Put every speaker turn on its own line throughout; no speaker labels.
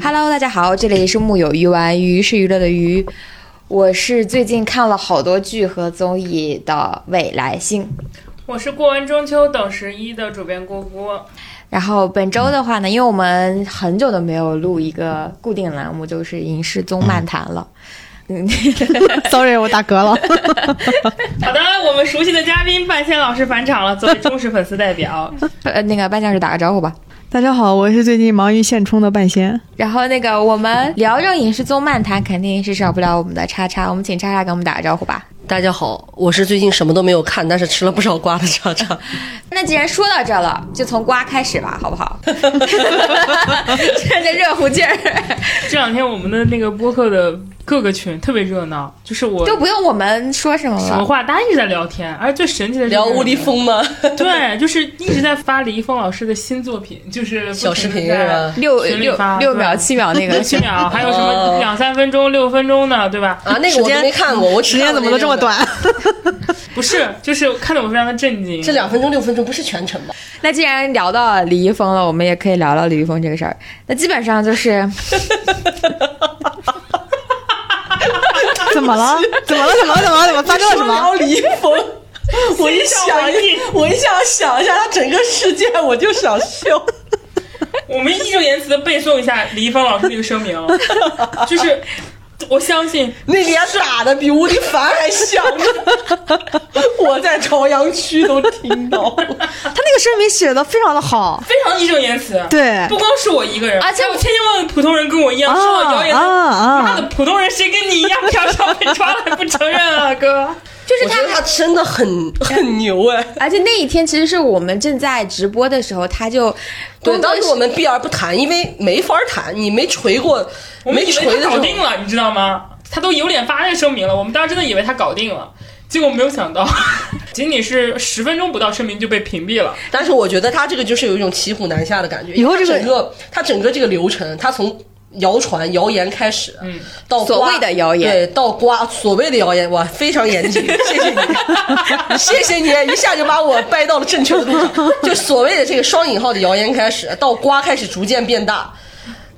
大家好，这里是木有鱼丸，鱼是娱乐的鱼，我是最近看了好多剧和综艺的未来星。
我是过完中秋等十一的主编郭郭，
然后本周的话呢，因为我们很久都没有录一个固定栏目，就是影视综漫谈了。嗯，
Sorry，我打嗝了。
好的，我们熟悉的嘉宾半仙老师返场了，作为忠实粉丝代 表，
呃， 那个班将士打个招呼吧。
大家好，我是最近忙于现充的半仙。
然后那个我们聊这影视综漫谈，肯定是少不了我们的叉叉，我们请叉叉给我们打个招呼吧。
大家好，我是最近什么都没有看，但是吃了不少瓜的叉叉。
那既然说到这儿了，就从瓜开始吧，好不好？趁着热乎劲儿，
这两天我们的那个播客的各个群特别热闹，就是我
就不用我们说什么
什么
了。
话大家一直在聊天，而且最神奇的是
聊吴立，峰吗？
对，就是一直在发李易峰老师的新作品，就是
小视频是吧？？
六
群里
六
发
六
对啊
秒、七秒那 个
七 秒，还有什么
哦
两三分钟、六分钟的，对吧？
啊，那个我都没看过，我只
时间
看
怎
过
么都这么
那两个？
短？
不是，就是看得我非常的震惊。
这两分钟、六分钟不是全程吧？
那既然聊到李易峰了，我们也可以聊聊李易峰这个事儿。那基本上就是，
怎么了？怎么了？怎么了？怎么了？怎么发生了什么？
李易峰， 我一
想一
我一想想一下他整个事件，我就想笑。
我们义正言辞的背诵一下李易峰老师这个声明，就是我相信
那脸打的比吴亦凡还像 呢，我在朝阳区都听到了。
他那个声明写的非常的好，
非常义正言辞，
对
不光是我一个人，
而且
还有千千万万普通人跟我一样
啊
受到谣言的。
啊
妈
啊
的，普通人谁跟你一样嫖娼被抓了还不承认啊，哥？
就是
我觉
他
得他真的很很牛哎。
而且那一天其实是我们正在直播的时候，他就
对，
工作
当时
室
我们避而不谈，因为没法谈，你没锤过，
我们
没
以
锤
为他
的时
搞
候，
定了，你知道吗？他都有脸发这声明了，我们当时真的以为他搞定了，结果没有想到， 仅仅是十分钟不到，声明就被屏蔽了。
但是我觉得他这个就是有一种骑虎难下的感觉。
以后这个
因为他整个他整个这个流程，他从谣传、谣言开始，嗯，到瓜
所谓的谣言
对，到瓜所谓的谣言，哇，非常严谨，谢谢你，谢谢你，一下就把我掰到了正确的路上。就所谓的这个双引号的谣言开始，到瓜开始逐渐变大。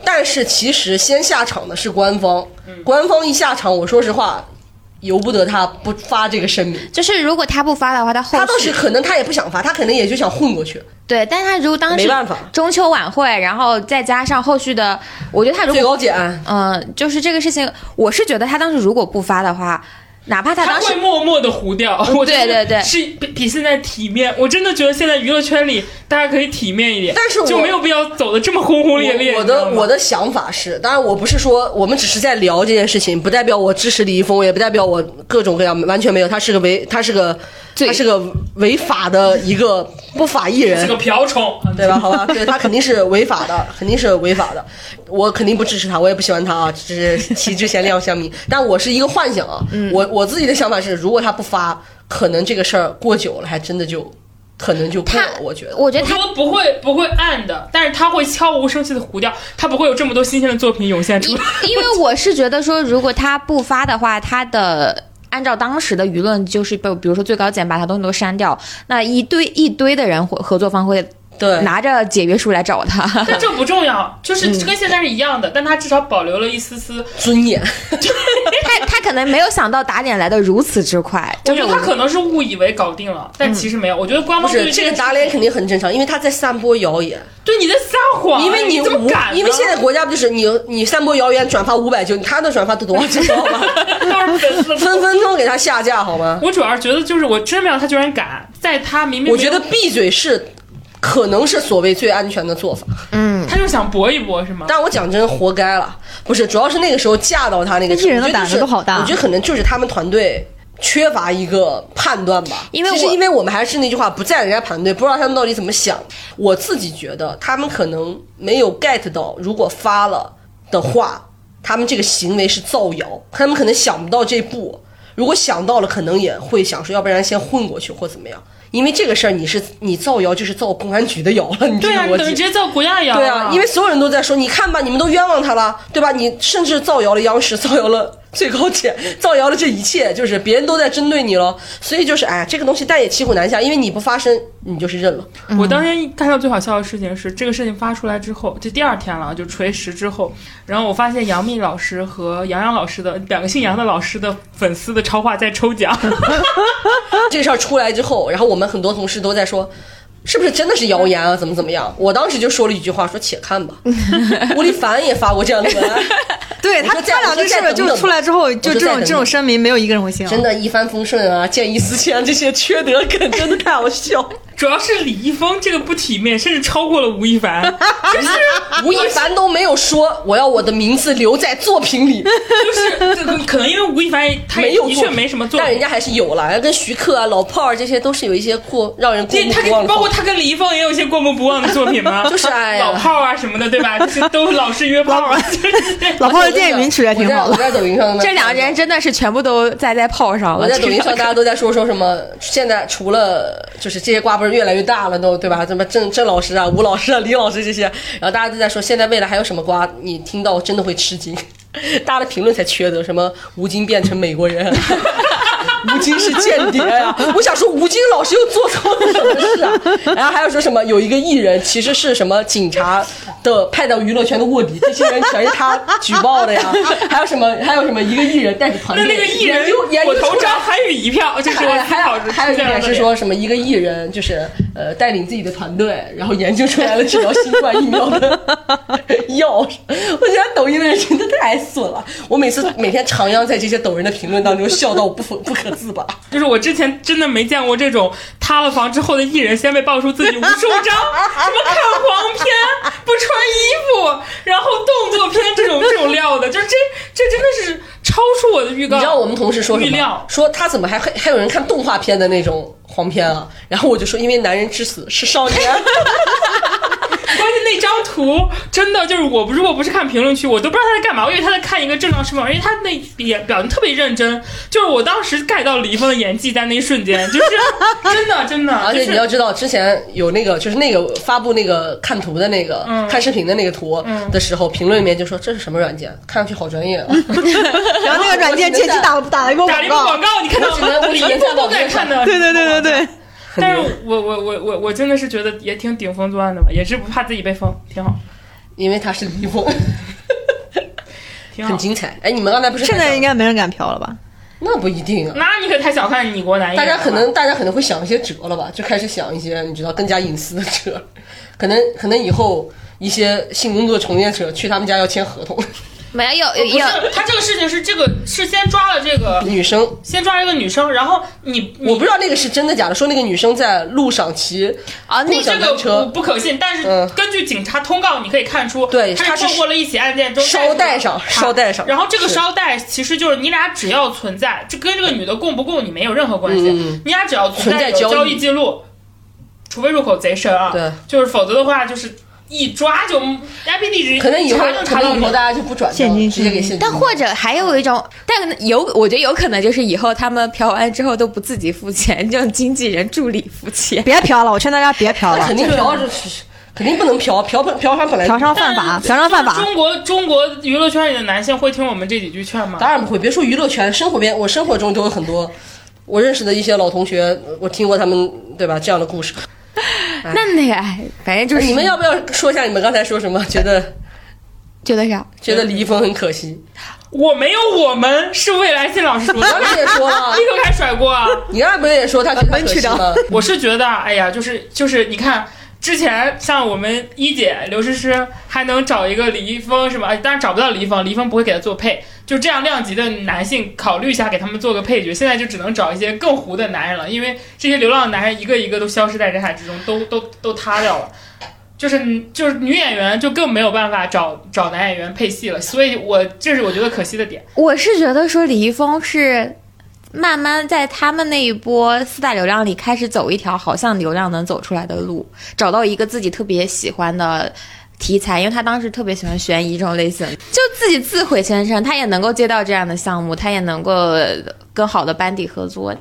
但是其实先下场的是官方，官方一下场，我说实话，由不得他不发这个声明。
就是如果他不发的话，他后
他倒
续
是可能他也不想发，他可能也就想混过去。
对，但他如果当时
没办法
中秋晚会，然后再加上后续的，我觉得他如
最
果
高检，
嗯、就是这个事情，我是觉得他当时如果不发的话，哪怕他
他
当
会
时。嗯
默默的糊掉，我觉
对
得
对对
是比比现在体面。我真的觉得现在娱乐圈里大家可以体面一点，
但是我
就没有必要走的这么轰轰烈烈。
我我
你知道
的
吗
我的想法是，当然我不是说我们只是在聊这件事情，不代表我支持李易峰，也不代表我各种各样，完全没有，他是个违，他是个
罪
他是个违法的一个不法艺人
是，个瓢虫，
对吧？好吧，对他肯定是违法 的，肯定是违法的，我肯定不支持他，我也不喜欢他啊，只是旗帜鲜亮 相迷。但我是一个幻想啊，
嗯
我我自己的想法是，如果他不发，可能这个事儿过久了，还真的就可能就过
他
了，我觉得。
我觉
我
得他
觉得不会不会暗的，但是他会悄无声息的糊掉，他不会有这么多新鲜的作品涌现出来。
因为我是觉得说，如果他不发的话，他的。按照当时的舆论，就是被比如说最高检把他东西都删掉，那一堆一堆的人合合作方会
对，
拿着解约书来找他。
但这不重要，就是
嗯
跟现在是一样的，但他至少保留了一丝丝。
尊严。
他他可能没有想到打脸来的如此之快，
我觉得他可能是误以为搞定了，但其实没有。我觉得官
嗯不
方对于
是这个打脸肯定很正常，因为他在散播谣言，
对你在撒谎，啊
因为
哦哎你
你
怎么
无
敢呢？
因为现在国家不就是你你散播谣言转发五百就他能转发多少知道 吗？
都是粉丝的
分分钟给他下架好吗？
我主要是觉得，就是我真没想到他居然敢，在他明明
我觉得闭嘴是可能是所谓最安全的做法，
他就是想搏一搏，是吗？
但我讲真活该了，不是主要是那个时候架到他那个
这些人的
我觉得就是
胆子都好大
我觉得可能就是他们团队。缺乏一个判断吧，
因为
其实
我
因为我们还是那句话，不在人家团队，不知道他们到底怎么想。我自己觉得他们可能没有 get 到，如果发了的话，他们这个行为是造谣，他们可能想不到这步。如果想到了，可能也会想说，要不然先混过去或怎么样。因为这个事儿，你是你造谣就是造公安局的谣了，你这
对
个
啊，
逻
你等于
辑
直接造国家
啊
谣了。
对啊，因为所有人都在说，你看吧，你们都冤枉他了，对吧？你甚至造谣了央视，造谣了最高点造谣的这一切，就是别人都在针对你了， 所以就是哎，这个东西但也骑虎难下，因为你不发声，你就是认 了。
我当
嗯
时看到最好笑的事情是，这个事情发出来之后，就第二天了，就锤石之后，然后我发现杨幂老师和杨洋老师的两个姓杨的老师的粉丝的超话在抽奖，
这事儿出来之后，然后我们很多同事都在说。是不是真的是谣言啊？怎么怎么样？我当时就说了一句话，说且看 吧。吴亦凡也发过这样的文 案，
对
我
他
说
他
再
俩
我说
这
再
事儿
等
就
等
出来之后，就
我说
这
再
种
等
这种
等
声明，没有一个人会信啊。
真的，一帆风顺啊，见异思迁啊这些缺德梗真的太好笑。
主要是李易峰这个不体面，甚至超过了吴亦凡， 就是
吴亦凡都没有说我要我的名字留在作品里，
就是这个可能因为吴亦凡他也
没有
的
作
确
品
没什么作
但人
品。
家还是有了，跟徐克啊、老炮儿这些都是有一些过让人过
这
目
他
不
跟
忘的
包括
作品。
他跟李易峰也有一些过目不忘的作品吗？
就是哎呀
老炮儿啊什么的，对 吧？就是都老是约炮啊， 就是
老炮儿的电影名曲也挺好
我
的，
在我在抖音上，
这两个人真的是全部都栽在炮上了。
我在抖音
这
上，
个
大家都在说说什么？现在除了就是这些瓜不是越来越大了都对吧？什么郑郑老师啊、吴老师啊、李老师这些，然后大家都在说现在未来还有什么瓜？你听到真的会吃惊， 大家的评论才缺德，什么吴京变成美国人，吴京是间谍 呀、我想说吴京老师又做错了什么事啊？然后还有说什么有一个艺人其实是什么警察的派到娱乐圈的卧底，这些人全是他举报 的呀？还有什么还有什么一个艺人带着团
那
队
那个艺人
研究，研究
我投
出来
张韩宇一票，这是我
还
思
还
考
有
着
还有一
这样
点
的
是说什么一个艺人就是呃带领自己的团队，然后研究出来了治疗新冠疫苗的 药。我觉得抖音的人真的太损了，我每次每天徜徉在这些抖音的评论当中，笑到我不不可自拔。
就是我之前真的没见过这种塌了房之后的艺人，先被爆出自己无数张什么看黄片、不穿衣服，然后动作片这种这种料的，就是这这真的是超出我的预告。
你知道我们同事说什
预
么
料？
说他怎么还还还有人看动画片的那种黄片啊？然后我就说，因为男人之死是少年。
关键那张图真的就是我，如果不是看评论区，我都不知道他在干嘛。我以为他在看一个正常吃饭，因为他那表表情特别认真。就是我当时 get 到李易峰的演技在那一瞬间，就是 真的真的，
而且
就是
你要知道，之前有那个就是那个发布那个看图的那个、看视频的那个图的时候，评论里面就说这是什么软件，看上去好专业啊。
然后那个软件借机打打了一波
打了一
广
个
告
广，告，你看到
我只能
吗？
我只能
全部都在看的。
对对对对对。
但是我我我我我真的是觉得也挺顶风作案的吧，也是不怕自己被封，挺好，
因为他是李易峰，
挺好
很。精彩。哎，你们刚才不是
现在应
该
该没人敢飘了吧？
那不一定啊。
那你可太小看你国男艺
大
哎人了
家
吧
可能大家可能会想一些辙了吧，就开始想一些你知道更加隐私的辙， 可能可能以后一些性工作从业者去他们家要签合同，
没有
不
有有
是他这个事情是这个是先抓了这个，
女生
先抓了一个女生，然后你
我
你
不知道那个是真的假的，说那个女生在路上骑
啊，那
共
这
享
个
单
不
车
不可信，但是
嗯
根据警察通告，你可以看出，
对
他
他是
是通过了一起案件中
捎带上
啊
捎带上
然后这个
是
捎带其实就是你俩只要存在，这跟这个女的供不供你没有任何关系，
嗯嗯
你俩只要存
存在
有
交易
交易记录，除非入口贼深啊，
对，
就是否则的话就是一抓就 IP 地址，
可能以后
查就
可
查到
能以
你
后大。家就不转账
现金
直接给现金，
但或者还有一种，但有我觉得有可能就是以后他们嫖完之后都不自己付钱，就经纪人助理付钱。
别嫖了，我劝大家别嫖
那
了
肯，定嫖是肯定不能嫖，嫖本嫖商本来
嫖娼犯法，嫖娼犯 法。
中国中国娱乐圈里的男性会听我们这几句劝吗？
当然不会，别说娱乐圈，生活边我生活中都有很多我认识的一些老同学，我听过他们对吧这样的故事。
那那个，哎，反正就是
你们要不要说一下你们刚才说 什么？觉得
觉得啥？
觉得李易峰很可 惜？
我没有，我们是未来信老师说
你刚
的，
才也 说了，
立刻开始甩锅啊！
你刚才不是也说他觉得
嗯
可惜吗？
我是觉得，哎呀，就是就是，你看之前像我们一姐刘诗诗还能找一个李易峰什么，哎当然找不到李易峰，李易峰不会给她做配，就这样量级的男性，考虑一下给他们做个配角。现在就只能找一些更糊的男人了，因为这些流浪男人一个一个都消失在人海之中，都都都塌掉了。就是就是女演员就更没有办法找找男演员配戏了，所以我这是我觉得可惜的点。
我是觉得说李易峰是慢慢在他们那一波四大流量里开始走一条好像流量能走出来的路，找到一个自己特别喜欢的。题材，因为他当时特别喜欢悬疑这种类型，就自己自毁前程，他也能够接到这样的项目，他也能够跟好的班底合作。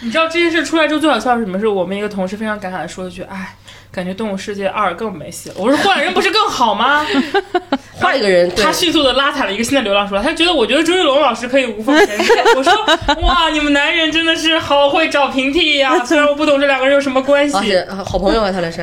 你知道这件事出来之后最好笑是什么？是我们一个同事非常感慨的说一句：“哎，感觉《动物世界二》更没戏了。”我说：“换了人不是更好吗？”
换一个人， 对
他迅速的拉踩了一个新的流浪出来，他觉得我觉得周玉龙老师可以无缝衔接。我说：“ 哇，你们男人真的是好会找平替呀、虽然我不懂这两个人有什么关系。
而且 啊好朋友啊，他俩是。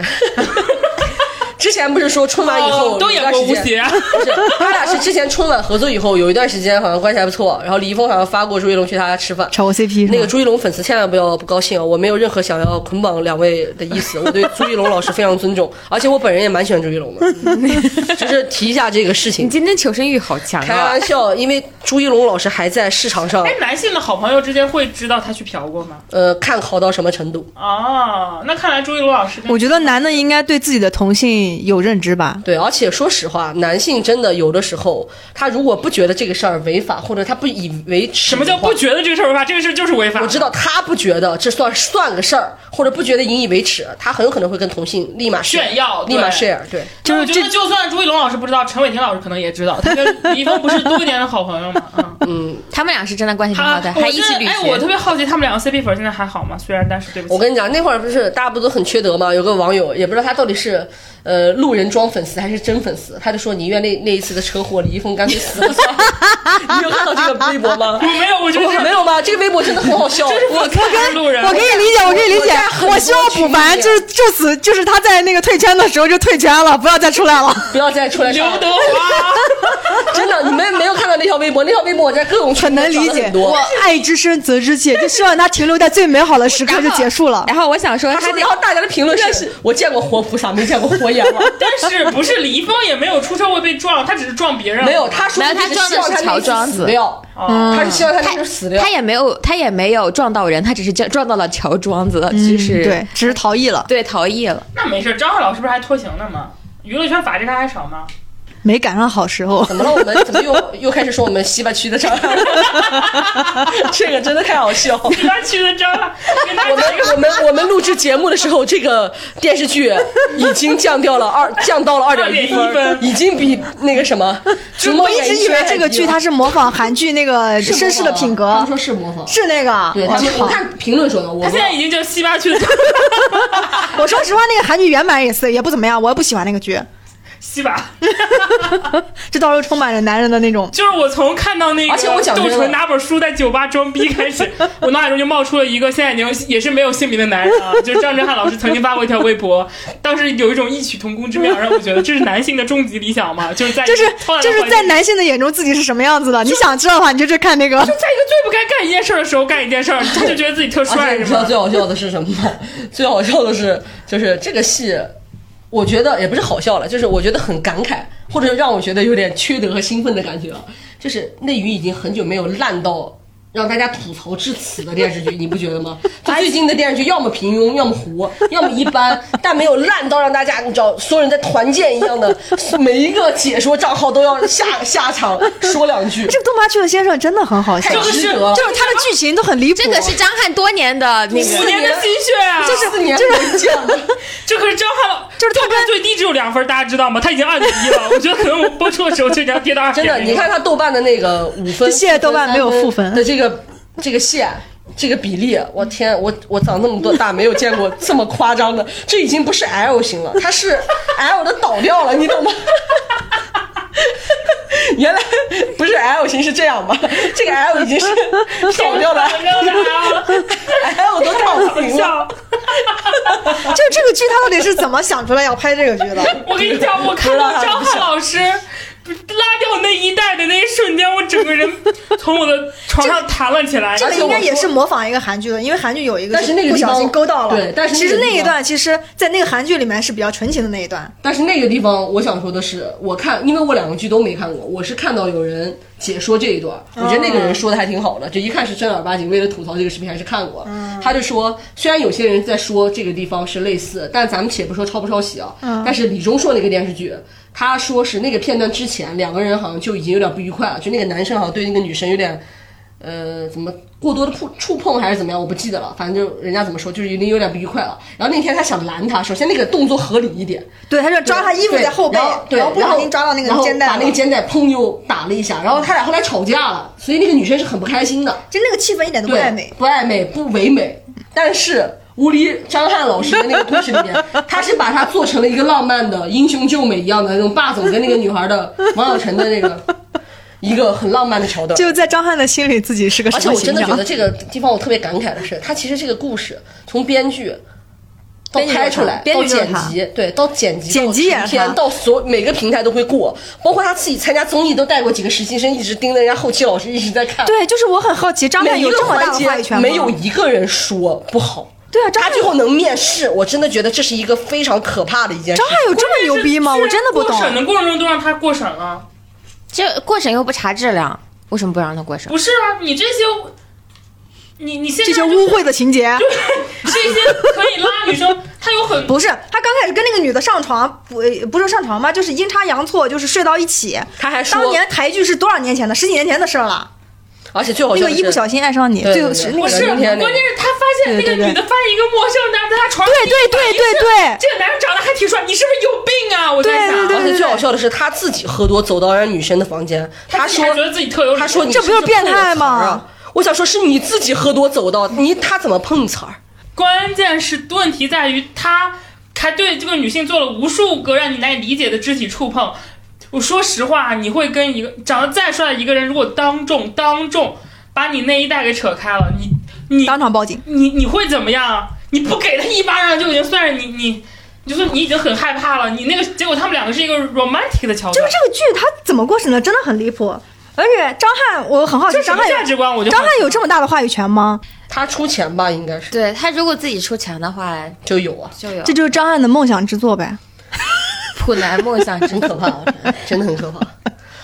之前不是说春晚以后、
哦都演过
有一
吴
段时间
邪，
不是，他俩是之前春晚合作以后有一段时间好像关系还不错，然后李易峰好像发过朱一龙去他家吃饭。
炒 CP
那个朱一龙粉丝千万不要不高兴啊！我没有任何想要捆绑两位的意思，我对朱一龙老师非常尊重，而且我本人也蛮喜欢朱一 龙的，就是提一下这个事
你
情。
今天求生欲好强
开
啊！
玩笑，因为朱一龙老师还在市场上，
哎，男性的好朋友之间会知道他去嫖过吗？
呃，看好到什么程度。
哦，那看来朱一龙老师跟
我觉得男的应该对自己的同性有认知吧。
对，而且说实话，男性真的有的时候，他如果不觉得这个事儿违法，或者他不以为耻，
什么叫不？觉得这个啊事儿违法？这个事儿就是违法。
我知道他不觉得这算算个事儿，或者不觉得引以为耻，他很有可能会跟同性立马 share，
炫耀
立马
对
share。对，
就是
我觉得
这
就算朱一龙老师不知道，陈伟霆老师可能也知道，他跟李易峰不是多年的好朋友吗？嗯，
他们俩是真的关系挺嗯好
他
的，
我
还一起
真的
旅
哎，我特
行。
别好奇他们两个 CP 粉现在还好吗？虽然，但是对不起，
我跟你讲，那会儿不是大家不都很缺德吗？有个网友也不知道他到底是呃路人装粉丝还是真粉丝，他就说宁愿那那一次的车祸，李易峰干脆死了 算了。你有看到这个微博吗？
我没有，我觉得
我没有吗？这个微博真的很好笑，
我看路人，
我可以理解，我可以理
我
解
在很。多
我希望补
群
完
里
就是就此就是他在那个退圈的时候就退圈了，不要再出来了。
不要再出来
刘
上。
德华，
真的，你们没有看到那条微博？那条微博我在各
很
种群里
能
转
理
了
解，
很多。
我爱之深责之切，就希望它停留在最美好的时刻就结束了。
然后我想说，
他
他
说，
得
然后大家的评论是：我见过活菩萨，没见过活阎 王。
但是不是李易峰也没有出车祸被撞，他只是撞别人，
没有，他说
没有他
只希
撞
望
的
他
是
那
乔
一次
装
死
子
掉，
哦
他是希望他那时候死掉
他。也没有，他也没有撞到人，他只是撞撞到了乔装子，就是
嗯对，只是逃逸了，
对逃逸了。
那没事，张翰老师不是还拖行呢吗？娱乐圈法制他还少吗？
没赶上好时候。
怎么了？我们怎么 又又开始说我们西八区的张翰？ 这个真的太好笑。我
他去的张翰，跟他
们
讲一个
我们我们录制节目的时候，这个电视剧已经降掉了二，降到了二点一
2.1分
已经比那个什么《逐
我
梦
一
演
直
艺
以
圈
为》这个剧它是模仿韩剧那个
是模
绅士的
仿
品
他
格
们，是模仿
是那个。
对，他们我看评论说的，我
他现在已经叫西八区的张
我说实话，那个韩剧原版也是也不怎么样，我也不喜欢那个剧，
西八。
这到时候充满了男人的那种。
就是我从看到那个
而且我讲真
窦
的
纯拿本书在酒吧装逼开 始，我脑海中就冒出了一个现在已经也是没有姓名的男人啊，就是张震瀚老师曾经发过一条微博，当时有一种异曲同工之妙，让我觉得这是男性的终极理想嘛，就是在
就是
偷懒的
就是
环
在
境
男性的眼中自己是什么样子的，你想知道的话，你就去看那个。
在一个最不该干一件事儿的时候干一件事儿，他就觉得自己特
而
帅
且你
是
知道
吗？
最好笑的是什么吗？ 最好笑的是，就是这个戏，我觉得也不是好笑了，就是我觉得很感慨，或者让我觉得有点缺德和兴奋的感觉啊。就是内娱已经很久没有烂到让大家吐槽至此的电视剧，你不觉得 吗？就最近的电视剧，要么平庸，要么糊，要么一般，但没有烂到让大家你知道，所有人在团建一样的，每一个解说账号都要下下场说两句。
这个东八区的先生真的很好笑，
太
就
个
是
是
值得了。
他的剧情都很离谱。
这个是张翰多年的那
五
个，
年的心血啊！这
四年没见了，
这可是张翰老，
就是他
豆瓣最低只有两分，大家知道吗？他已经二点一了，我觉得可能我们播出的时候就已经要跌到二点
真
零
的，
了。
你看他豆瓣的那个五分，
谢谢豆瓣没有负分
的这个这个线。这个比例，我天，我我长这么多大没有 见过这么夸张的，这已经不是 L 型了，它是 L 的倒掉了，你懂吗？ 原来不是 L 型是这样吧？这个 L 已经是倒 掉了
反正 啊，
，L 都倒平 了。
笑。
就这个剧，他到底是怎么想出来要拍这个剧 的？
我跟你讲，我看到张翰老师拉掉那一带的那一瞬间，我整个人从我的床上弹了起来。
这个应该也
而且
是模仿一个韩剧的，因为韩剧有一个，
但是那个
不
地方
小心勾到了。
对但是那个
其实那
地
一
方
段，其实在那个韩剧里面是比较纯情的那一段。
但是那个地方，我想说的是，我看，因为我两个剧都没看过，我是看到有人解说这一段，我觉得那个人说的还挺好的，就一看是正儿八经为了吐槽这个视频还是看过。他就说，虽然有些人在说这个地方是类似，但咱们且不说抄不抄袭啊，但是李钟硕那个电视剧。他说是那个片段之前，两个人好像就已经有点不愉快了，就那个男生好像对那个女生有点呃，怎么过多的触触碰还是怎么样，我不记得了。反正就人家怎么说，就是已经有点不愉快了。然后那天他想拦他，首先那个动作合理一点，
对，他就抓他衣服
对
在后背
然后，对，
后不小心抓到那
然
个
后
肩带
把
了，
那个肩带砰又打了一下，然后他俩后来吵架了，所以那个女生是很不开心的。
就那个气氛一点都不
对，
暧昧，
不暧昧，不唯美。但是吴黎张翰老师的那个故事里面，他是把他做成了一个浪漫的英雄救美一样的那种霸总跟那个女孩的王小晨的那个一个很浪漫的桥段。
就在张翰的心里自己是个
而
什
且
么
我
形
真的觉得
象？
这个地方我特别感慨的是，他其实这个故事从编剧。到拍出来，
编
到
剧就是
剪
他
辑，对，到剪辑，
剪辑也是
到制片
他
到所有每个平台都会过，包括他自己参加综艺都带过几个实习生，一直盯着人家后期老师一直在看。
对，就是我很好奇，张翰
每一
有
个
这么大
环
的话语
节
权吗？
没有一个人说不好。
对啊张
他
翰
最后能面试，我真的觉得这是一个非常可怕的一件事
张。翰有这么牛逼吗？我真的不懂
过。审的过程中都让他过审了，
这过审又不查质量，为什么不让他过审？
不是啊？你这些，你你现在
这些
就是
污秽的情节，
这些可以拉女生，他有 很
不是他刚开始跟那个女的上床，不呃不是上床吗？就是阴差阳错，就是睡到一起。
他还说
当年台剧是多少年前的？十几年前的事儿了。
而且最好
那
笑的
个
是
一不小心爱上你，
对
最后
对
是
对
那
不
个
是，
人
那
关
天那个
键是他发现那个
对对对
女的发现一个陌生男在他床上，哎
对对对对对
这个男人长得还挺帅，你是不是有病啊？我在想，
对对
而
对
且最好笑的是他自己喝多走到人家女生的房间，他
他自己
说
还觉得自己特有理，
他说你
这不就是
碰我
变态吗
词儿啊？我想说是你自己喝多走到你他怎么碰你词儿？
关键是问题在于他还对这个女性做了无数个让你难以理解的肢体触碰。我说实话，你会跟一个长得再帅的一个人，如果当众当众把你内衣带给扯开了，你你
当场报警。
你你会怎么样啊？你不给他一巴掌就已经算是你你，你就是你已经很害怕了。你那个结果他们两个是一个 romantic 的桥
就
段
是，这个剧它怎么过审的，真的很离谱。而且张翰，我很好奇
这，什
张
么
翰
价值观？我就
张翰有这么大的话语权吗？
他出钱吧，应该是
对他如果自己出钱的话，
就有啊，
就有
这就是张翰的梦想之作呗。
普男梦想之
很 可怕，真的很可怕。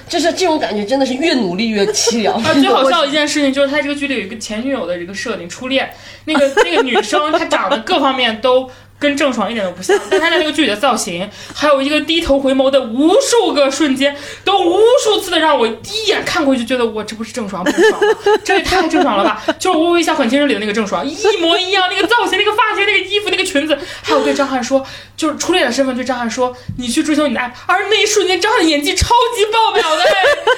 就是这种感觉，真的是越努力越凄凉。
啊，最好笑的一件事情就是他这个剧里有一个前女友的一个设定，初恋那个那个女生，她长得各方面都跟郑爽一点都不像，但她在这个剧里的造型，还有一个低头回眸的无数个瞬间，都无数次的让我第一眼看过去就觉得我这不是郑爽本爽吗？这也太郑爽了吧！就是《微微笑很倾城》里的那个郑爽，一模一样，那个造型、那个发型、那个衣服、那个裙子，还有对张翰说，就是初恋的身份对张翰说，你去追求你的爱，而那一瞬间张翰的演技超级爆表的，哎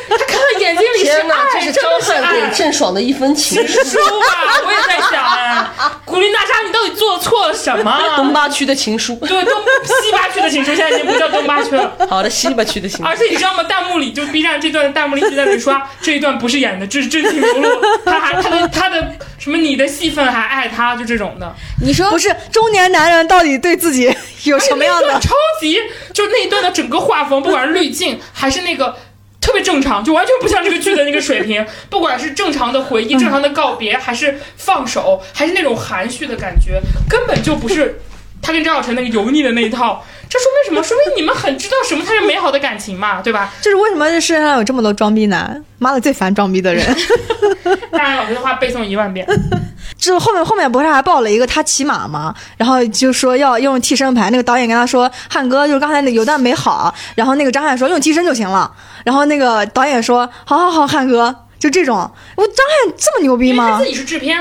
他看到眼睛里是
天哪，这
爱，
是
真
张
的是
翰
爱
给。郑爽的一封情书。
书吧，我也在想，哎， 古力娜扎，你到底做错了什
东
么？啊
八区的情书，
对，东西八区的情书现在已经不叫东八区了。
好的，西八区的情书
而。且你知道吗？弹幕里就 B 站这段弹幕里一直在那里刷这一段不是演的，这是真情流露。他还他的他的什么你的戏份还爱他，就这种的。
你说
不是中年男人到底对自己有 什么样
而且那一
的
段？超级，就那一段的整个画风，不管是滤镜还是那个。特别正常，就完全不像这个剧的那个水平。不管是正常的回忆、
嗯
正常的告别，还是放手，还是那种含蓄的感觉，根本就不是他跟张小晨那个油腻的那一套。这说明什么？说明你们很知道什么才是美好的感情嘛，对吧？
就是为什么这世界上有这么多装逼男？妈的，最烦装逼的人。
当然，老师的话背诵一万
嗯
遍。
这后面后面不是还爆了一个他骑马吗？然后就说要用替身牌，那个导演跟他说，汉哥就是刚才那有段没好，然后那个张翰说用替身就行了，然后那个导演说好好好，汉哥就这种，我张翰这么牛逼
因为他
吗
自？己是制片，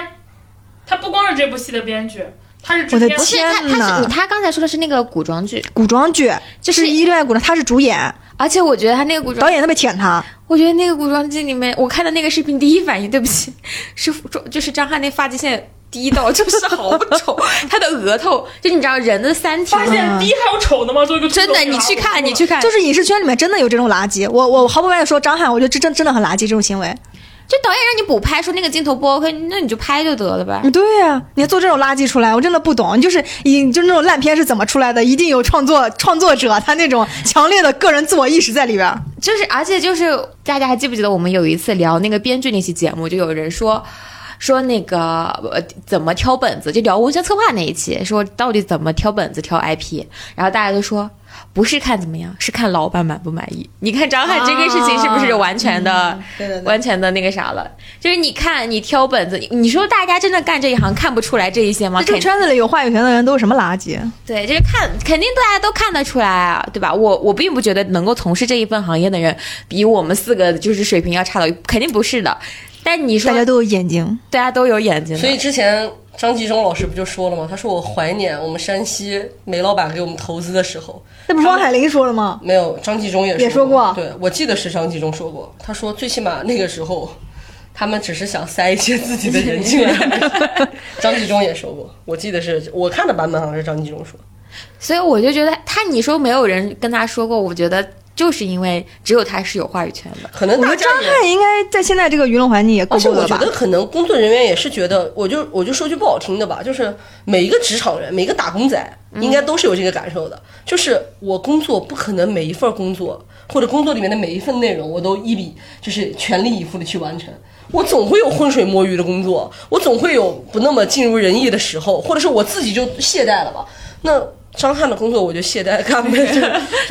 他不光是这部戏的编剧，他是制
我的
片。
不是
天
他他
哪
是你他刚才说的是那个古装剧，
古装剧
就是
是依恋古装，他是主演，
而且我觉得他那个古装
导演特别舔他，
我觉得那个古装剧里面，我看的那个视频，第一反应，对不起，是就是张翰那发际线低到就是好 丑，他的额头，就你知道人的三条
发，
啊
现低还有丑的吗？做一个
真的，
猪头
你去
小孩
看，你去看，就
就是是影视圈里面真的有这种垃圾，我我毫不外说张翰，我觉得这真真的很垃圾这种行为。
就导演让你补拍，说那个镜头不 OK，那你就拍就得了呗。
嗯对呀、你还做这种垃圾出来，我真的不懂。你就是你就是那种烂片是怎么出来的？一定有创作 创作者他那种强烈的个人自我意识在里边儿。
就是，而且就是，大家还记不记得我们有一次聊那个编剧那期节目，就有人说。说那个呃怎么挑本子，就聊文学策划那一期，说到底怎么挑本子、挑 IP，然后大家都说不是看怎么样，是看老板满不满意。你看张翰这个事情是不是完全的、
哦嗯对对对
完全的那个啥了？就是你看你挑本子，你你说大家真的干这一行看不出来这一些吗？
这个
肯
圈子里有话语权的人都是什么垃圾？
对，就是看，肯定大家都看得出来啊，对吧？我我并不觉得能够从事这一份行业的人比我们四个就是水平要差到，肯定不是的。但你说
大家都有眼睛，
大家都有眼睛的，
所以之前张纪中老师不就说了吗？他说我怀念我们山西梅老板给我们投资的时候，
那不是汪海林说了吗？
没有张纪中也
也说过
对我记得是张纪中说过，他说最起码那个时候。他们只是想塞一些自己的人 进来，张纪中也说过，我记得是我看的版本好像是张纪中说，
所以我就觉得他，你说没有人跟他说过，我觉得就是因为只有他是有话语权的。
可能
我觉得
大家
张
也
翰应该在现在这个舆论环境也够
而且
够
我
了
觉
吧
得？可能工作人员也是觉得，我就我就说句不好听的吧，就是每一个职场人，每一个打工仔，
嗯
应该都是有这个感受的。就是我工作不可能每一份工作或者工作里面的每一份内容，我都一笔就是全力以赴的去完成。我总会有浑水摸鱼的工作，我总会有不那么尽如人意的时候，或者是我自己就懈怠了吧。那张翰的工作我就懈怠干呗，就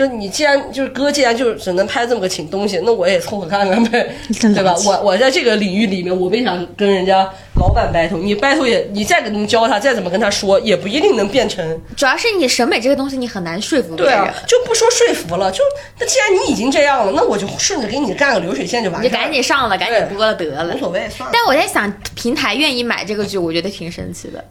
就你既然就是哥，既然就只能拍这么个请东西，那我也凑合看看呗，
真
对吧
垃？圾
我我在这个领域里面，我为啥跟人家老板 battle？你 battle 也，你再怎么教他，再怎么跟他说，也不一定能变成
主要是你审美这个东西，你很难说服别
对
人，
啊，就不说说服了，就那既然你已经这样了，那我就顺着给你干个流水线就完
你
事
就
儿了，
赶紧上了，赶紧播了得了
无。所谓，算了
但。我在想，平台愿意买这个剧，我觉得挺神奇的。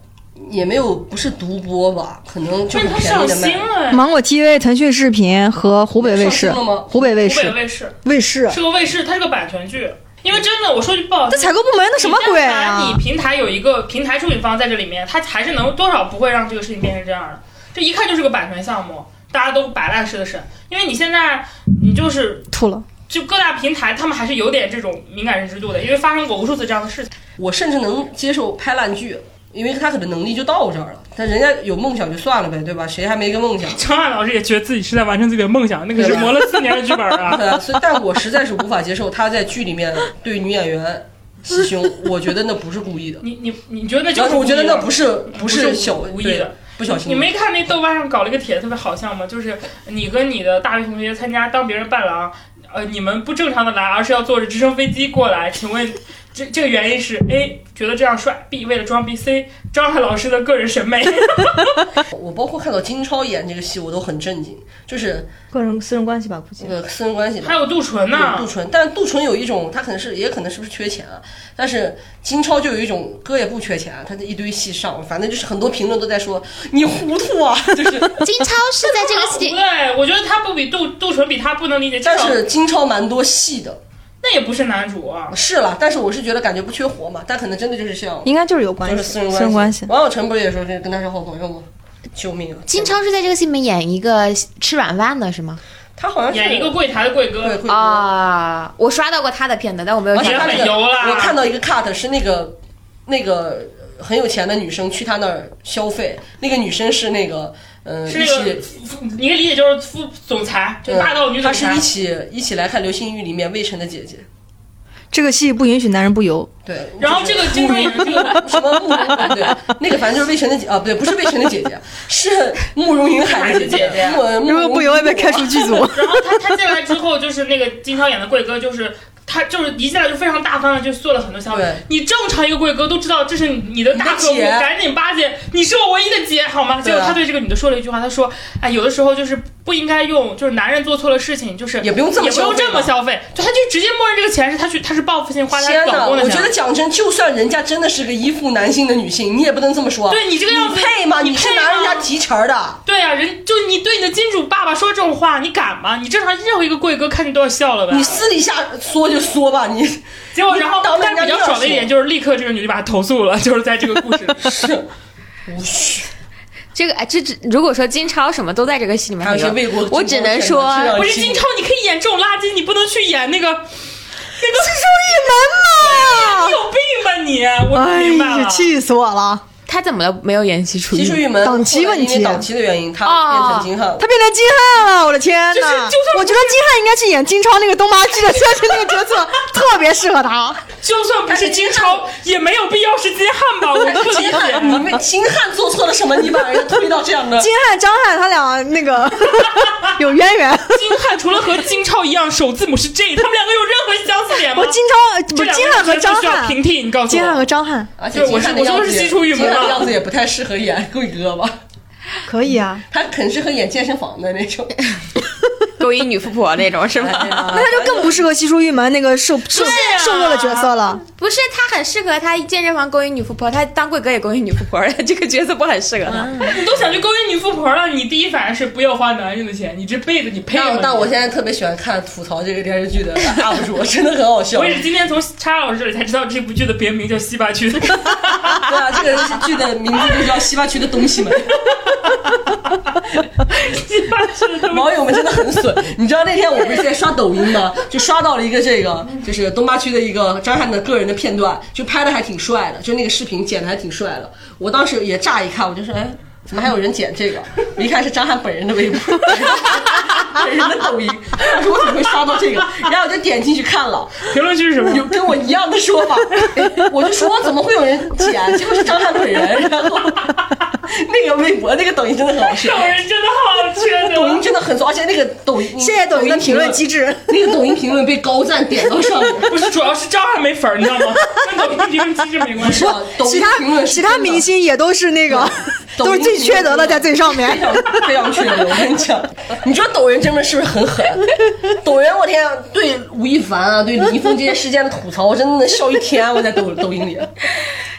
也没有不是独播吧，可能就
但
是
是他
便宜
上
的
新
卖。
了，哎
芒果 TV、腾讯视频和湖北卫视
上新了吗，
湖北卫
湖北
视，
卫视
卫视，
是个卫视，它是个版权剧。因为真的，我说句不好
这
听，
采购部门那什么鬼啊
你但凡你？平台有一个平台出品方在这里面，他还是能多少不会让这个事情变成这样的。这一看就是个版权项目，大家都摆烂似的审。因为你现在你就是
吐了，
就各大平台，他们还是有点这种敏感认知度的，因为发生过无数次这样的事情。
我甚至能接受拍烂剧，因为他可能能力就到这儿了。但人家有梦想就算了呗，对吧？谁还没个梦想？
张翰老师也觉得自己是在完成自己的梦想，那
可是磨
了四年的剧本啊
对啊，所以 但我实在是无法接受他在剧里面对女演员袭 胸，我觉得那不是故意的。
你你你觉得那就
然
是
后我觉得
故意的
那不是不是小
无意的，
对不小心
你没看那豆瓣上搞了一个帖子特别好笑吗？就是你跟你的大学同学参加当别人伴郎，呃，你们不正常的来，而是要坐着直升飞机过来，请问这这个原因是 A 觉得这样帅，B 为了装逼，C 张翰老师的个人审美。
我包括看到金超演这个戏，我都很震惊，就是
个人私人关系吧，估计
那个私人关系吧
还。有杜淳
有杜
呢，
淳，但杜淳有一种，他可能是也可能是不是缺钱啊？但是金超就有一种哥也不缺钱啊，他的一堆戏上，反正就是很多评论都在说你糊涂啊，就
金
是。
超是在这个戏
不啊对，我觉得他不比杜杜淳比他不能理解，
但
至少
是金超蛮多戏的，
那也不是男主啊。
是啦，但是我是觉得感觉不缺活嘛，但可能真的就是像
应该就是有
就
关
是
系，
私人
私人关系。
王小晨不是也说这跟他是好朋友吗？救命啊！
金超是在这个戏里面演一个吃软饭的是吗？
他好像是
演一个柜台的贵哥，
对，会
啊、我刷到过他的片子，但我没有
而且
看过。
他那
很油啊
个
啦
我看到一个 cut 是那个那个很有钱的女生去他那儿消费，那个女生是那个嗯、呃
是
一
那个
起。
富，富你可以理解就是副总裁，就
嗯
霸道女总
她是
裁
一。起一起来看《流星雨》里面魏晨的姐姐，
这个戏不允许男人不油，
对。
然后这个金钟也是这个
什么慕容对，那个反正就是魏晨的姐啊，不对，不是魏晨的姐姐，是慕容云海的姐
姐姐
慕慕
如果
容
不油也被开除剧组。
然后他他进来之后，就是那个金超演的贵哥，就是他就是一进来就非常大方的，就做了很多消费
对。
你正常一个贵哥都知道这是你的大客户，
你的姐
赶紧巴结，你是我唯一的姐，好吗？结
对啊
果他对这个女的说了一句话，他说：“哎，有的时候就是不应该用，就是男人做错了事情，就是
也不用这么
也不用这
消费
么消费，就他就直接默认这个钱是他去他是报复性花他
天
老
呐，
公的
我
钱
觉。得讲真，就算人家真的是个依附男性的女性，你也不能这么说。
对你这个样子
你配吗？
你
你是
配吗
拿人家提成儿的。
对呀、人就你对你的金主爸爸说这种话，你敢吗？你正常任何一个贵哥看你都要笑了吧？
你私底下说就说吧，你
嗯
结果，然后
你当着
但
人家
比较
面
爽的一
说
点就是，立刻这个女的把他投诉了，就是在这个故事里。
是
这个哎，这只如果说金超什么都在这个戏里面，
还有一些魏国的
我
金
只
毛
能
犬
说
的质量
不是金超，你可以演这种垃圾，你不能去演那个那个。
这
你有病吧你！我
哎
明白
呀，
了。
气死我了！
他怎么了？没有演戏出
技术
狱？
玉门
档期问题
后来因为档期的原因，
啊
他变成金汉
他。变成金瀚了，我的天
就是
呐！
就算
我觉得金瀚应该去演金超那个东八区的，相信那个角色特别适合他。
就算不是金超，也没有必要是金汉吧？我不理解。
金
啊
汉，你们金汉做错了什么？你把人家推到这样的？
金瀚、张瀚他俩那个 有渊源。
金汉除了和金超一样首字母是 J，他们两个有任何相似点吗
我？金超呃不
这
是
两
金
个
瀚和
人
张
不需要
瀚，
平替，你告诉
金瀚
我。
和张瀚
而且
对我
金
是
汉的
我说
样
是
子也
西出玉门啊
金汉的
了
样子也不太适合演贵哥吧？
可以啊，
他很适合演健身房的那种。
给我刘一女富婆那种是吗？
呀
那他就更不适合西出玉门那个瘦瘦瘦弱的角色了。
不是，她很适合她健身房勾引女富婆，她当贵哥也勾引女富婆， 这个角色不很适合
嗯
她。
你都想去勾引女富婆了，你第一反应是不要花男人的钱，你这辈子你配吗
但？但我现在特别喜欢看吐槽这个电视剧的 UP 主，真的很好笑。
我也是今天从叉老师这里才知道这部剧的别名叫《西八区》。
对啊，这个剧的名字就叫《西八区的东西们》。
西八区的东西
网友们真的很损。你知道那天我不是在刷抖音吗？就刷到了一个这个，就是东八区的一个张翰的个人的片段，就拍的还挺帅的，就那个视频剪的还挺帅的。我当时也乍一看，我就说，哎，怎么还有人剪这个？我一看是张翰本人的微博， 本人的抖音。我说我怎么会刷到这个？然后我就点进去看了，
评论区是什么？
有跟我一样的说法，我就说怎么会有人剪？结果是张翰本人。然后那个微博那个抖音真的很好笑
这。种人真的好缺德。
抖音真的很骚，而且那个抖音
谢谢抖音评论机
机，
制。
那个抖音评论被高赞点到上面。
不是，主要是账还没粉儿，你知道吗？跟抖音评论机制没关系
是。啊，抖
其
音评
他
论是
其他明星也都是那 个，
抖
都
音
是最缺德的在最上
非
面。
常非常缺德。我跟你讲，你说抖人真的是不是很狠？抖人，我天啊，对吴亦凡啊，对李易峰这些事件的吐槽，我真的能笑一天。我在抖抖音里，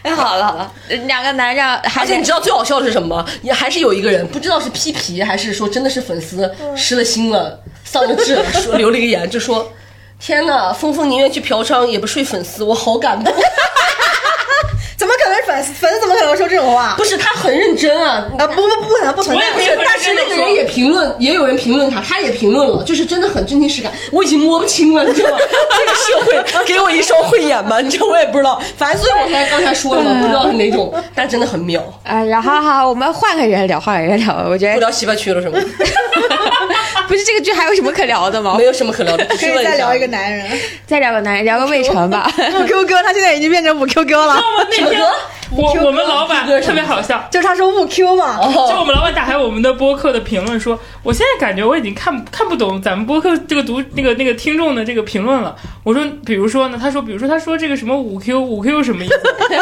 哎，好了好了，两个男 让还
而且
得
你知道最好笑的是什么吗？也还是有一个人不知道是批皮还是说真的是粉丝
嗯
失了心了、丧了志了，说留了一个言，就说：“天呐，峰峰宁愿去嫖娼也不睡粉丝，我好感动。”
怎么可能粉丝粉丝怎么可能说这种话？
不是他很认真啊，
啊不不不可能不存
我也
在
没。有
但是那个人也评论，也有人评论他，他也评论了，就是真的很真情实感。我已经摸不清了，你知道吗？这个社会给我一双慧眼吧，你知道我也不知道。反正所以我才刚才说了嘛，不知道是哪种，但真的很妙。
啊，然后好，我们换个人聊，换个人聊，我觉
不
得
聊西瓜区 了是吗？
不是这个剧还有什么可聊的吗
没？有什么可聊的，
可
可
以再聊一个。男人，
再聊个男人，聊个魏晨 吧。
五 Q 哥，他现在已经变成五 Q 哥了
然，后那天我我们老板特别好笑，
就是他说五 Q 嘛，
就我
哦，
们老板打开我们的播客的评论说，我现在感觉我已经看看不懂咱们播客这个读那个那个听众的这个评论了。我说，比如说呢？他说，比如说他说这个什么五 Q 五 Q 什么意思？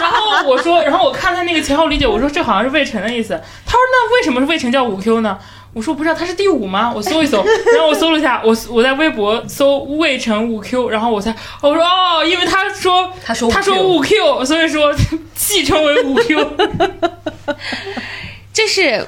然后我说，然后我看他那个前后理解，我说这好像是魏晨的意思。他说那为什么是魏晨叫五 Q 呢？我说不知道他是第五吗？我搜一搜，然后我搜了一下，我我在微博搜魏晨五 Q，然后我才我说哦，因为他说
他说
他说五 Q，所以说 戏称为五 Q。
就是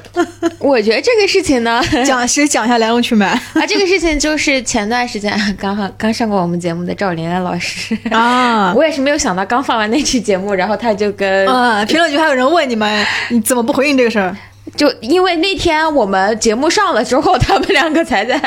我觉得这个事情呢，
讲谁讲一下来龙去脉
啊，这个事情就是前段时间 刚好刚上过我们节目的赵琳安老师，
啊。
我也是没有想到刚放完那期节目，然后他就跟、
啊！评论区还有人问你们，你怎么不回应这个事儿？
就因为那天我们节目上了之后，他们两个才 在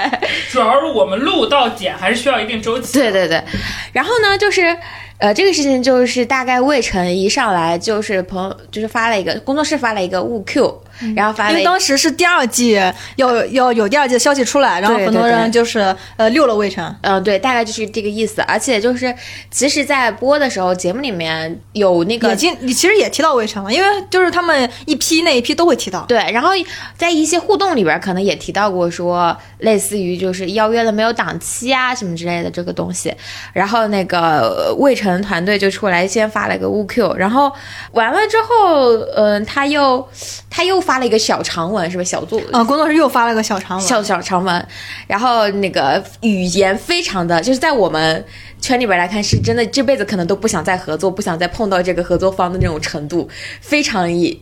主要是我们录到剪还是需要一定周期。
对对对，然后呢，就是，呃，这个事情就是大概魏晨一上来就是朋友就是发了一个工作室发了一个误 Q，然后发
嗯因
了
为
一
当时是第二季要要有第二季的消息出来，然后
对
很多
对对
人就是呃溜了魏晨，
嗯、对，大概就是这个意思。而且就是，其实，在播的时候，节目里面有那
也
个
经你其实也提到魏晨了，因为就是他们一批那一批都会提到。
对，然后在一些互动里边，可能也提到过说，类似于就是邀约了没有档期啊什么之类的这个东西。然后那个呃魏晨团队就出来先发了个误 Q，然后完了之后，嗯、他又他又发了一个小长文，是吧？小作
啊、工作室又发了个小长文，
小小长文，然后那个语言非常的，就是在我们圈里边来看，是真的这辈子可能都不想再合作，不想再碰到这个合作方的那种程度，非常严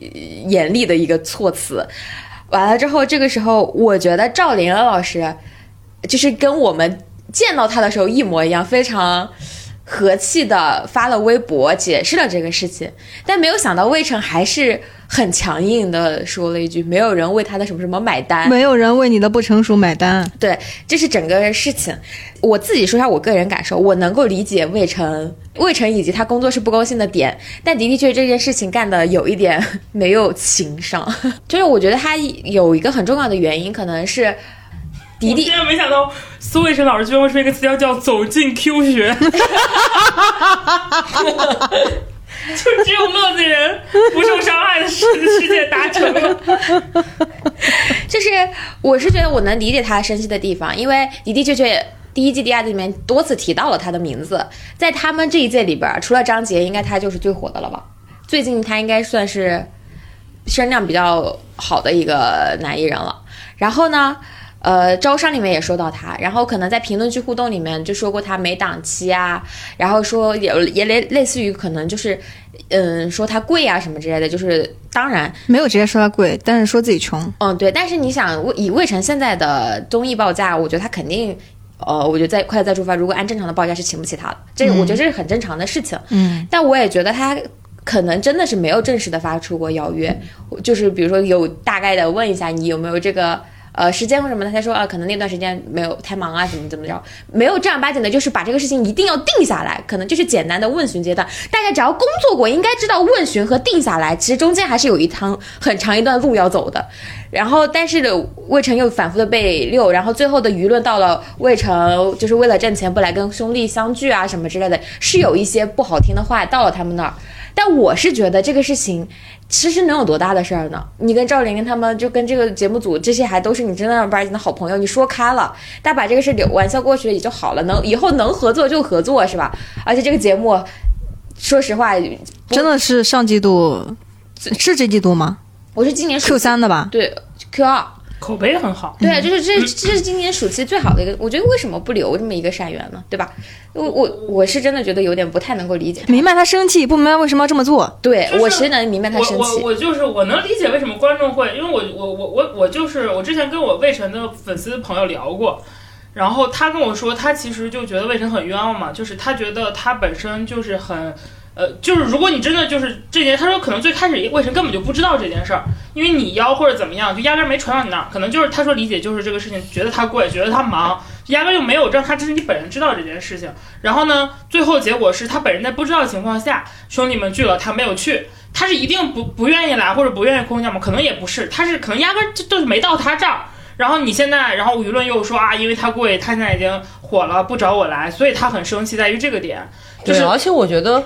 严厉的一个措辞。完了之后，这个时候我觉得赵琳儿老师就是跟我们见到他的时候一模一样，非常。和气的发了微博解释了这个事情，但没有想到魏晨还是很强硬的说了一句：“没有人为他的什么什么买单。”
没有人为你的不成熟买单。
对，这是整个事情。我自己说一下我个人感受，我能够理解魏晨、魏晨以及他工作室不高兴的点，但的的确确这件事情干的有一点 没有情商。 就是我觉得他有一个很重要的原因，可能是迪
我
迪
真的没想到苏卫生老师居然会出一个词条叫“走进 Q 学”， 就只有乐子人不受伤害的世世界达成了。
就是我是觉得我能理解他生气的地方，因为的的确确。第一季、第二季里面多次提到了他的名字，在他们这一届里边，除了张杰，应该他就是最火的了吧？最近他应该算是声量比较好的一个男艺人了。然后呢，呃，招商里面也说到他，然后可能在评论区互动里面就说过他没档期啊，然后说也也类类似于可能就是，嗯，说他贵啊什么之类的，就是当然，
没有直接说他贵，但是说自己穷。
嗯，对，但是你想，魏以魏晨现在的综艺报价，我觉得他肯定，呃，我觉得在《快乐再出发》如果按正常的报价是请不起他的，这个我觉得这是很正常的事情。
嗯，
但我也觉得他可能真的是没有正式的发出过邀约，就是比如说有大概的问一下你有没有这个。呃，时间或什么的，他说啊，可能那段时间没有太忙啊，怎么怎么着，没有正儿八经的，就是把这个事情一定要定下来，可能就是简单的问询阶段。大家只要工作过，应该知道问询和定下来，其实中间还是有一趟很长一段路要走的。然后，但是魏晨又反复的被溜，然后最后的舆论到了魏晨就是为了挣钱不来跟兄弟相聚啊什么之类的，是有一些不好听的话到了他们那儿。但我是觉得这个事情其实能有多大的事儿呢？你跟赵玲玲他们就跟这个节目组这些还都是你真正儿八经的好朋友，你说开了，大家把这个事儿玩笑过去也就好了，能以后能合作就合作是吧？而且这个节目，说实话，
真的是上季度，是这季度吗
我是今年暑
？Q 三的吧？
对 Q 二。
口碑很好。
对，啊就是这这是今年暑期最好的一个，我觉得为什么不留这么一个善缘呢？对吧？我我我是真的觉得有点不太能够理解。
明白他生气，不明白为什么要这么做。
对，
就是
我其实能明白他生
我我
气。
我就是我能理解为什么观众会，因为我我我我我就是我之前跟我魏晨的粉丝朋友聊过，然后他跟我说，他其实就觉得魏晨很冤枉嘛，就是他觉得他本身就是很。呃，就是如果你真的就是这件，他说可能最开始魏晨根本就不知道这件事儿，因为你邀或者怎么样，就压根儿没传到你那儿。可能就是他说理解就是这个事情，觉得他贵，觉得他忙，压根儿就没有让他知你本人知道这件事情。然后呢，最后结果是他本人在不知道的情况下，兄弟们聚了，他没有去，他是一定不不愿意来或者不愿意空降吗？可能也不是，他是可能压根儿就就是没到他这儿。然后你现在，然后舆论又说啊，因为他贵，他现在已经火了，不找我来，所以他很生气，在于这个点，就
对，
是
而且我觉得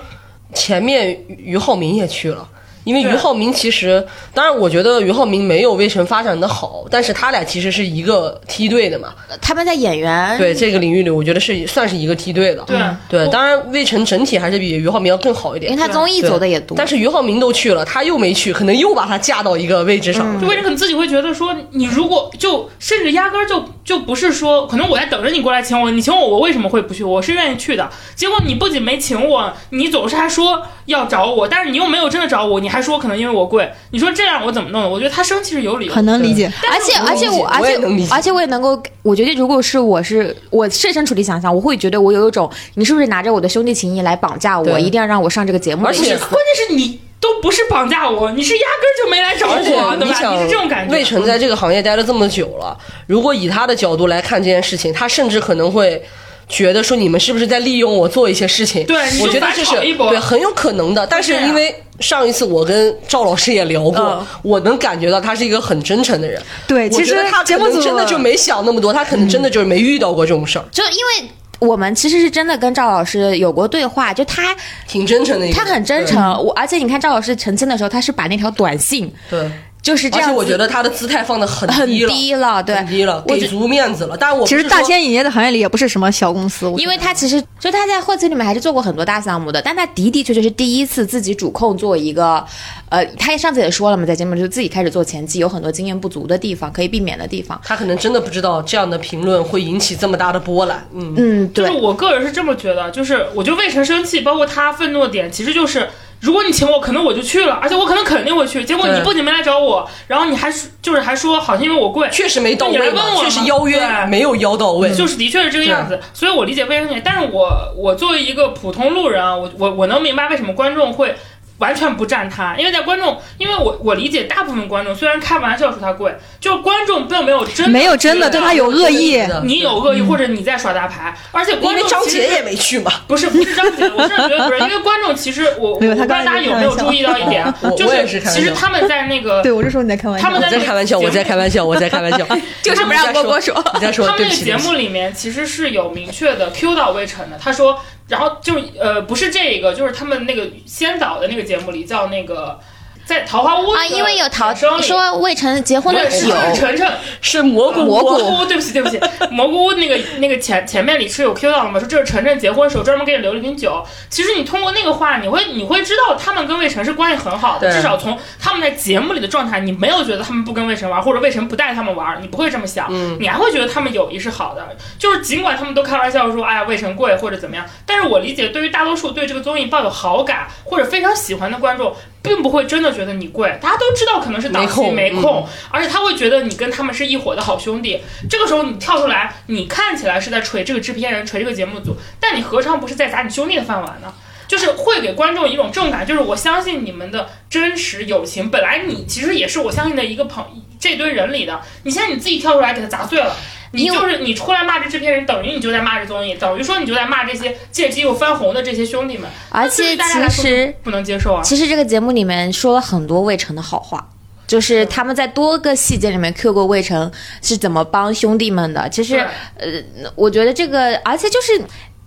前面俞俞灏明也去了。因为俞
对
灏明其实，当然我觉得俞灏明没有魏晨发展的好，但是他俩其实是一个梯队的嘛。
他们在演员
对这个领域里，我觉得是算是一个梯队的。嗯
对
对，
我嗯
当然魏晨整体还是比俞灏明要更好一
因为
点。
他综艺走的也多，
但是俞灏明都去了，他又没去，可能又把他架到一个位置上。
就为什么可能自己会觉得说，你如果就甚至压根儿就就不是说，可能我在等着你过来请我，你请我，我为什么会不去？我是愿意去的。结果你不仅没请我，你总是还说要找我，但是你又没有真的找我，你还说可能因为我贵，你说这样我怎么弄的？我觉得他生气是有理由的，
很能理解，
而且而
但是
且
我能
而
理解我也
且
能理解
而且我也能够，我觉得如果是我是我设身处地想想，我会觉得我有一种你是不是拿着我的兄弟情谊来绑架我，
对
一定要让我上这个节目的
而
意思。
且
关键是你都不是绑架我，你是压根儿就没来找
而且
我，对
你
吧？
想，
你是这种感觉。
魏晨在这个行业待了这么久了，如果以他的角度来看这件事情，他甚至可能会。觉得说你们是不是在利用我做一些事情？
对你就
我觉得这是
反炒一波啊
对很有可能的。但是因为上一次我跟赵老师也聊过，
嗯
我能感觉到他是一个很真诚的人。
对，其实
我觉得他
节
可
目组呃
能真的就没想那么多，他可能
嗯
真的就是没遇到过这种事儿，
就因为我们其实是真的跟赵老师有过对话，就他
挺真诚的一个
他
人。
很真诚，我而且你看赵老师澄清的时候，他是把那条短信
对，对
就是这
而
样
且
子，
我觉得他的姿态放的很
很
低了，
低了，对，
很低了，
我
给
觉
足面子了。但我
其
不
实
是
大
说
千影业的行业里也不是什么小公司，我觉得
因为他其实就他在惠子里面还是做过很多大项目的，但他的的确确是第一次自己主控做一个，呃，他上次也说了嘛，在节目里就自己开始做前期，有很多经验不足的地方，可以避免的地方。
他可能真的不知道这样的评论会引起这么大的波澜。嗯，
嗯，
就
对
是，我个人是这么觉得，就是我觉得魏晨生气，包括他愤怒的点，其实就是如果你请我，可能我就去了，而且我可能肯定会去。结果你
对
不仅没来找我，然后你还说就是还说好像因为我贵，
确实没到
你来
位
问
嘛，
我
确实
嘛
邀约
对
没有邀到位。
就是的确是这个样子，所以我理解魏晨点。但是我我作为一个普通路人啊，我我我能明白为什么观众会。完全不站他，因为在观众，因为我我理解大部分观众虽然开玩笑说他贵，就是观众并没有真的
没有真的对他有恶意
是。的
你有恶意或者你在耍大牌，而且
嗯因
观
为
众
张
其实
杰也没去 嘛，
不是不是张姐，我是觉得不是，因为观众其实我
没有
我不知
他
道
刚才
大家
在
有
开
没有
玩笑
注意到一点啊
我，
就
我也是开玩笑
其实他们在那个
对我是说你在开玩笑，
他们
我在开玩笑，我在开玩笑，我在开玩 笑，
就是不让
你再
波波说。
你再说
他们
对
那
不
个
起，
节
对不起
目里面其实是有明确的 Q 到魏晨的，他说，然后就呃不是这个，就是他们那个先导的那个节目里叫那个。在桃花坞
啊，因为有桃
生
说魏晨结婚
对
的
是
酒，
晨晨
是蘑菇
蘑菇
菇，对不起对不 起，蘑菇屋那个那个前前面李是有 Q 到了嘛，说这是晨晨结婚的时候专门给你留了一瓶酒。其实你通过那个话，你会你会知道他们跟魏晨是关系很好的，
对
至少从他们在节目里的状态，你没有觉得他们不跟魏晨玩，或者魏晨不带他们玩，你不会这么想，
嗯
你还会觉得他们友谊是好的。就是尽管他们都开玩笑说，哎呀魏晨贵或者怎么样，但是我理解，对于大多数对这个综艺抱有好感或者非常喜欢的观众，并不会真的觉得你贵，大家都知道可能是档
没
期
空
没
嗯
空，而且他会觉得你跟他们是一伙的好兄弟。这个时候你跳出来，你看起来是在锤这个制片人、锤这个节目组，但你何尝不是在砸你兄弟的饭碗呢？就是会给观众一种正感，就是我相信你们的真实友情。本来你其实也是我相信的一个朋这堆人里的，你现在你自己跳出来给他砸碎了。你
因为
就是你出来骂这制片人，等于你就在骂这综艺，等于说你就在骂这些借机又翻红的这些兄弟们，
而
那对
且
于大家来
其
说
实
不能接受啊。
其实这个节目里面说了很多魏晨的好话，就是他们在多个细节里面 Q 过魏晨是怎么帮兄弟们的。其实
对，
我觉得这个，而且就是。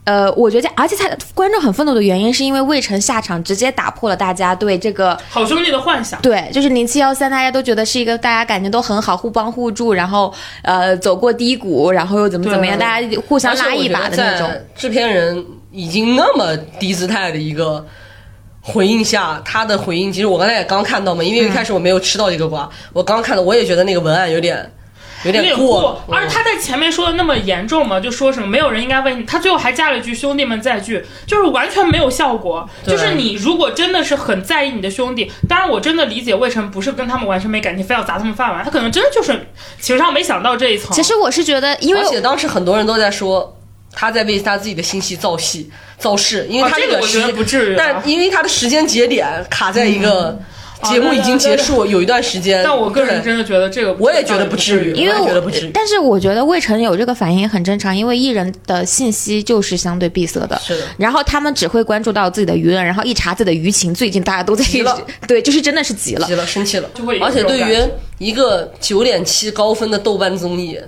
呃，我觉得，而且他观众很愤怒的原因，是因为魏晨下场直接打破了大家对这个
好兄弟的幻想。
对，就是零七幺三，大家都觉得是一个大家感情都很好，互帮互助，然后呃走过低谷，然后又怎么怎么样，
对
大家互相拉一把的那种。。
制片人已经那么低姿态的一个回应下，他的回应其实我刚才也刚看到嘛，因为一开始我没有吃到这个瓜，我刚看到我也觉得那个文案有点有
有
点
点
过嗯
过，，而且他在前面说的那么严重嘛，就说什么没有人应该问你，他最后还加了一句“兄弟们再聚”，就是完全没有效果。
对
就是你如果真的是很在意你的兄弟，当然我真的理解魏晨不是跟他们完全没感情，非要砸他们饭碗，他可能真的就是情商没想到这一层。啊
其实我是觉得，因为
而且当时很多人都在说。他在为他自己的新戏造戏造势，因为
哦
他
这
个
个我
时
觉
间，
得不至于啊嗯
但因为他的时间节点卡在一个节
啊
目已经结束，有一段时间。
但我个人
对
真的觉得这个，
我也觉得不至于
因为
我也觉得不
我
至于，
但是我觉得魏晨有这个反应也很正常，因为艺人的信息就是相对闭塞的，
是的
然后他们只会关注到自己的舆论，然后一查自己的舆情，最近大家都在
急了
对，就是真的是急了
急。了，生气了，
就会有
而且对
这种感
于一个九点七高分的豆瓣综艺，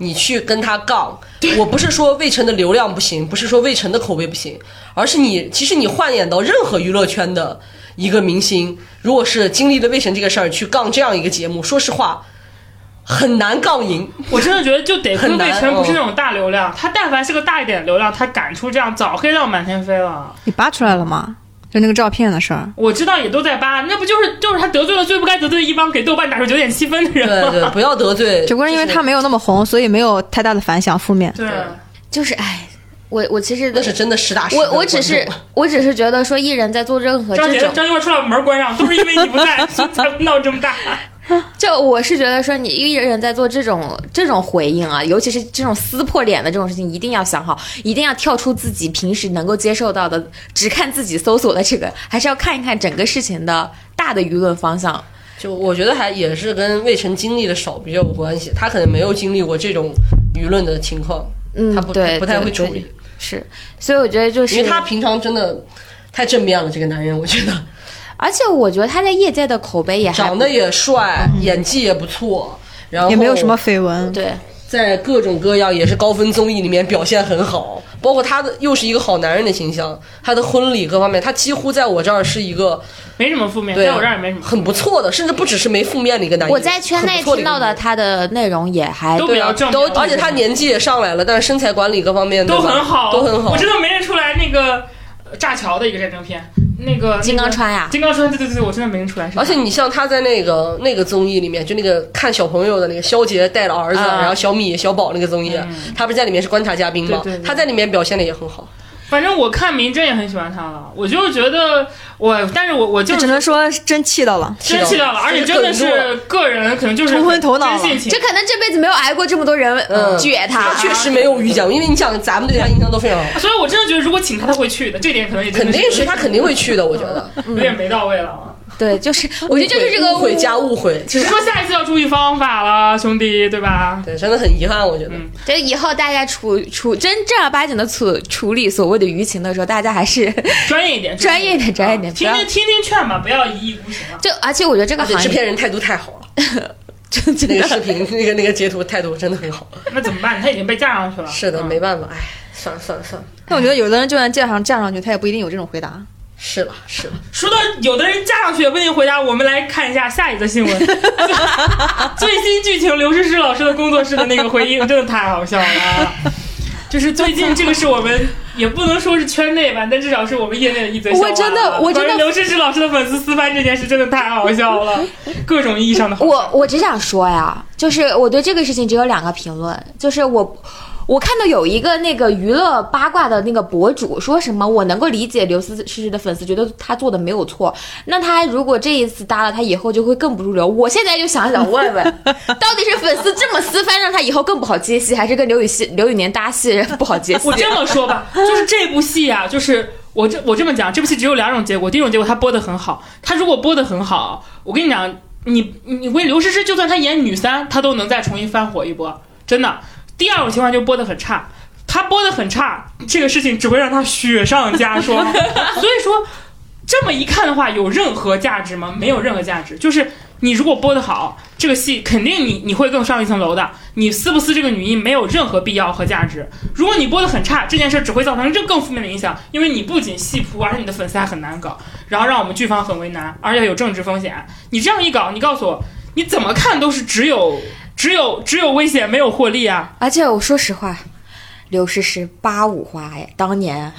你去跟他杠，我不是说魏晨的流量不行，不是说魏晨的口碑不行，而是你其实你换演到任何娱乐圈的一个明星，如果是经历了魏晨这个事儿去杠这样一个节目，说实话很难杠 赢。
我真的觉得就得
很
跟
难
魏晨不是
哦
那种大流量，他但凡是个大一点的流量，他敢出这样早黑到满天飞了。
你扒出来了吗？就那个照片的事儿，
我知道也都在扒，那不就是就是他得罪了最不该得罪的一帮给豆瓣打出九点七分的人
对
吗？
对，不要得罪。
只不过是因为
就
他没有那么红，所以没有太大的反响，负面。
对
就是哎，我我其实
那是真的实打实的观
我
众。
我只是我只是觉得说艺人在做任何
张
这
杰
种，
张一会儿出来把门关上，都是因为你不在，所以才会闹这么大。
就我是觉得说你艺人在做这种这种回应啊，尤其是这种撕破脸的这种事情，一定要想好，一定要跳出自己平时能够接受到的，只看自己搜索的这个，还是要看一看整个事情的大的舆论方向。
就我觉得还也是跟魏晨经历的少比较有关系，他可能没有经历过这种舆论的情况，
嗯
他不
对
不太会
对
注
对
意，
是，所以我觉得就是
因为他平常真的太正面了，这个男人我 觉得
而且我觉得他在业界的口碑也还
长
不
得也帅，
嗯
演技也不错，然后
也没有什么绯闻，
对，
在各种各样也是高分综艺里面表现很好，包括他的又是一个好男人的形象，他的婚礼各方面，他几乎在我这儿是一个
没什么负面，
对啊
在我这儿也没什么。
很不错的，甚至不只是没负面的一个男人，
我在圈内
很不错
听到
一个
的
男人啊
他的内容也还
都比较正面，
而且他年纪也上来了，但是身材管理各方面
都
对吧
很好，
都很好
我。真的没认出来那个呃炸桥的一个战争片，那个
金刚，川呀、
那个金刚川，对对对，我真的没认出 来是他。
而且你像他在那个那个综艺里面，就那个看小朋友的那个肖杰带了儿子，
啊
然后小米、小宝那个综艺，他不是在里面是观察嘉宾吗？
对对对
他在里面表现的也很好。
反正我看明真也很喜欢他了，我就觉得我，但是我我就
就只能说真气到了。
真气到了，而且真的是个人可能就是
冲昏头脑了
真性情
这。可能这辈子没有挨过这么多人呃
嗯
撅他，
确实没有遇见过，因为你想，咱们对他印象都非常好，
所以，我真的觉得，如果请他，他会去的。这点可能也真
肯
的
定是他肯定会去的，我觉得。
嗯
有点没到位了啊。
对，就是我觉得就是这个
误会加误会，
只是说下一次要注意方法了，兄弟，对吧？
对，真的很遗憾，我觉得。
就以后大家处处真正儿八经的处处理所谓的舆情的时候，大家还 是
专业一点，
专业一点，专业一点，不
听
要
听听听劝吧，不要一意孤行啊。
就而且我觉得这个
而且
行
制
业
片人态度太好了，
真真
那个
的
视频、那个那个截图态度真的很好。
那怎么办？他已经被架上去了。
是的，
嗯
没办法，哎，算了算了算了，
但我觉得有的人就算架上架上去，他也不一定有这种回答。
是了，是了，
说到有的人加上去也不一定回答，我们来看一下下一 则新闻。最新剧情，刘诗诗老师的工作室的那个回应真的太好笑了。就是最近这个是我们也不能说是圈内吧，但至少是我们业内的一则笑话
我真的我真的
关于刘诗诗老师的粉丝私翻这件事真的太好笑了，各种意义上的好笑。
我我只想说呀，就是我对这个事情只有两个评论，就是我。我看到有一个那个娱乐八卦的那个博主说什么，我能够理解刘思诗诗的粉丝觉得他做的没有错。那他如果这一次搭了，他以后就会更不入流。我现在就想想问 问，到底是粉丝这么私翻，让他以后更不好接戏，还是跟刘雨希、刘宇宁搭戏不好接戏
我？这么说吧，就是这部戏啊，就是我这我这么讲，这部戏只有两种结果。第一种结果，它播的很好，它如果播的很好，我跟你讲，你你为刘诗诗，就算她演女三，她都能再重新翻火一波，真的。第二种情况就播的很差，她播的很差，这个事情只会让她雪上加霜。 所以说，这么一看的话，有任何价值吗？没有任何价值。就是你如果播的好，这个戏肯定你你会更上一层楼的。你撕不撕这个女一没有任何必要和价值。如果你播的很差，这件事只会造成更更负面的影响，因为你不仅戏扑，而且你的粉丝还很难搞，然后让我们剧方很为难，而且有政治风险。你这样一搞，你告诉我，你怎么看都是只有只有只有危险没有获利啊！
而且我说实话，刘诗诗八五花哎，当年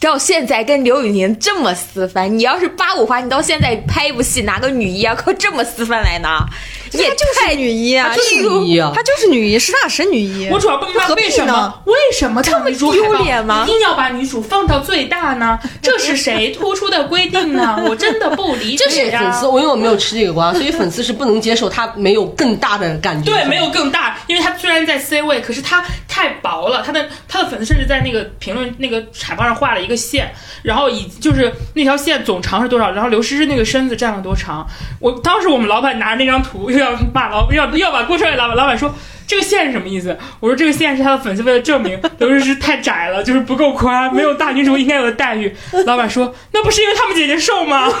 到现在跟刘宇宁这么私翻，你要是八五花，你到现在拍一部戏拿个女一啊，靠这么私翻来拿，也哎
就是女一啊，
她就是女一啊
她就是女一，实打实女一。
我主要不明白
何必
为什
呢
么为什么这么
丢脸吗
一定要把女主放到最大呢？这是谁突出的规定呢？我真的不理解、啊。
对粉丝，我因为我没有吃这个瓜，所以粉丝是不能接受他没有更大的感觉。
对，没有更大，因为它虽然在 C 位，可是它太薄了，它的它的粉丝甚至在那个评论那个海报上画了一个线，然后以就是那条线总长是多少，然后刘诗诗那个身子占了多长。我当时我们老板拿着那张图又要骂老又要又要把锅甩给老板，老板说。这个线是什么意思？我说这个线是他的粉丝为了证明刘诗诗太窄了，就是不够宽，没有大女主应该有的待遇。老板说那不是因为他们姐姐瘦吗？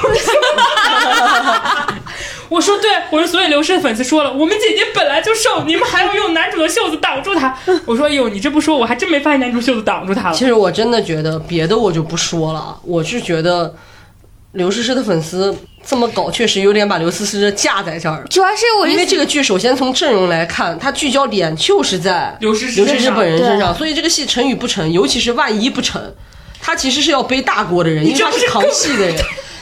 我说对，我说所以刘诗的粉丝说了，我们姐姐本来就瘦，你们还要用男主的袖子挡住她。我说哟，你这不说，我还真没发现男主袖子挡住她了。
其实我真的觉得别的我就不说了啊，我是觉得刘诗诗的粉丝这么搞，确实有点把刘诗诗架在这儿了。
主要是我
因为这
个。
个剧，首先从阵容来看，它聚焦点就是在
刘诗诗
刘诗诗
身上
本人身上，所以这个戏成与不成，尤其是万一不成，他其实是要背大锅的人，因为
这
他
不
是
是
扛
更
戏的人。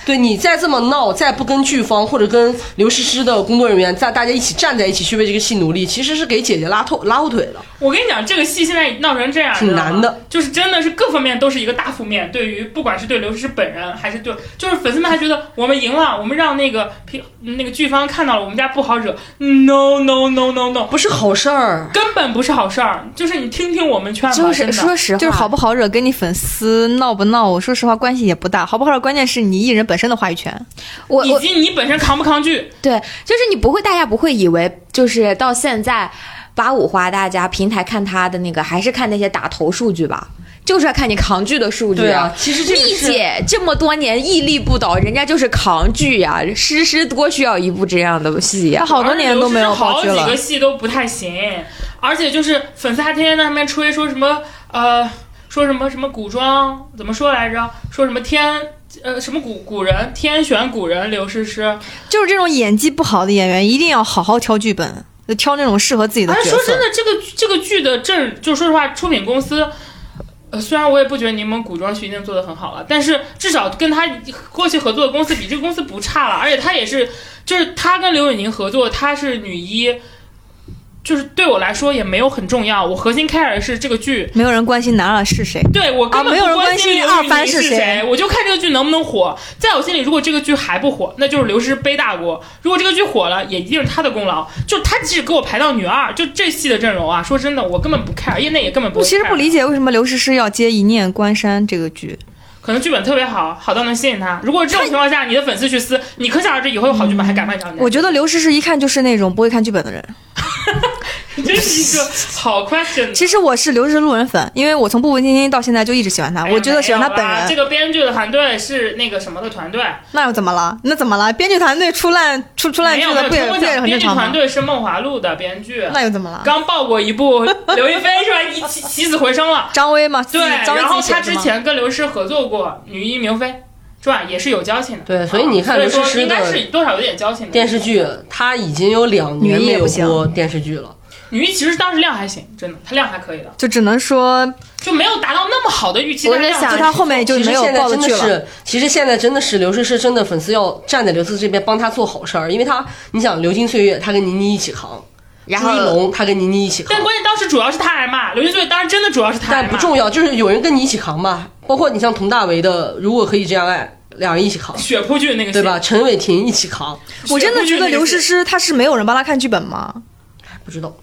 对你再这么闹，再不跟剧方或者跟刘诗诗的工作人员在大家一起站在一起去为这个戏努力，其实是给姐姐拉后拉后腿了。
我跟你讲，这个戏现在闹成这样，
挺难的
你知道吗就是真的是各方面都是一个大负面。对于不管是对刘诗诗本人，还是对，就是粉丝们还觉得我们赢了，我们让那个评那个剧方看到了，我们家不好惹。No no no no no，
不是好事儿。
根本不是好事儿。就是你听听我们劝吧，
就是
真的
说实话，
就是好不好惹跟你粉丝闹不闹，我说实话关系也不大。好不好惹，关键是你艺人本身的话语权。
我
以
我
及你本身抗不抗拒，
对，就是你不会，大家不会以为就是到现在八五花，大家平台看他的那个还是看那些打头数据吧，就是要看你扛剧的数据
对啊，其实这个
丽
是
姐这么多年屹立不倒，人家就是扛剧呀、诗诗多需要一部这样的戏呀、
她好多年都没有爆
好
剧
几
了
个。戏都不太行，而且就是粉丝还天天在那边吹说什么呃，说什么什么古装怎么说来着？说什么天呃什么古古人天选古人刘诗诗，
就是这种演技不好的演员，一定要好好挑剧本，就挑那种适合自己的
而
角
哎且说真
色
的。，这个这个剧的阵，就说实话，出品公司。呃，虽然我也不觉得柠檬古装剧一定做得很好了，但是至少跟他过去合作的公司比，这个公司不差了。而且他也是，就是他跟刘宇宁合作，她是女一，就是对我来说也没有很重要。我核心 care 的是这个剧，
没有人关心男二是谁，
对我根
啊
本
没有
不
人
关
关心
刘
二
宇
番
宁
是
是
谁
我就看这个剧能不能火。在我心里，如果这个剧还不火，那就是刘诗诗背大锅；如果这个剧火了，也一定是她的功劳。就她即使给我排到女二，就这戏的阵容啊，说真的，我根本不 care，业内也根本不
我
care。
其实不理解为什么刘诗诗要接《一念关山》这个剧。
可能剧本特别好，好到能吸引她。如果这种情况下，你的粉丝去撕，你可想而知以后有好剧本还敢卖找你。
嗯 我觉得刘诗诗一看就是那种不会看剧本的人。
你真是一个好 question。
其实我是刘诗诗路人粉，因为我从《步步惊心》到现在就一直喜欢她，
哎呀
我觉得喜欢她本
没有啦这
人。
个编剧的团队是那个什么的团队？
那又怎么了？那怎么了？编剧团队出烂出出烂
没
剧
有没
的
有，
不也
听我
不也
讲，
很
编
正
剧
常
团
吗？
队是梦华录的编剧。
那又怎么了？
刚爆过一 部刘亦菲是吧？一起起死回生了。
张薇嘛，自
对
己，张
然后
薇自己
她
写的
之
嘛。
前跟刘诗合作过《女医明妃》，是吧？也是有交情的。
对所以你看
啊所
刘
以
诗
说
诗
应该
的
是多少有点交情的。
电视剧它已经有两年
女一也
没有
不行
播电视剧了。
女一其实当时量还行，真的，她量还可以的，
就只能说
就没有达到那么好的预期。
我
但
在
量
想
就他后面就
其实
没有
现在
爆的
真的
剧了。
是，其实现在真的是刘诗诗真的粉丝要站在刘诗诗这边帮她做好事儿，因为她，你想《流金岁月》，她跟倪妮一起扛，
然
朱一
后
龙她跟倪妮一起扛
但，关键当时主要是她挨骂，刘金穗当时真的主要是她挨
但
骂。
不重要，就是有人跟你一起扛吧。包括你像佟大为的《如果可以这样爱》，两人一起扛，
血扑剧那个戏
对吧？？陈伟霆一起扛，
我真的觉得刘诗
诗
诗她是没有人帮她看剧本吗？
不知道。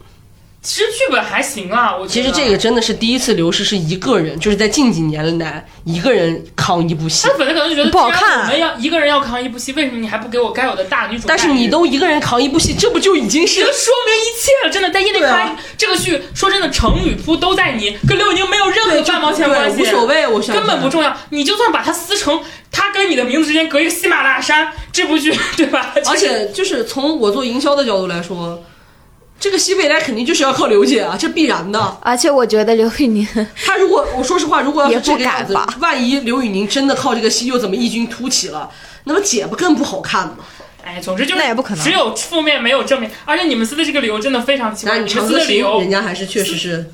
其实剧本还行啊，我觉
其
得
实这个真的是第一次刘诗诗一个人，就是在近几年来一个人扛一部戏
他。本来可能觉得
不好看
既然我们要一个人要扛一部戏，为什么你还不给我该有的大女主待遇？
但是你都一个人扛一部戏，这不就已经
这
是
个说明一切了，真的，在业内
对啊
看、这个剧，说真的，成与扑都在你，跟刘宇宁没有任何
对就
半毛钱关系，
对无所谓，我想
根本不重要。你就算把它撕成，它跟你的名字之间隔一个喜马拉雅山，这部剧 对吧？
而且就是从我做营销的角度来说，这个戏未来肯定就是要靠刘姐啊，这必然的。
而且我觉得刘宇宁，
她如果我说实话，如果要
也
是
不
这个样
敢
子
吧，
万一刘宇宁真的靠这个戏又怎么异军突起了，那么姐不更不好看吗？
哎，总之就是
那也不可能
只有负面没有正面。而且你们撕的这个理由真的非常奇怪，
那你
你们
长
撕
歌
的理
行，
由
人家还是确实是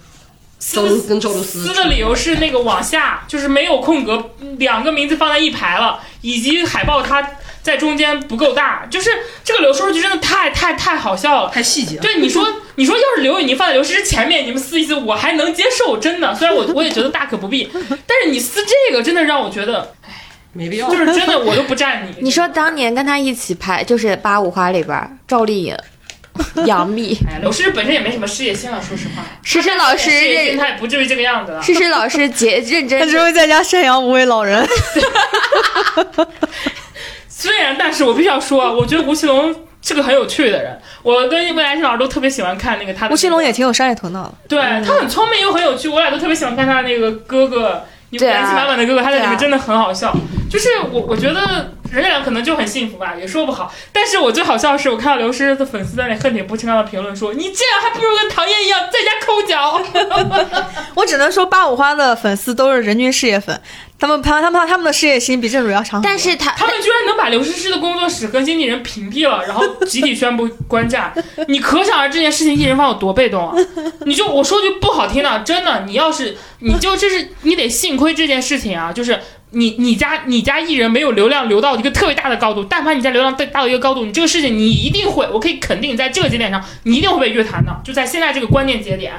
撕
周
的
跟周露思
撕的理由是那个往下，就是没有空格，两个名字放在一排了，以及海报它在中间不够大，就是这个理由说出去真的太太太好笑了。
太细节了。
对你说，你说要是刘宇宁放在刘诗诗前面，你们撕一撕，我还能接受，真的。虽然我我也觉得大可不必，但是你撕这个真的让我觉得，
没必要
就。是真的我都不站你。
你说当年跟他一起拍就是《八五花》里边儿赵丽颖、杨 幂、
哎，刘诗诗本身也没什么事业心了，说实话。
诗诗老师
事业心
认
她也不至于这个样子了。
诗诗老师结认
她
真
只会在家赡养五位老人。
虽然，但是我必须要说，啊我觉得吴奇隆是个很有趣的人。我跟未来星老师都特别喜欢看那个他的。
吴奇隆也挺有商业头脑的。
对
嗯
他很聪明又很有趣，我俩都特别喜欢看他那个哥哥，一个
对啊
元气满满的哥哥，他在里
对啊
面真的很好笑。就是我我觉得人家俩可能就很幸福吧，也说不好。但是我最好笑的是，我看到刘诗诗的粉丝在那里恨铁不成钢的评论说：“你这样还不如跟唐嫣一样在家抠脚。
我只能说八五花的粉丝都是人均事业粉，他们他们他们他们的事业心比正主要强。
但是他”
他们居然能把刘诗诗的工作室和经纪人屏蔽了，然后集体宣布观战。你可想而知这件事情艺人方有多被动啊！你就我说句不好听的，真的，你要是你就这是你得幸亏这件事情啊，就是你你家你家艺人没有流量流到一个特别大的高度，但凡你家流量大到一个高度，你这个事情你一定会，我可以肯定，在这个节点上你一定会被乐坛的，就在现在这个关键节点。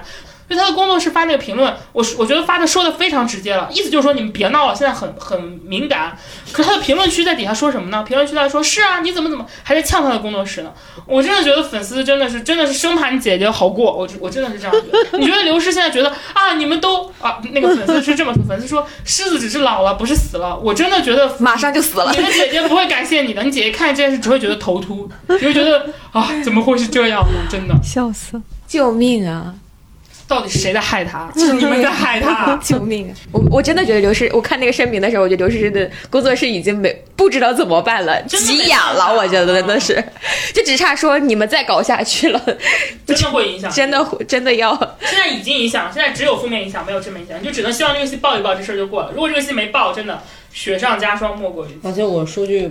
就他的工作室发那个评论，我我觉得发的说的非常直接了，意思就是说你们别闹了，现在很很敏感。可是他的评论区在底下说什么呢？评论区在说是啊，你怎么怎么，还在呛他的工作室呢。我真的觉得粉丝真的是真的是生怕你姐姐好过，我我真的是这样觉得。你觉得刘诗现在觉得啊，你们都啊，那个粉丝是这么说，粉丝说狮子只是老了，不是死了。我真的觉得
马上就死了
你。的姐姐不会感谢你的，你姐姐看这件事只会觉得头秃，只会觉得啊，怎么会是这样呢？真的，
笑 死！
救命啊！。
到底是谁在害 她？是你们在害她
救命啊！我我真的觉得刘诗，我看那个声明的时候，我觉得刘诗诗的工作室已经没不知道怎么办了，
真的没
急眼
办法
了，我觉得真的是，就只差说你们再搞下去了，
真的会影响，
真的会真的要
现在已经影响，现在只有负面影响，没有正面影响，你就只能希望这个戏爆一爆，这事儿就过了。如果这个戏没爆，真的雪上加霜，莫过于
而且我说句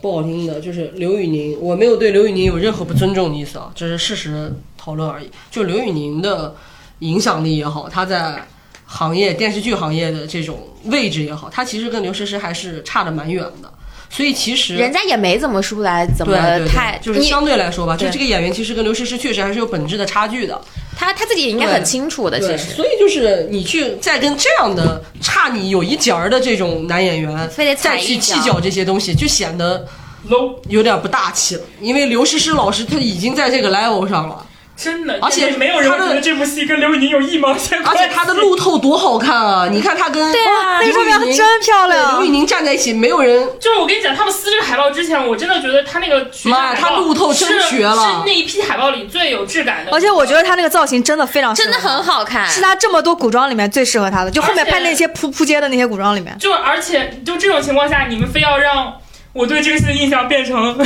不好听的，就是刘宇宁，我没有对刘宇宁有任何不尊重的意思啊，这是事实讨论而已。就刘宇宁的影响力也好，他在行业电视剧行业的这种位置也好，他其实跟刘诗诗还是差的蛮远的。所以其实
人家也没怎么出来，怎
对
么
对
太
对，就是
你
相对来说吧，就
对
这个演员其实跟刘诗诗确实还是有本质的差距的。
他他自己也应该
对
很清楚的，
对，
其呃实
所以就是你去再跟这样的差你有一截儿的这种男演员，
非得踩
再
一
去
脚
计较这些东西，就显得
low，
有点不大气了。因为刘诗诗老师她已经在这个 level 上了，
真的，
而且
因为没有人
她
会
的
觉得这部戏跟刘宇宁有一毛钱
而
关系，
且她的路透多好看啊！ 你看她跟
对啊
哇
那个照片
刘宇宁
真漂亮
对刘宇宁站在一起，没有人
就是我跟你讲，他们撕这个海报之前，我真的觉得他那个取景
妈呀
海报
他路透真
是
绝了
是那一批海报里最有质感的。
而且我觉得他那个造型真的非常适合
真的很好看，
是他这么多古装里面最适合他的，就后面拍那些扑扑街的那些古装里面，
就而且就这种情况下，你们非要让 我对这个戏的印象变成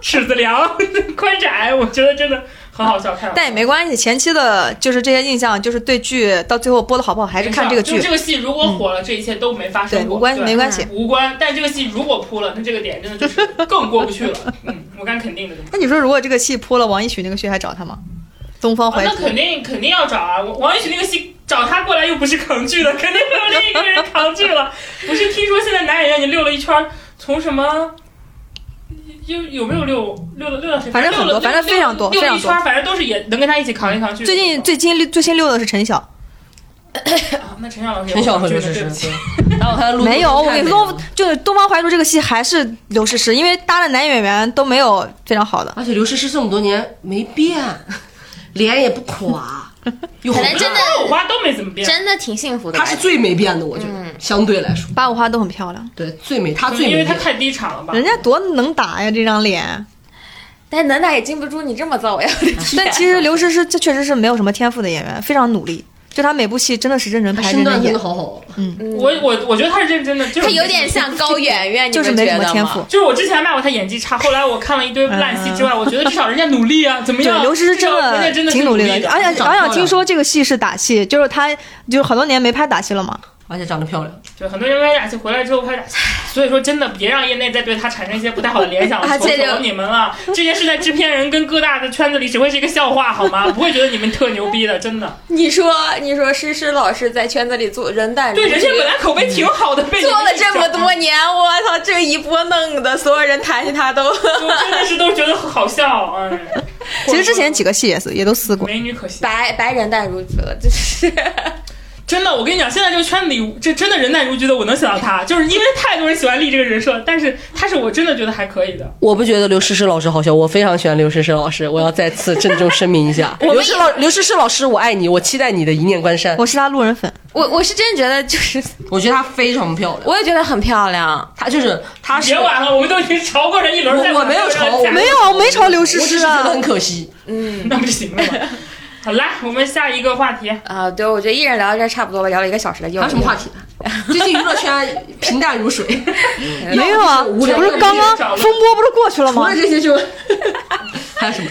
尺子梁、宽窄，我觉得真的很好笑，开玩笑。
但也没关系，前期的就是这些印象，就是对剧到最后播的好不好，还是看这个
就
剧嗯
这。个戏如果火了，这一切都没发
对，
生过，
无关系，
对
没关系。
无关。但这个戏如果扑了，那这个点真的就是 更过不去了。嗯，我敢肯定 的这么说。
那你说，如果这个戏扑了，王一曲那个戏还找他吗？东方
啊
怀
那
瑾
肯定肯定要找啊！王王一曲那个戏找他过来又不是扛剧的，肯定有另一个人扛剧了。不是听说现在男演员已经溜了一圈儿，从什么有有没有溜溜了溜到谁？
反正
溜
很
了
多反正非常多
溜了溜了
非常
一圈儿反正都是也能跟他一起扛一扛剧。
最近最近最新溜的是陈晓，
啊那陈晓老师也
陈晓和
扛剧
刘
呢对
诗诗
不起，
然后他的录
没有，我跟你说
看，
就是东方怀瑾这个戏还是刘诗诗，因为搭的男演员都没有非常好的。
而且刘诗诗这么多年没变， 脸也不垮，有
可能真的
啊我花都没怎么变。
真的挺幸福的
她
吧。
是最没变的，我觉
嗯
得相对来说，
八五花都很漂亮，
对最没她
可
最
能因
没
为他
变。
太低场了吧？
人家多能打呀，这张脸。
但能打也禁不住你这么造呀！我的天
但其实刘诗诗这确实是没有什么天赋的演员，非常努力，就她每部戏真的是认真
她
拍、
身
认
段
真
真的
演，嗯
好好，
我我我觉得他是认真的，就是
他有点像高圆圆，
就是
你们
没什
觉
么
得
天
吗
赋。。
就是我之前骂过他演技差，后来我看了一堆烂戏之外，我觉得至少人家努力啊，怎么
对，
样？
刘诗诗
至少人家真
的
的
哎挺
努
努力
的，
而且
长
而
漂
且
亮
听说这个戏是打戏，就是她就是很多年没拍打戏了嘛。
而且长得漂亮。
对很多人拍打戏回来之后拍打戏，所以说真的别让业内再对他产生一些不太好的联想，我
而
求
且
求
就
你们了，这件事在制片人跟各大的圈子里只会是一个笑话好吗？不会觉得你们特牛逼的，真的。
你说，你说诗诗老师在圈子里做人淡如
对，人家
菊
本来口碑挺好的，被你
做
们
了
一
这么
讲
多年，我操，这一波弄的，所有人谈起他都
我真的是都觉得好笑。哎，
其实之前几个戏也是也都撕过，
美 女可惜，
白白人淡如菊了，就是。
真的，我跟你讲，现在这个圈子里，这真的人淡如菊的，我能想到 他，就是因为太多人喜欢立这个人设，但是他是我真的觉得还可以的。
我不觉得刘诗诗老师好笑，我非常喜欢刘诗诗老师，我要再次郑重声明一 下，刘诗老刘诗诗老师，我爱你，我期待你的一念关山。
我是她路人粉。
我我是真觉得就是，
我觉得她非常漂亮，
我也觉得很漂亮。
她就是她 是
别
我
管了，我们都已经嘲过人一轮，再
我
往
没有
下
嘲我
讲
没有，啊我没朝刘诗
只是
诗
觉得
啊
很。可惜。
那不行了嘛。好，来，我们下一个话 题。
啊、对，我觉得一人聊到这儿差不多了，聊了一个小时了。又
还有什么话题呢？最近娱乐圈平淡如水，
没有啊，
无聊
不是刚刚风波不是过去了
除
吗
了？这些就 还有什 么？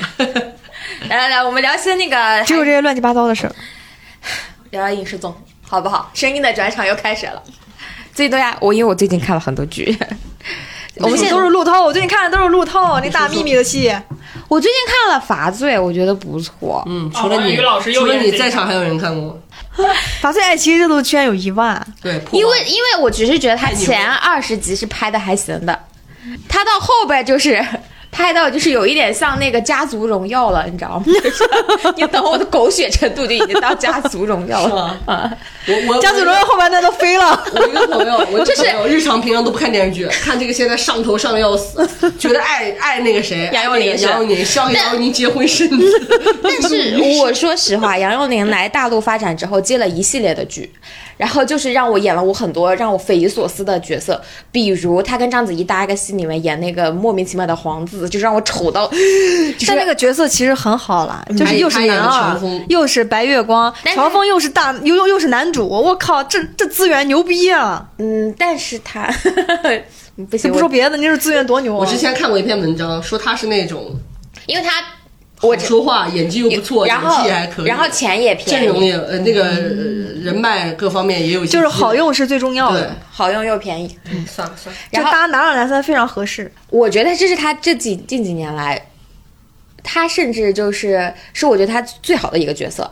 来来来，我们聊些那个，
只有这些乱七八糟的事儿。
聊聊影视综，好不好？声音的转场又开始了。最多呀，我因为我最近看了很多剧，我们现在
都是路透，我最近看的都是路透那大秘密的戏。
我最近看了《罚罪》，我觉得不错。
嗯，除了
哦王宇
你，
老师又
除了
演
你
这
在
个
场还有人看过？
法最爱奇艺热度居然有一万，
对，破
因
万
为因为我只是觉得他
太牛
前二十集是拍的还行的，他到后边就是。 拍到就是有一点像那个《家族荣耀》了，你知道 吗？就是你等我的狗血程度就已经到《家族荣耀》
是
了
吗
啊！
我我
《家族荣耀》后半段都飞 了。
我一个朋友，我一
这是
个朋友日常平常都不看电视剧，看这个现在上头上的要死，觉得爱爱那个谁，
杨
杨
佑宁是吧
杨佑宁，像杨佑宁结婚生子，
但是我说实话，杨佑宁来大陆发展之后接了一系列的剧，然后就是让我演了我很多让我匪夷所思的角色，比如他跟章子怡搭一个戏里面演那个莫名其妙的皇子，就是让我丑到，就是
但那个角色其实很好啦，就是又是
嗯他演
男
了
二
乔峰，
又是白月光，
但是
乔峰又是大又又又是男主，我靠，这这资源牛逼啊！
嗯，但是他 不
就
行，
不
我
说别的，你这资源多牛
我
啊
之！前看过一篇文章，说他是那种
因为他我
好说话，演技又不错，演
然后
技还可以，
然后钱也
阵
便
容
宜，
也呃那个呃人脉各方面也有一些积
就
累，
是好用是最重要
对
的，，
好用又便宜。
算了算了，
就
然后
搭男二男三非常合适。
我觉得这是他这几近几年来，他甚至就是是我觉得他最好的一个角色。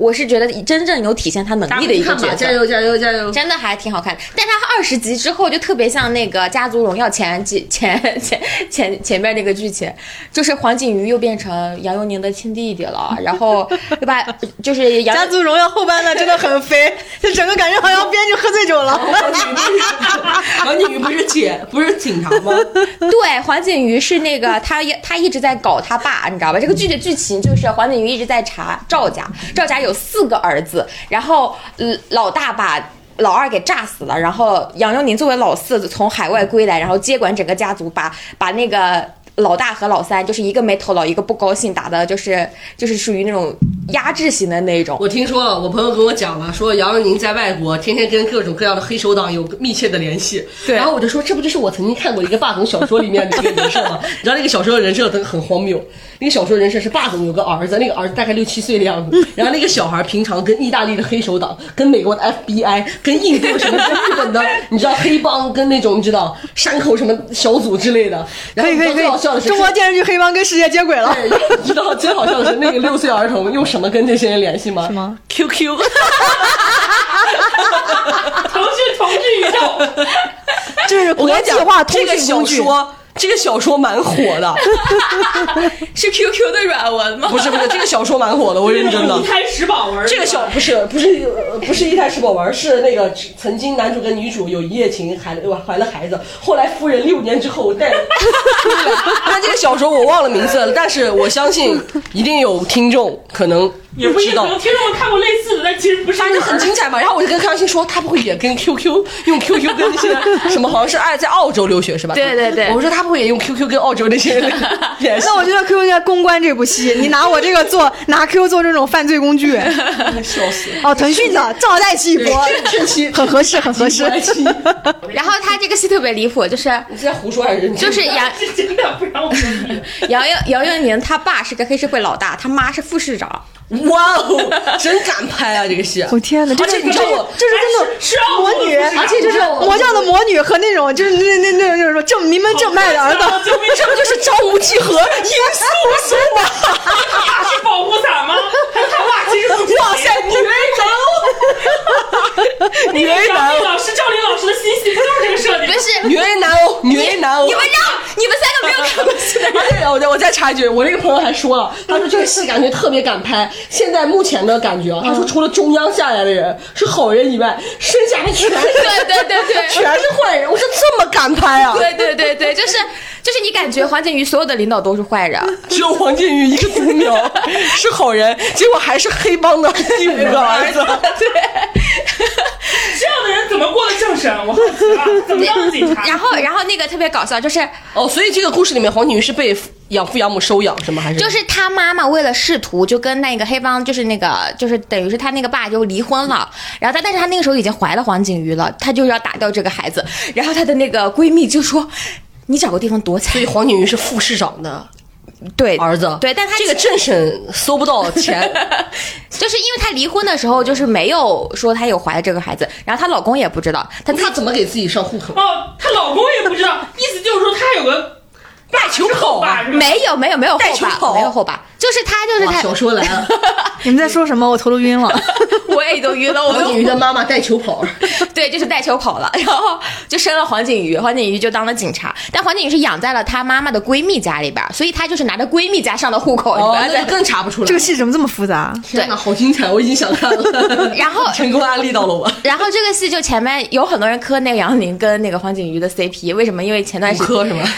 我是觉得真正有体现他能力的一个
看吧，
角
加
色，
油加油加油！
真的还挺好看。但他二十集之后就特别像那个《家族荣耀》前几 前前前前面那个剧情，就是黄景瑜又变成杨佑宁的亲弟弟了，然后又把就是杨
《家族荣耀》后半段真的很 飞，就整个感觉好像编剧喝醉酒了。
王景瑜不是姐不是警察吗？
对，黄景瑜是那个他他一直在搞他爸，你知道吧？这个剧的剧情就是黄景瑜一直在查赵家，赵家有四个儿子，然后呃老大把。老二给炸死了，然后杨佑宁作为老四从海外归来，然后接管整个家族把，把那个老大和老三就是一个没头脑，一个不高兴，打的就是就是属于那种压制型的那种。
我听说了，我朋友跟我讲了，说杨佑宁在外国天天跟各种各样的黑手党有密切的联系。
对
然后我就说，这不就是我曾经看过一个霸总小说里面的一个人设吗？ 你知道那个小说的人设很很荒谬。那个小说人设是霸总有个儿子，那个儿子大概六七岁的样
嗯
子，然后那个小孩平常跟意大利的黑手党、跟美国的 FBI、跟印度什么、跟日本的，你知道黑帮跟那种你知道山口什么小组之类的。然
可
后
以
你
可
知
以
道
可
最好笑的
以，
是
中国电视剧黑帮跟世界接轨了。
对， 你知道最好笑的是那个六岁儿童用什么跟这些人联系吗？
什么
？QQ。
腾讯同志宇宙，
这是
我
国
跟你
际
讲
化通
这个
讯工
小
具。
说，这个小说蛮火 的，
是 QQ 的软文吗？
不是不是，这个小说蛮火的，我认 真的
一。开始宝文，
这个小不是不是呃不是一开始我玩，是那个曾经男主跟女主有一夜情，孩了怀了孩子，后来夫人六年之后 带。他这个小说我忘了名字了，但是我相信一定有听众可能
也不一定，
知
可
道。
能听众们看过类似的，但其实不是。
反正很精彩嘛。然后我就跟康欣说，他不会也跟 QQ 用 QQ 跟那些什么，好像是爱在澳洲留学是吧？
对对对
我说他不会也用 QQ 跟澳洲 那些人联系
那我觉得 QQ 应该公关这部 戏，你拿我这个做拿 QQ 做这种犯罪工 具。
吗？笑死。
哦，腾讯的赵代起一波，
这期
很合适，很合适。
然后他这个戏特别离谱，就是
你是在胡说还是认真？
就是 杨
是哎真的不让我们 理。
杨佑杨佑宁他爸是个黑社会老大，他妈是副市长，
哇哦，真敢拍啊这个戏！
我天哪，这
而且
是
你
这
知
是
道我
这是真的
是是啊
魔女，
我
而且
就
就是是
魔教的魔女和那种就是那那那那种正名门正派的儿子。
救命！
这不就是张无忌和殷素素吗？
他啊是保护伞吗？还有他爸其实不是。
哇塞，女哦
女
为为
赵丽老师，赵丽老师的新戏就是这个设
不
定。
是
男，女为男哦，女为男哦。
你们让你们三个 没有看 过戏的人
而且哎我再我再插一句，我那个朋友还说了，他说这个戏感觉特别敢拍。现在目前的感觉啊，他说除了中央下来的人是好人以外，剩下的全
对
是
对对对
全是坏人。我说这么敢拍啊？
对对对对，就是就是你感觉黄景瑜所有的领导都是坏人，
只有黄靖宇一个独苗是好人，结果还是黑帮的第五个儿子。
这样的人怎么过得正审？我好奇 了，怎么当警 察？
然后然后那个特别搞笑，就是
哦，所以这个故事里面，黄靖宇是被养父养母收养是吗？还是
就是他妈妈为了仕途，就跟那个黑帮，就是那个就是等于是他那个爸就离婚了。然后他，但是他那个时候已经怀了黄景瑜了，他就要打掉这个孩子。然后他的那个闺蜜就说：“你找个地方躲起
所以
来。
黄靖宇是副市长的”
对，
儿子。
对，但他
这个政审搜不到钱，
就是因为他离婚的时候就是没有说他有怀了这个孩子，然后她老公也不知道，他自
他
己
怎么给自己上户口？啊
哦，她老公也不知道，意思就是说他有个
带球口
爸
啊！
是吧？
没有没有没有
带
后
出口
爸，没有后爸，就是他就是
哇，小
他，
说来啊了。
你们在说什么？我头都晕 了。
我也都 晕了，我
黄
都
景瑜的妈妈带球跑，
对，就是带球跑了，然后就生了黄景瑜，黄景瑜就当了警察，但黄景瑜是养在了她妈妈的闺蜜家里边儿，所以她就是拿着闺蜜家上的户口，
哦，
你不要
那
再
就更查不出来。
这个戏怎么这么复杂？
天哪，好精彩！我已经想看 了。
然后
成功安利到了 我。
然后这个戏就前面有很多人磕那个杨宁跟那个黄景瑜的 CP，为什么？因为前段时
五科是吗？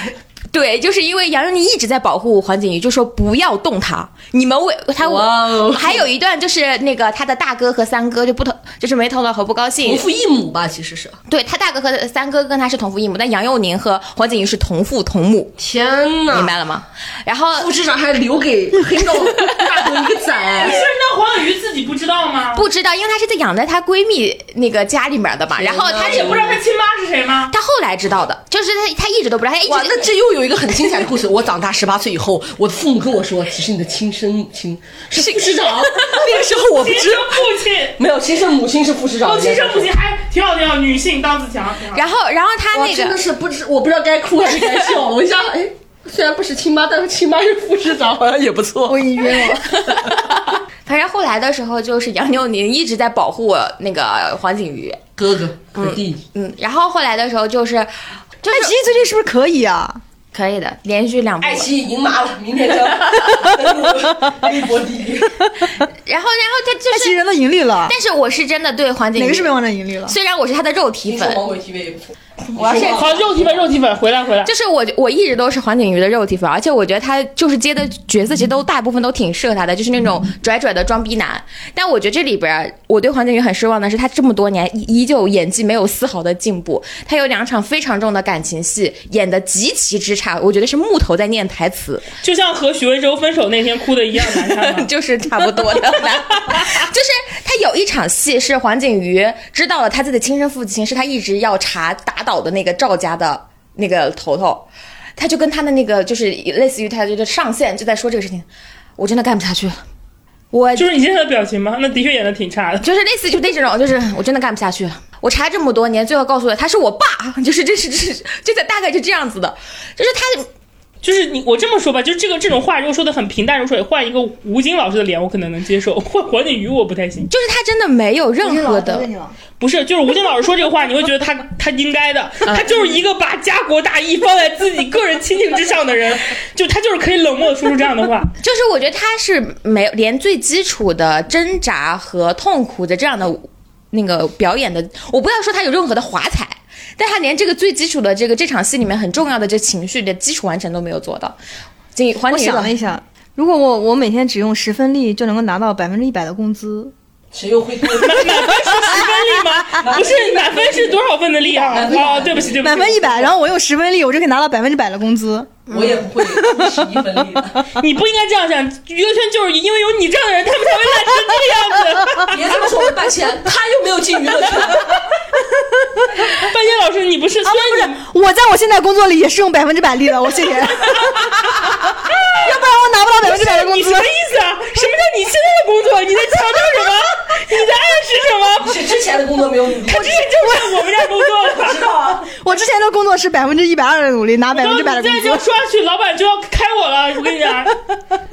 对，就是因为杨佑宁一直在保护黄景瑜，就说不要动他，你们为他
哇哦
还有一段就是那个他的大哥和三哥就不同，就是没头脑和不高兴
同，父异母吧，其实是。
对他大哥和三哥跟他是同父异母，但杨佑宁和黄景瑜是同父同母，
天
明
哪！
白了吗？然后
副市长还留给黑道大哥一个
是
崽。
那黄景瑜自己不知道吗？
不知道，因为她是在养在她闺蜜那个家里面的嘛，然后她也
天
也
不
不
知
知
道
道他亲妈是谁吗？
她后来知道的，就是她她一直都不知道，她一
哇，
直
那这又有一个很精彩的故事。我长大十八岁以后，我的父母跟我说，其实你的亲生亲是副市 长。那个时候我不
亲
知
生
道，
父亲，
没有亲生母亲是副市长。
哦，亲生父亲还挺好挺好，女性当自强，挺好。
然后然后她
哇
那
真的
个。
是不知，我不知道该哭还是该笑。我一下，哎，虽然不是亲妈，但是亲妈是副市长，好 像也不错。我已晕了。
反正后来的时候，就是杨佑宁一直在保护那个黄景瑜，
哥哥和弟弟，
嗯，然后后来的时候就是，就是
爱奇艺最近是不是可以啊？
可以的，连续两部
爱。奇艺赢麻了，明天 将微博第一。
然后然后他就
爱奇艺
是，
人都盈利了，
但是我是真的对黄景瑜，
哪个是被王者盈利了？
虽然我是他的肉体
听说
粉，
芒果 TV 也不错，
我要是
好，肉体粉，肉体粉，回来回来。
就是我，我一直都是黄景瑜的肉体粉，而且我觉得他就是接的角色，其实都大部分都挺适合他的，就是那种拽拽的装逼男。但我觉得这里边儿，我对黄景瑜很失望的是，他这么多年依依旧演技没有丝毫的进步。他有两场非常重的感情戏，演的极其之差，我觉得是木头在念台词，？
就像和许魏洲分手那天哭的一 样难看吗
就是差不多的。就是他有一场戏是黄景瑜知道了他自己的亲生父亲是他一直要查打倒的那个赵家的那个头头，他就跟他的那个就是类似于他的上线就在说这个事情，我真的干不下去了，我
就是你现在的表情吗？那的确演的挺差的。
就是类似就那种，就是我真的干不下去了。我查这么多年，最后告诉我他是我爸，就是这是这是就在大概就这样子的，就是他
就是你，我这么说吧，就是这个这种话，如果说的很平淡如水，换一个吴京老师的脸，我可能能接受；换黄景瑜，我不太行。
就是他真的没有任何的
得罪你了，
不是，就是吴京老师说这个话，你会觉得 他他应该的，
嗯
他就是一个把家国大义放在自己个人亲情之上的人，就他就是可以冷漠的说出这样的 话。
就是我觉得他是没有连最基础的挣扎和痛苦的这样的那个表演的，我不要说他有任何的华彩，但他连这个最基础的这个这场戏里面很重要的这情绪的基础完成都没有做到。景环
我
宇
想了一下，如果我我每天只用十分力就能够拿到百分之一百的工资，
谁又 会多？
满分是十分力
啊
吗？不是，满分是多少分的力啊？哦，对不起，对不起，
满分一百，然后我用十分力，我就可以拿到百分之百的工资。
我也不会十一分力的，
你不应该这样想，娱乐圈就是因为有你这样的人，他们才会烂成这个样子。
别这么说，我们把钱，他又没有进娱乐 圈，
半仙老师，你不是虽然你
啊我在我现在工作里也是用百分之百力的，我 谢谢。要不然我拿不到百分之百的工
你
资
什。么意思啊？什么叫你现在的工作？你在强调什么？你在暗示什 么？
是之前的工作没有努力。
这就是我们家工作了。
知道啊，
我之前的工作是百分之一百二的努力，拿百
然
分
后
之
你
百的
再
工
这样
资。
说下去，老板就要开我了。我跟你 讲，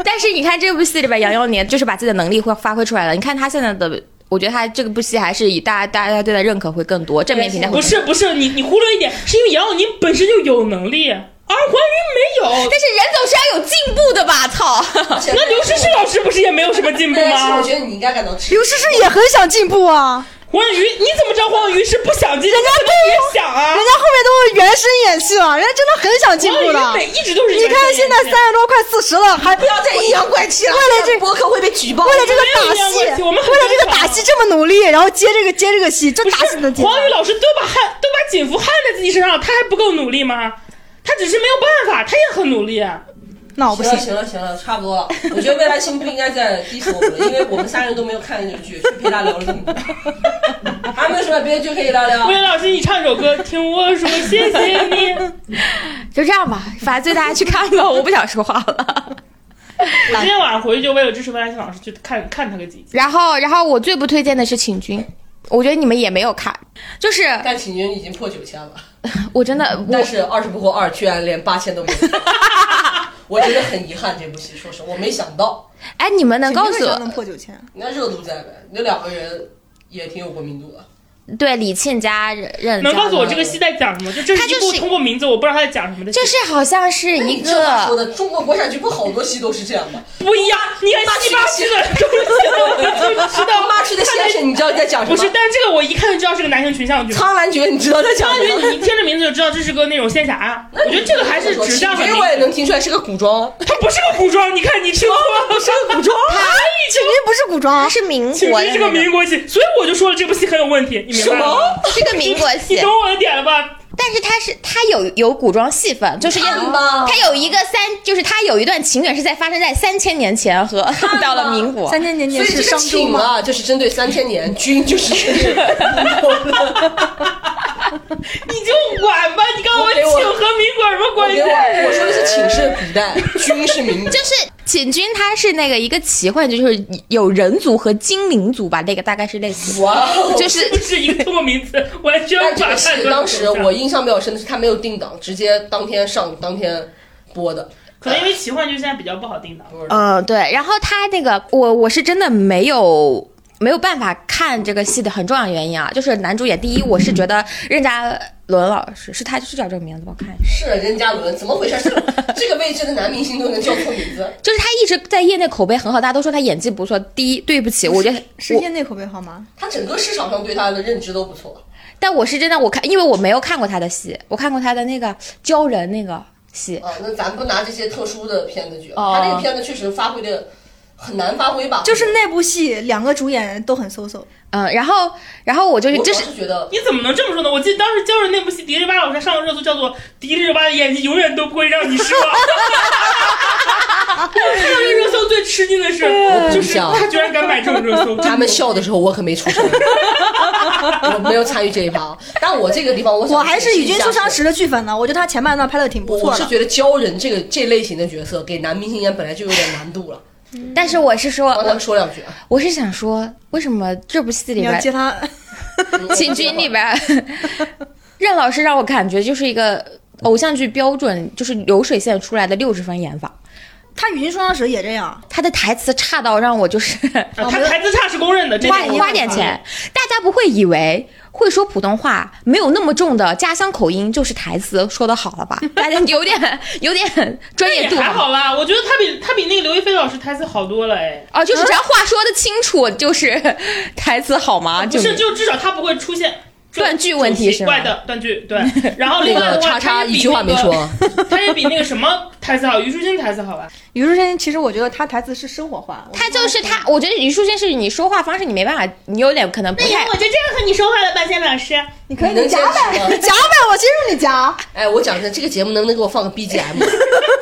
但是你看这部戏里边，杨佑宁就是把自己的能力会发挥出来了。你看他现在的，我觉得他这个部戏还是以大家大家对他认可会更多，正面评价会
不
更多。
是不是，你你忽略一点，是因为杨永宁本身就有能力，而黄 云没有。
但是人总是要有进步的吧？操！
那刘诗诗老师不是也没有什么进步
但是
吗
我？觉得你应该感到耻。
刘诗诗也很想进步啊，
黄宇，你怎么知道黄宇是不想进？人家怎么也想啊
人？家后面都原声演戏了，人家真的很想进
黄
步
宇
的。
每一直都是
你看现在三十多快四十了，还
不要再阴阳怪气了，
为了这
博客会被举报。
为了这个
没有
打
阴阳
戏
怪，气我
为
们很
了这
正
个
常
打戏这么努力，然后接这个接这个戏，这
不
打戏能
是
接吗
黄宇老师都把汗都把警服焊在自己身上了，他还不够努力吗？他只是没有办法，他也很努 力。
那我不
行了
行。
行了行了，差不多了。我觉得未来星不应该再逼死我们了，因为我们三人都没有看这个剧，就陪他聊了这么多。还有没有什么别的剧可以聊聊
魏？老师，你唱首歌，听我说，谢谢你。
就这样吧，反正大家去看吧，我不想说话了。
我今天晚上回去就为了支持魏大庆老师去看看他个几集。
然后，然后我最不推荐的是《请君》，我觉得你们也没有看，就是
但请君已经破九千了，
我真的我
但是二十不惑二居然连八千 都没有。我真的很遗憾这部戏，说实话，我没想到
哎，你们能告诉
能破九千？
那热度在呗，那两个人也挺有国民度的。
我对李沁家认认
能
家
告诉我这个
吗
戏在讲什么？就这
他
是
就
一部
是
通过名字我不知道他在讲什么的戏，
就是好像是一
你这话说
个，
的，中国国产剧不好多戏都是这 样的。
不一样。你看七八七的东西，我就知
到
道
妈去的先生，你知道在讲什
不
么？
是，但是这个我一看就知道是个男性群像剧。
苍兰诀，你知道在讲
我
什
觉
么？
得你一听这名字就知道这是个那种仙侠啊，我觉得这个还是指向很
因
明
为我也能听出来是个古装，
它不是个古装，你看你听过哦不是个古装，啊
请君不是古装啊
它，是民
其
国的
实是个民国戏，所以我就说了这部戏很有问题，你明白
什
吗
么？
是个民国
你
戏
懂，我的点了吧？
但是它是它有有古装戏份，就是要
看吧
它有一个三，就是它有一段情缘是在发生在三千年前和到了民国，
三千年
所
前
以
是
这
商
个
周
请
吗？
啊，就是针对三千年，君 就是
你就管吧，你告诉我
我给我
请和民国有什么
我
关系
给？我我说的是请是古 代，君是民国
就。是秦军，它是那个一个奇幻，就是有人族和精灵族吧，那个大概是类似，
哇哦！
就是
不是一个通过名字，我来需要
但这
把
个
它
戏当时我印象比较深的是，他没有定档，直接当天上当天播的。
可能因为奇幻剧现在比较不好定档。
嗯，对。然后他那个，我我是真的没有。没有办法看这个戏的很重要的原因啊，就是男主演。第一，我是觉得任嘉伦老师是他是叫这个名字吧？我看一下，
是任嘉伦，怎么回事？ 这个这个位置的男明星都能叫错名字？
就是他一直在业内口碑很好，大家都说他演技不错。第一，对不起，我觉得
是
我
业内口碑好吗？
他整个市场上对他的认知都不错。
但我是真的，我看，因为我没有看过他的戏，我看过他的那个鲛人那个戏，
啊，那咱不拿这些特殊的片子举，
哦
他那个片子确实发挥的很难发挥吧？
就是那部戏，两个主演都很 so so。
嗯，然后，然后我就是
我
这
我
是
是觉得，
你怎么能这么说呢？我记得当时教人那部戏，迪丽热巴老师还上过热搜，叫做《迪丽热巴的演技永远都不会让你失 望》。我看到这个热搜最吃惊的
哎
是，就是
想
他居然敢买这种热搜，啊
他们笑的时候，我可没出 声，我没有参与这一趴。啊但我这个地方，我想
我还是
提
与
一下
君初上时的剧粉呢，我觉得他前半段拍的挺不
我
错
我是
的。
觉得鲛人这个这类型的角色给男明星演本来就有点难 度了，
但是我是说，
帮他们
我
说两句。啊
我是想说，为什么这部戏里
你要
边
接 他，
嗯
秦军里，边， 任老师让我感觉就是一个偶像剧标准，就是流水线出来的六十分演法。
他与君初上时也这样。
他的台词差到让我 就是
啊他台词差是公认的，这
花
点我
花点钱，大家不会以为会说普通话没有那么重的家乡口音就是台词说的好了 吧？大家有点有点专业
也
度
哎还
啊，
好啦。我觉得他比他比那个刘亦菲老师台词好多了，哎，
哦就是只要话说的清楚，就是台词好吗？
哦不，
就是
就至少他不会出现。
断句问题是
奇
吗
怪的断句，对。然后
那
另外
个
的
叉
话，
叉
他也比
一句话没
那个
说，
他也比那个什么台词好，虞书欣台词好吧？
虞书欣其实我觉得他台词是生活化，
他就是他，我觉得虞书欣是你说话方式你没办法，你有点可能不太
就这样和你说话了，半仙老师。
你可以
你能
你
接
夹呗，
受吗
你 夹呗，我接受你夹。
哎，我讲真，这个节目能不能给我放个 BGM？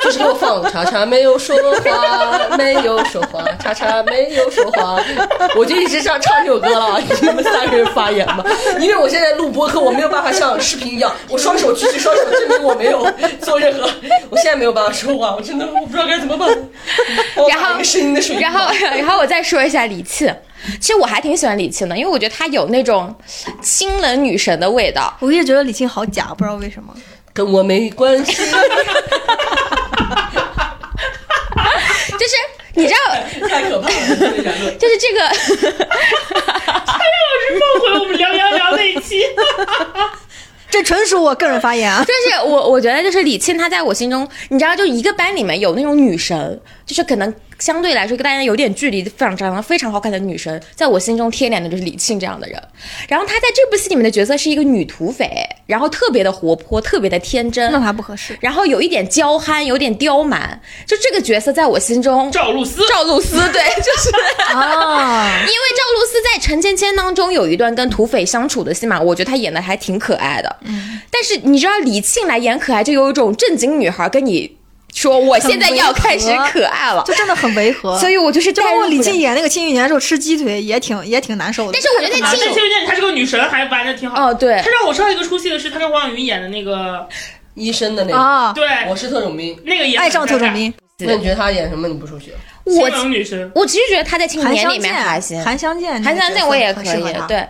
就是给我放叉叉没有说话，没有说话，叉叉没有说话， 我就一直这样唱这首歌了。你们三个人发言吧，因为我现在录播客，我没有办法像视频一样，我双手举起双手证明我没有做任何，我现在没有办法说话，我真的我不知道该怎 么办。我
然后
把一个声音的水平
然后，然后我再说一下李沁，其实我还挺喜欢李沁的，因为我觉得她有那种清冷女神的味道。
我一直觉得李沁好假，不知道为什么。
跟我没关系，
就是你知道，
太可怕了，这个言论
就是这个，！
是梦回我们聊聊聊那一期，
这纯属我个人发言啊
就是我我觉得就是李沁，她在我心中，你知道，就一个班里面有那种女神，就是可能相对来说跟大家有点距离，非常长得非常好看的女神，在我心中贴脸的就是李沁这样的人。然后她在这部戏里面的角色是一个女土匪，然后特别的活泼，特别的天真。
那他不合适。
然后有一点娇憨，有点刁蛮，就这个角色在我心中，
赵露思。
赵露思，对，就是
啊，
因为赵露思在《陈芊芊》当中有一段跟土匪相处的戏嘛，我觉得她演的还挺可爱的。嗯，但是你知道李沁来演可爱，就有一种正经女孩跟你说我现在要开始可爱了，
就真的很违和。
所以我就是
就
带
包
入
括李
不了
沁。演那个《庆余年》的时候吃鸡腿也挺也挺难受的。
但是我觉得
啊，
在
那
庆
《庆余年》她是个女神，还玩的挺好。
哦对
她让我上一个出戏的是她跟黄晓云演的那个，
医生的那个，
啊，
对，
我是特种兵。
那个也很
爱上特种兵，
那你觉得他演什么？你不出去？
我
清冷女神。
我其实觉得她在《庆余
韩
年》
湘
里面
啊
还行
见，，韩湘见，
韩湘见我也可以，对。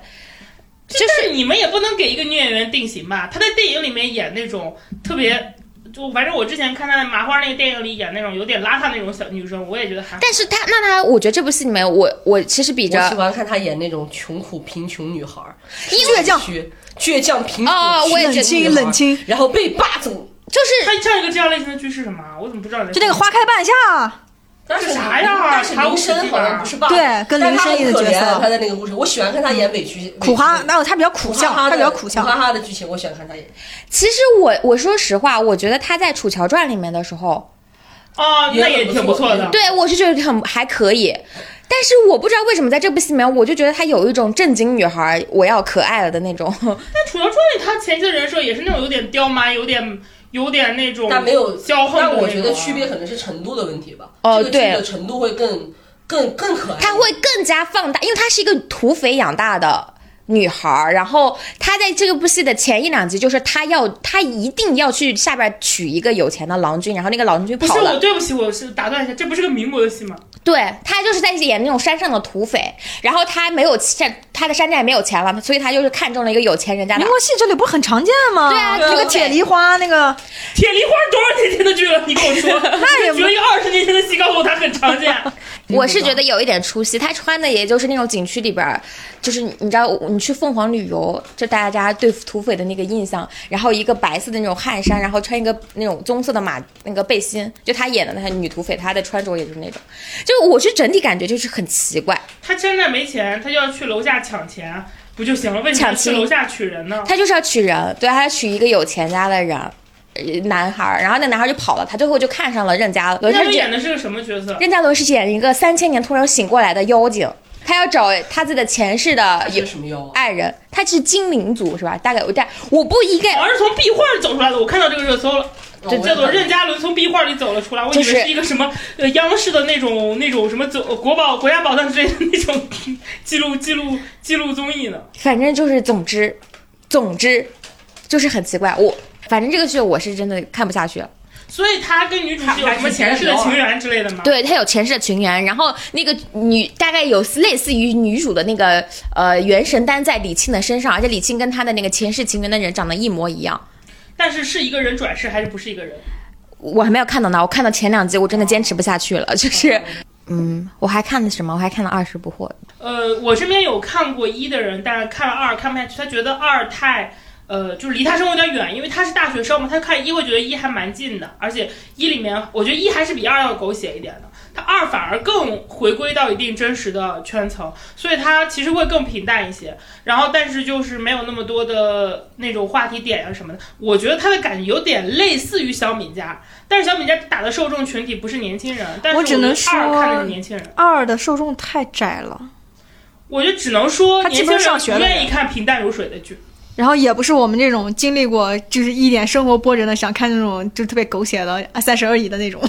就但是你们也不能给一个女演员定型吧？她在电影里面演那种特别，就反正我之前看她在麻花那个电影里演那种有点邋遢那种小女生，我也觉得还好。
但是她那她，我觉得这部戏里面，我我其实比
我喜
着
欢看她演那种穷苦贫穷女孩儿，
倔强，
倔倔强贫苦，
啊
哦我也觉得
冷清
冷
冷清，
然后被霸总，
就是
她上一个这样类型的剧是什么啊？我怎么不知道人？
就那个花开半夏，
但是
啥呀
但是林深好像不是霸总，
对跟林深一个角色
但是她很可怜啊她在那个故事，我喜欢看她演委屈
苦哈，
委屈
然后他比较苦
苦
相，
哈哈
他
的
比较苦相
苦。哈哈的剧情，我喜欢看她演。
其实我我说实话，我觉得她在《楚乔传》里面的时候，
哦，那也
也很
挺
不
不
错
错的。
对，我是觉得很还可以，但是我不知道为什么在这部戏里面，我就觉得她有一种正经女孩，我要可爱了的那种。
但啊《楚乔传》里她前期的人设也是那种有点刁蛮，有点有点那种，
但没有
骄横的那
但
种啊。
我觉得区别可能是程度的问题吧。
哦
这个剧
对
的程度会更更更可爱。
她会更加放大，因为她是一个土匪养大的。女孩儿，然后她在这个部戏的前一两集，就是她要，她一定要去下边娶一个有钱的郎君，然后那个郎君
不
跑
是我，
了，
对不起，我是打断一下，这不是个民国的戏吗？
对她就是在演那种山上的土匪，然后她没有钱，她的山寨没有钱了，所以她就是看中了一个有钱人家的
民国戏这里不是很常见吗？
对啊
那
对
个
啊
铁梨花，那个
铁梨花多少年前的剧了？你跟我说，
那也不
举了一个二十年前的戏，告诉我它很常见。
我是觉得有一点出息，他穿的也就是那种景区里边儿，就是你知道，你去凤凰旅游，就大家对土匪的那个印象，然后一个白色的那种汗衫，然后穿一个那种棕色的马那个背心，就他演的那个女土匪，她的穿着也就是那种，就我是整体感觉就是很奇怪，
他真的没钱，他就要去楼下抢钱。不就行了？为什
抢
么要去
亲
楼下取人呢？
他就是要娶人，对，他要娶一个有钱家的人，呃男孩儿，然后那男孩儿就跑了，他最后就看上了任嘉伦，
他
他
们
是
演的是个什么角色？
任嘉伦是演一个三千年突然醒过来的妖精，他要找他自己的前世的
这是什么妖啊？
爱人，他是精灵族是吧？大概我但我不一概
好像是从壁画里走出来的，我看到这个热搜了，
这
叫做任嘉伦从壁画里走了出来。我以
就
为
是
是一个什么呃央视的那种那种什么走国宝国家宝藏之类的那种记录记录记录综艺呢。
反正就是，总之，总之，就是很奇怪。我反正这个剧我是真的看不下去了。
所以他跟女主是有啊什么前世的情缘之类的吗？
对他有前世的情缘，然后那个女大概有类似于女主的那个呃元神丹在李沁的身上，而且李沁跟她的那个前世情缘的人长得一模一样。
但是是一个人转世还是不是一个人？
我还没有看到呢，我看到前两集我真的坚持不下去了， 就是。嗯，我还看了什么？我还看了《二十不惑》，
呃，我身边有看过一的人，但是看了二看不下去，他觉得二太。呃，就是离他生活有点远，因为他是大学生嘛，他看一会觉得一还蛮近的，而且一里面我觉得一还是比二要狗血一点的，他二反而更回归到一定真实的圈层，所以他其实会更平淡一些。然后，但是就是没有那么多的那种话题点啊什么的。我觉得他的感觉有点类似于小敏家，但是小敏家打的受众群体不是年轻人，但是
我只
觉得
能说
二看的是年轻人。
二的受众太窄了，
我就只能说，
他
年
基
轻
本
人
上学
不
了
愿意看平淡如水的剧。
然后也不是我们这种经历过就是一点生活波折的，想看那种就特别狗血的《三十而已》的那种。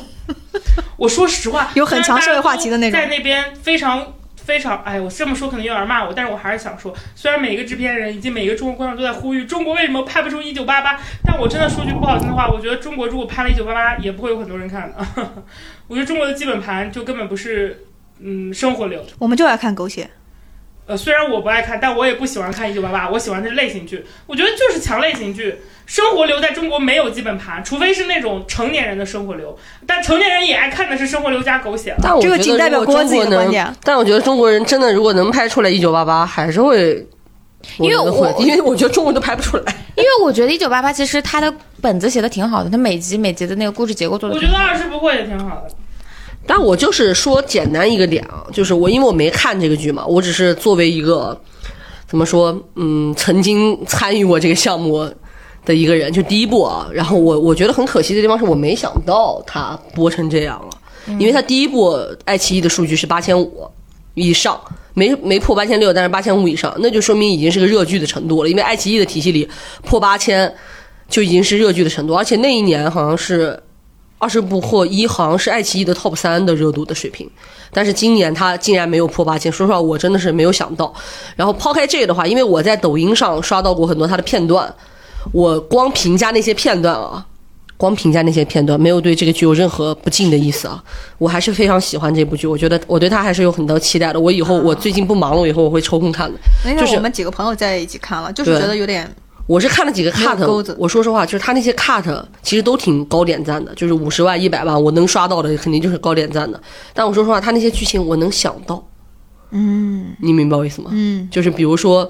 我说实话，
有很强社会话题的那种
虽然大家都在那边非常非常，哎，我这么说可能有点骂我，但是我还是想说，虽然每个制片人以及每个中国观众都在呼吁中国为什么拍不出《一九八八》，但我真的说句不好听的话，我觉得中国如果拍了《一九八八》，也不会有很多人看的。 我觉得中国的基本盘就根本不是。嗯，生活流，
我们就爱看狗血，
呃，虽然我不爱看，但我也不喜欢看《一九八八》，我喜欢的是类型剧。我觉得就是强类型剧，生活流在中国没有基本盘，除非是那种成年人的生活流，但成年人也爱看的是生活流加狗血了。
但我
这个
觉
仅
得
代
如
表
果
郭
中
自己
国
的观
能，
点。啊
但我觉得中国人真的如果能拍出来《一九八八》，还是会。
因为
我觉得会
我
因为我觉得中国都拍不出来，
因为我觉得《一九八八》其实它的本子写的挺好的，它每集每集的那个故事结构做的
我觉得二十不惑也挺好的。
但我就是说简单一个点啊，就是我因为我没看这个剧嘛，我只是作为一个怎么说，嗯，曾经参与过这个项目的一个人，就第一部啊。然后我我觉得很可惜的地方是我没想到它播成这样了，因为它第一部爱奇艺的数据是八千五以上。没没破八千六，但是八千五以上，那就说明已经是个热剧的程度了。因为爱奇艺的体系里破八千就已经是热剧的程度，而且那一年好像是二十部或一好像是爱奇艺的 top 三的热度的水平，但是今年它竟然没有破八千，说实话我真的是没有想到。然后抛开这个的话，因为我在抖音上刷到过很多它的片段，我光评价那些片段啊，光评价那些片段，没有对这个剧有任何不敬的意思啊，我还是非常喜欢这部剧，我觉得我对它还是有很多期待的。我以后我最近不忙了，我以后我会抽空看的。
那
就是
天我们几个朋友在一起看了，就是
对
觉得有点
我是看了几个
没有钩
cut，
子
我说实话，就是他那些 cut 其实都挺高点赞的，就是五十万、一百万，我能刷到的肯定就是高点赞的。但我说实话，他那些剧情我能想到，嗯，你明白我意思吗？嗯，就是比如说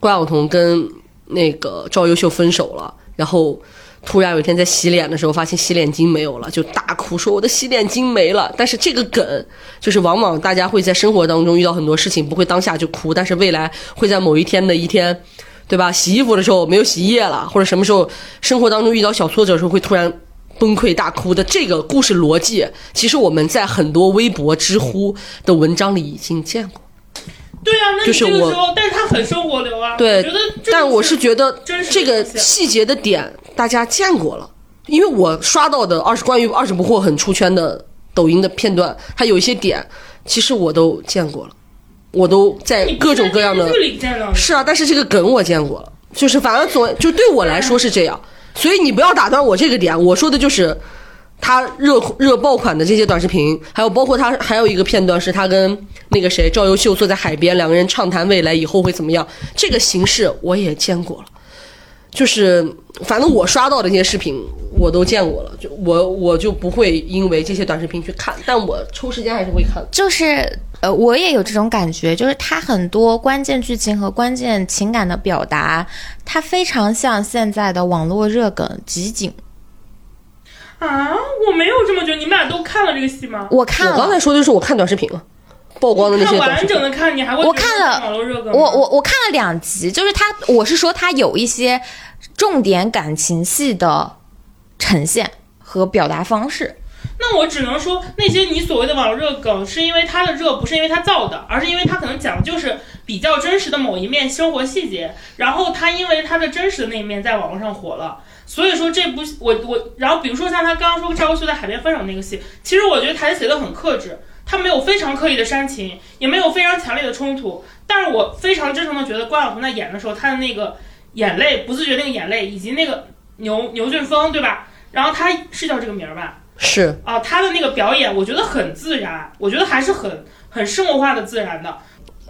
关晓彤跟那个赵优秀分手了，然后突然有一天在洗脸的时候发现洗脸巾没有了，就大哭说我的洗脸巾没了。但是这个梗就是往往大家会在生活当中遇到很多事情，不会当下就哭，但是未来会在某一天的一天。对吧？洗衣服的时候没有洗衣液了，或者什么时候生活当中遇到小挫折的时候会突然崩溃大哭的这个故事逻辑，其实我们在很多微博、知乎的文章里已经见过。
对啊，那
就
你
是
这个
我
时候，但是他很生活流啊。我
对
觉得这，
但我
是
是觉得
真实的
这个
东西啊
细节的点大家见过了，因为我刷到的二十关于二十不惑很出圈的抖音的片段，它有一些点其实我都见过了，我都在
你不
各
是
种各样的
在电视剧里见到的
是啊，但是这个梗我见过了，就是反正总就对我来说是这样，所以你不要打断我这个点，我说的就是他热热爆款的这些短视频，还有包括他还有一个片段是他跟那个谁赵优秀坐在海边，两个人畅谈未来以后会怎么样，这个形式我也见过了。就是，反正我刷到的那些视频我都见过了，就我我就不会因为这些短视频去看，但我抽时间还是会看的。
就是呃，我也有这种感觉，就是它很多关键剧情和关键情感的表达，它非常像现在的网络热梗集锦。
啊，我没有这么觉得。你们俩都看了这个戏吗？
我看
我刚
了，
才说的就是我看短视频了，曝光的那
啊看
些短
完
视频
整。的看，你还会
我
觉得
看
是
了
网络热梗吗。
我我我看了两集，就是他，我是说他有一些重点感情戏的呈现和表达方式。
那我只能说，那些你所谓的网络热梗，是因为它的热不是因为它造的，而是因为它可能讲的就是比较真实的某一面生活细节，然后它因为它的真实的那一面在网络上火了。所以说这部我我，然后比如说像他刚刚说赵又秀在海边分手那个戏，其实我觉得台词写的很克制，他没有非常刻意的煽情，也没有非常强烈的冲突，但是我非常真诚的觉得关晓彤在演的时候，她的那个眼泪不自觉那个眼泪，以及那个牛牛俊峰对吧？然后他是叫这个名儿吧？
是
啊，他的那个表演，我觉得很自然，我觉得还是很很生活化的自然的。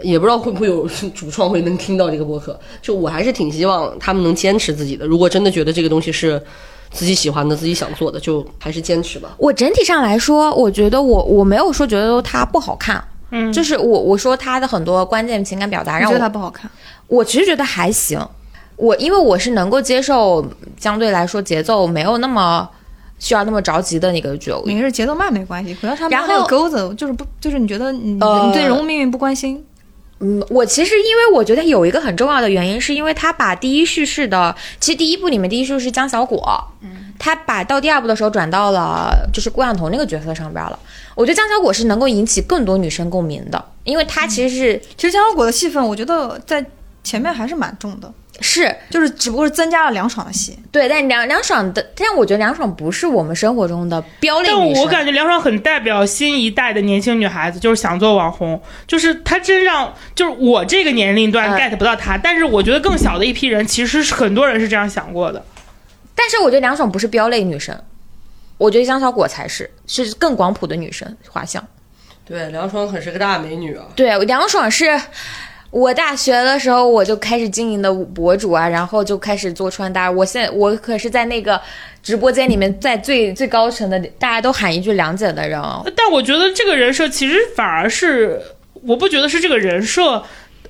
也不知道会不会有主创会能听到这个播客。就我还是挺希望他们能坚持自己的。如果真的觉得这个东西是自己喜欢的、自己想做的，就还是坚持吧。
我整体上来说，我觉得我我没有说觉得它不好看，
嗯
就是我我说它的很多关键情感表达
你
让
觉得
我
它不好看？
我其实觉得还行，我因为我是能够接受相对来说节奏没有那么需要那么着急的那个剧。
每个人节奏慢没关系，主要他们
然后
那个钩子就是不就是你觉得你、
呃
你对人物命运不关心，
嗯，我其实因为我觉得有一个很重要的原因，是因为他把第一叙事的，其实第一部里面第一叙事是江小果，
嗯
他把到第二部的时候转到了就是顾晓彤那个角色上边了。我觉得江小果是能够引起更多女生共鸣的，因为她其实是、
嗯
其实江小果的戏份，我觉得在前面还是蛮重的，
是
就是只不过是增加了凉爽的戏。
对，但梁梁爽的，但我觉得梁爽不是我们生活中的标类
但
女生。
我感觉梁爽很代表新一代的年轻女孩子，就是想做网红，就是她真让就是我这个年龄段
嗯
get 不到她，但是我觉得更小的一批人，其实是很多人是这样想过的。
但是我觉得梁爽不是标类女生，我觉得江小果才是，是更广谱的女生画像。
对，梁双可是个大美女啊。
对，梁爽是我大学的时候我就开始经营的博主啊，然后就开始做穿搭。我现在我可是在那个直播间里面，在最最高层的，大家都喊一句“梁姐”的人哦。
但我觉得这个人设其实反而是，我不觉得是这个人设。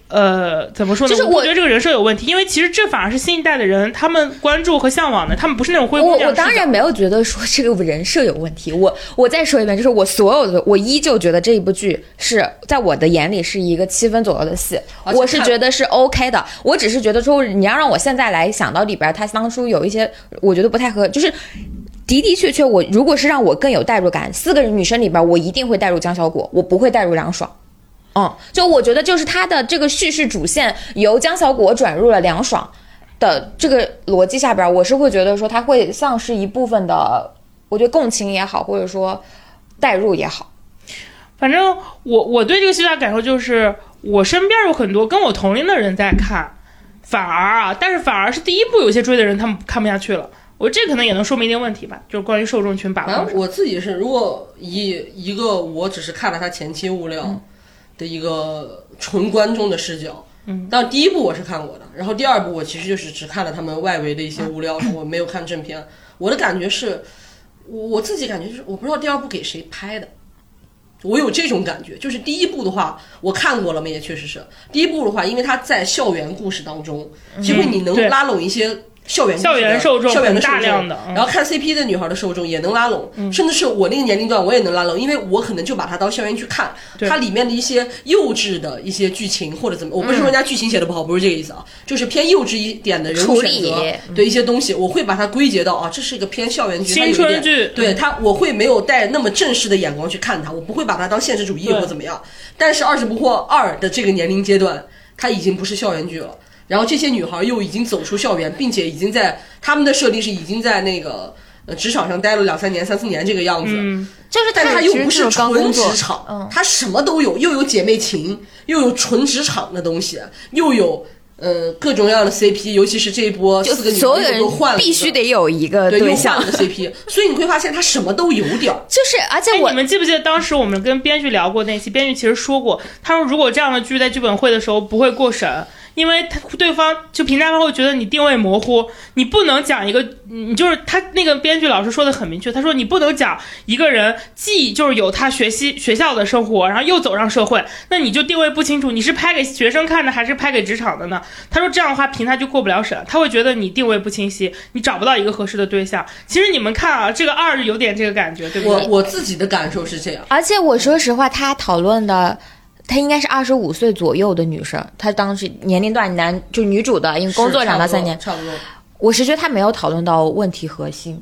呃，怎么说呢？
就是
我
我
不觉得这个人设有问题，因为其实这反而是新一代的人他们关注和向往的，他们不是那种灰姑
我
娘
我
式的。
当然没有觉得说这个人设有问题，我我再说一遍，就是我所有的，我依旧觉得这一部剧是在我的眼里是一个七分左右的戏，
哦
而且
我是
看
觉得是 OK 的，我只是觉得说你要让我现在来想到里边儿，他当初有一些我觉得不太合，就是。的的确确，我如果是让我更有代入感，四个人女生里边儿，我一定会代入江小果，我不会代入梁爽。嗯，就我觉得就是他的这个叙事主线由江小果转入了梁爽的这个逻辑下边儿，我是会觉得说他会丧失一部分的，我觉得共情也好，或者说代入也好。
反正我我对这个戏的感受就是，我身边有很多跟我同龄的人在看，反而啊，但是反而是第一部有些追的人他们看不下去了。我这可能也能说明一定问题吧，就是关于受众群把控
反
上。
正我自己是，如果以一个我只是看了他前期物
嗯
料的一个纯观众的视角，嗯，但第一部我是看过的，然后第二部我其实就是只看了他们外围的一些物
啊
料，我没有看正片。我的感觉是，我我自己感觉就是，我不知道第二部给谁拍的。我有这种感觉，就是第一部的话，我看过了嘛，也确实是第一部的话，因为它在校园故事当中，其实你能
嗯对
拉拢一些校园故事的
校园受众
校园的
很大
受众
量的嗯
然后看 CP 的女孩的受众也能拉拢，甚至是我那个年龄段我也能拉拢，因为我可能就把它当校园剧看，
对
它里面的一些幼稚的一些剧情或者怎么，我不是说人
嗯
家剧情写的不好，不是这个意思啊，就是偏幼稚一点的人物
处
选
理
择，
嗯
对一些东西，我会把它归结到啊，这是一个偏校园剧，它有一
青春
点
剧
嗯
对它我会没有带那么正式的眼光去看它，我不会把它当现实主义
对
或怎么样。但是二十不惑二的这个年龄阶段，它已经不是校园剧了。然后这些女孩又已经走出校园，并且已经在她们的设定是已经在那个呃职场上待了两三年、三四年这个样子。
嗯，
就是
但
他
她
有
又
其实
不是
就是刚
纯
工
职
作
嗯
场，她什么都有，又有姐妹情，又有纯职场的东西，又有呃各种各样的 CP，尤其是这一波
呃就
四个女
所有
朋友
人
都换了一
必
个
须得有一个
对又
呃对
换
象
了，个 CP，所以你会发现她什么都有点儿。
就是而且
哎，
我
你们记不记得当时我们跟编剧聊过那期？编剧其实说过，他说如果这样的剧在剧本会的时候不会过审，因为他对方就评价方会觉得你定位模糊，你不能讲一个，你就是他那个编剧老师说的很明确，他说你不能讲一个嗯人既就是有他学习学校的生活，然后又走上社会，那你就定位不清楚，你是拍给学生看的还是拍给职场的呢？他说这样的话评他就过不了审，他会觉得你定位不清晰，你找不到一个合适的对象。其实你们看啊，这个二有点这个感觉，对不对？
我我自己的感受是这样，
而且我说实话，他讨论的她应该是二十五岁左右的女生，她当时年龄段男就女主的，因为工作两到三年，
差不多。
我是觉得他没有讨论到问题核心，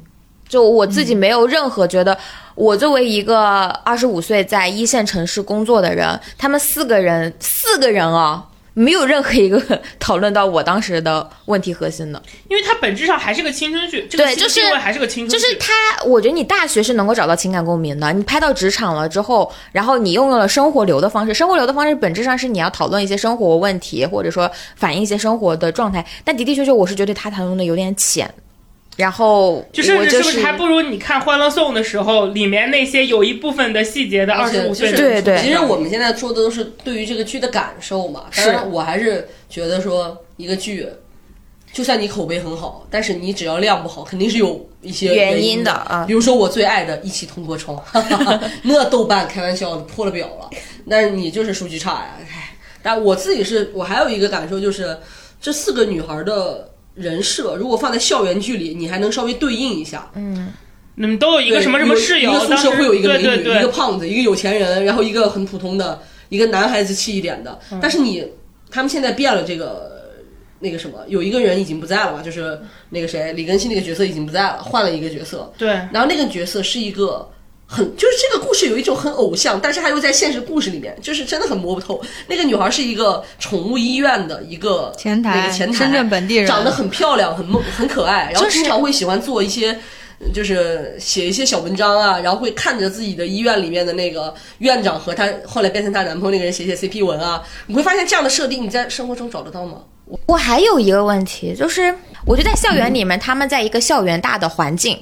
就我自己没有任何觉得，我作为一个二十五岁在一线城市工作的人，他们四个人四个人啊、没有任何一个 讨论到我当时的问题核心的，
因为它本质上还是个青春剧，这个
对
新
就是
定位还是个青春剧，
就是他，我觉得你大学是能够找到情感共鸣的，你拍到职场了之后，然后你用了生活流的方式，生活流的方式本质上是你要讨论一些生活问题，或者说反映一些生活的状态，但的的确确，我是觉得他谈论的有点浅。然后
就
我
甚至
就是
不是还不如你看《欢乐颂》的时候，里面那些有一部分的细节的二
而且
十五
就
岁
是
的，
对对
其实我们现在说的都是对于这个剧的感受嘛。当然，我还是觉得说一个剧，就算你口碑很好，但是你只要量不好，肯定是有一些
原因
因
的啊
比如说我最爱的《一起同过窗》， 那豆瓣开玩笑的破了表了，但是你就是数据差呀。唉，但我自己是我还有一个感受就是，这四个女孩的。人设如果放在校园剧里，你还能稍微对应一下，
你们都有一个
对
什么什么
有
室
一
友，
个
当
宿
时
舍会有一个美女，
对对
一个
对，
胖子，一个有钱人，然后一个很普通的，一个男孩子气一点的。
嗯
但是你他们现在变了这个那个什么，有一个人已经不在了嘛，就是那个谁李根新那个角色已经不在了，换了一个角色。
对
然后那个角色是一个很，就是这个故事有一种很偶像，但是他又在现实故事里面，就是真的很摸不透。那个女孩是一个宠物医院的一个
前台
那个前台，
深圳本地人
长得很漂亮，很萌，很可爱，然后
就是
经常会喜欢做一些。就是写一些小文章啊，然后会看着自己的医院里面的那个院长和她后来变成她男朋友那个人写写 CP 文啊，你会发现这样的设定你在生活中找得到吗？
我还有一个问题，就是我觉得在校园里面，他们在一个校园大的环境，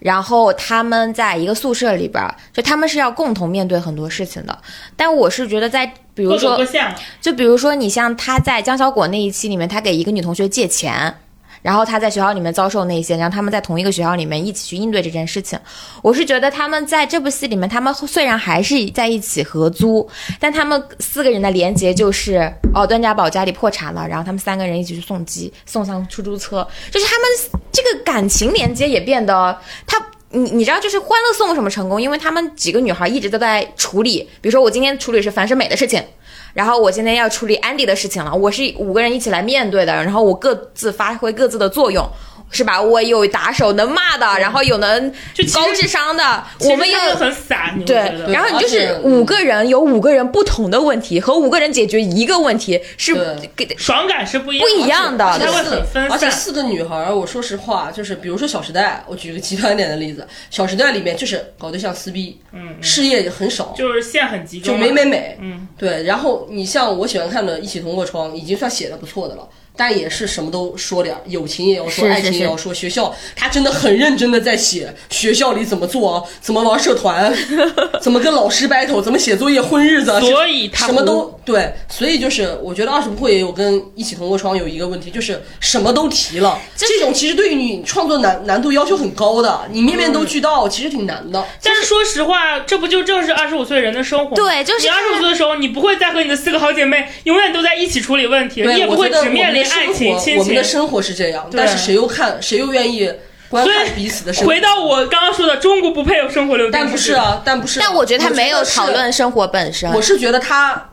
然后他们在一个宿舍里边儿，就他们是要共同面对很多事情的。但我是觉得在，比如
各走
说
各，项，
就比如说你像他在江小果那一期里面，他给一个女同学借钱，然后他在学校里面遭受那些，然后他们在同一个学校里面一起去应对这件事情。我是觉得他们在这部戏里面，他们虽然还是在一起合租，但他们四个人的连结就是，哦，段家宝家里破产了，然后他们三个人一起去送机，送上出租车，就是他们这个感情连接也变得他。你你知道就是《欢乐颂》为什么成功？因为他们几个女孩一直都在处理，比如说我今天处理是樊胜美的事情，然后我现在要处理安迪的事情了，我是五个人一起来面对的，然后我各自发挥各自的作用，是吧？我有打手能骂的，然后有能
就其实
高智商的，
其实
我们有
他们很散，你会
对
觉得，
然后你就是
而且
五个人有五个人不同的问题，和五个人解决一个问题是
对
给
爽感是不一
不一样的
而且
它会
四
很分散
啊而且四个女孩儿，我说实话，就是比如说《小时代》，我举个极端一点的例子，《小时代》里面就是搞对象撕逼，
嗯，嗯
事业也很少，
就是线很集
就
中嘛，
美美美。
嗯，
对，然后你像我喜欢看的《一起同过窗》，已经算写的不错的了。但也是什么都说点儿，友情也要说，
是
爱情
是
也要说。学校他真的很认真的在写学校里怎么做，啊怎么玩社团， 怎么跟老师 battle，怎么写作业混日子，啊
所以他
什么都对。所以就是我觉得二十不会也有跟一起同过窗有一个问题，就是什么都提了。这种其实对于你创作难难度要求很高的，你面面都俱到，其实挺难的。
但是说实话，这不就正是二十五岁人的生活吗？
对就是
你二十五岁的时候，你不会再和你的四个好姐妹永远都在一起处理问题，
对，
你也不
我
会
觉得
只面临爱情、亲
我们
情
的。生活是这样，
对
但是谁又看谁又愿意观看彼此的生活？
回到我刚刚说的，中国不配有生活流。
但不是，啊，但不是。
但我觉得他没有讨
我觉得
论生活本身
是，。我是觉得他，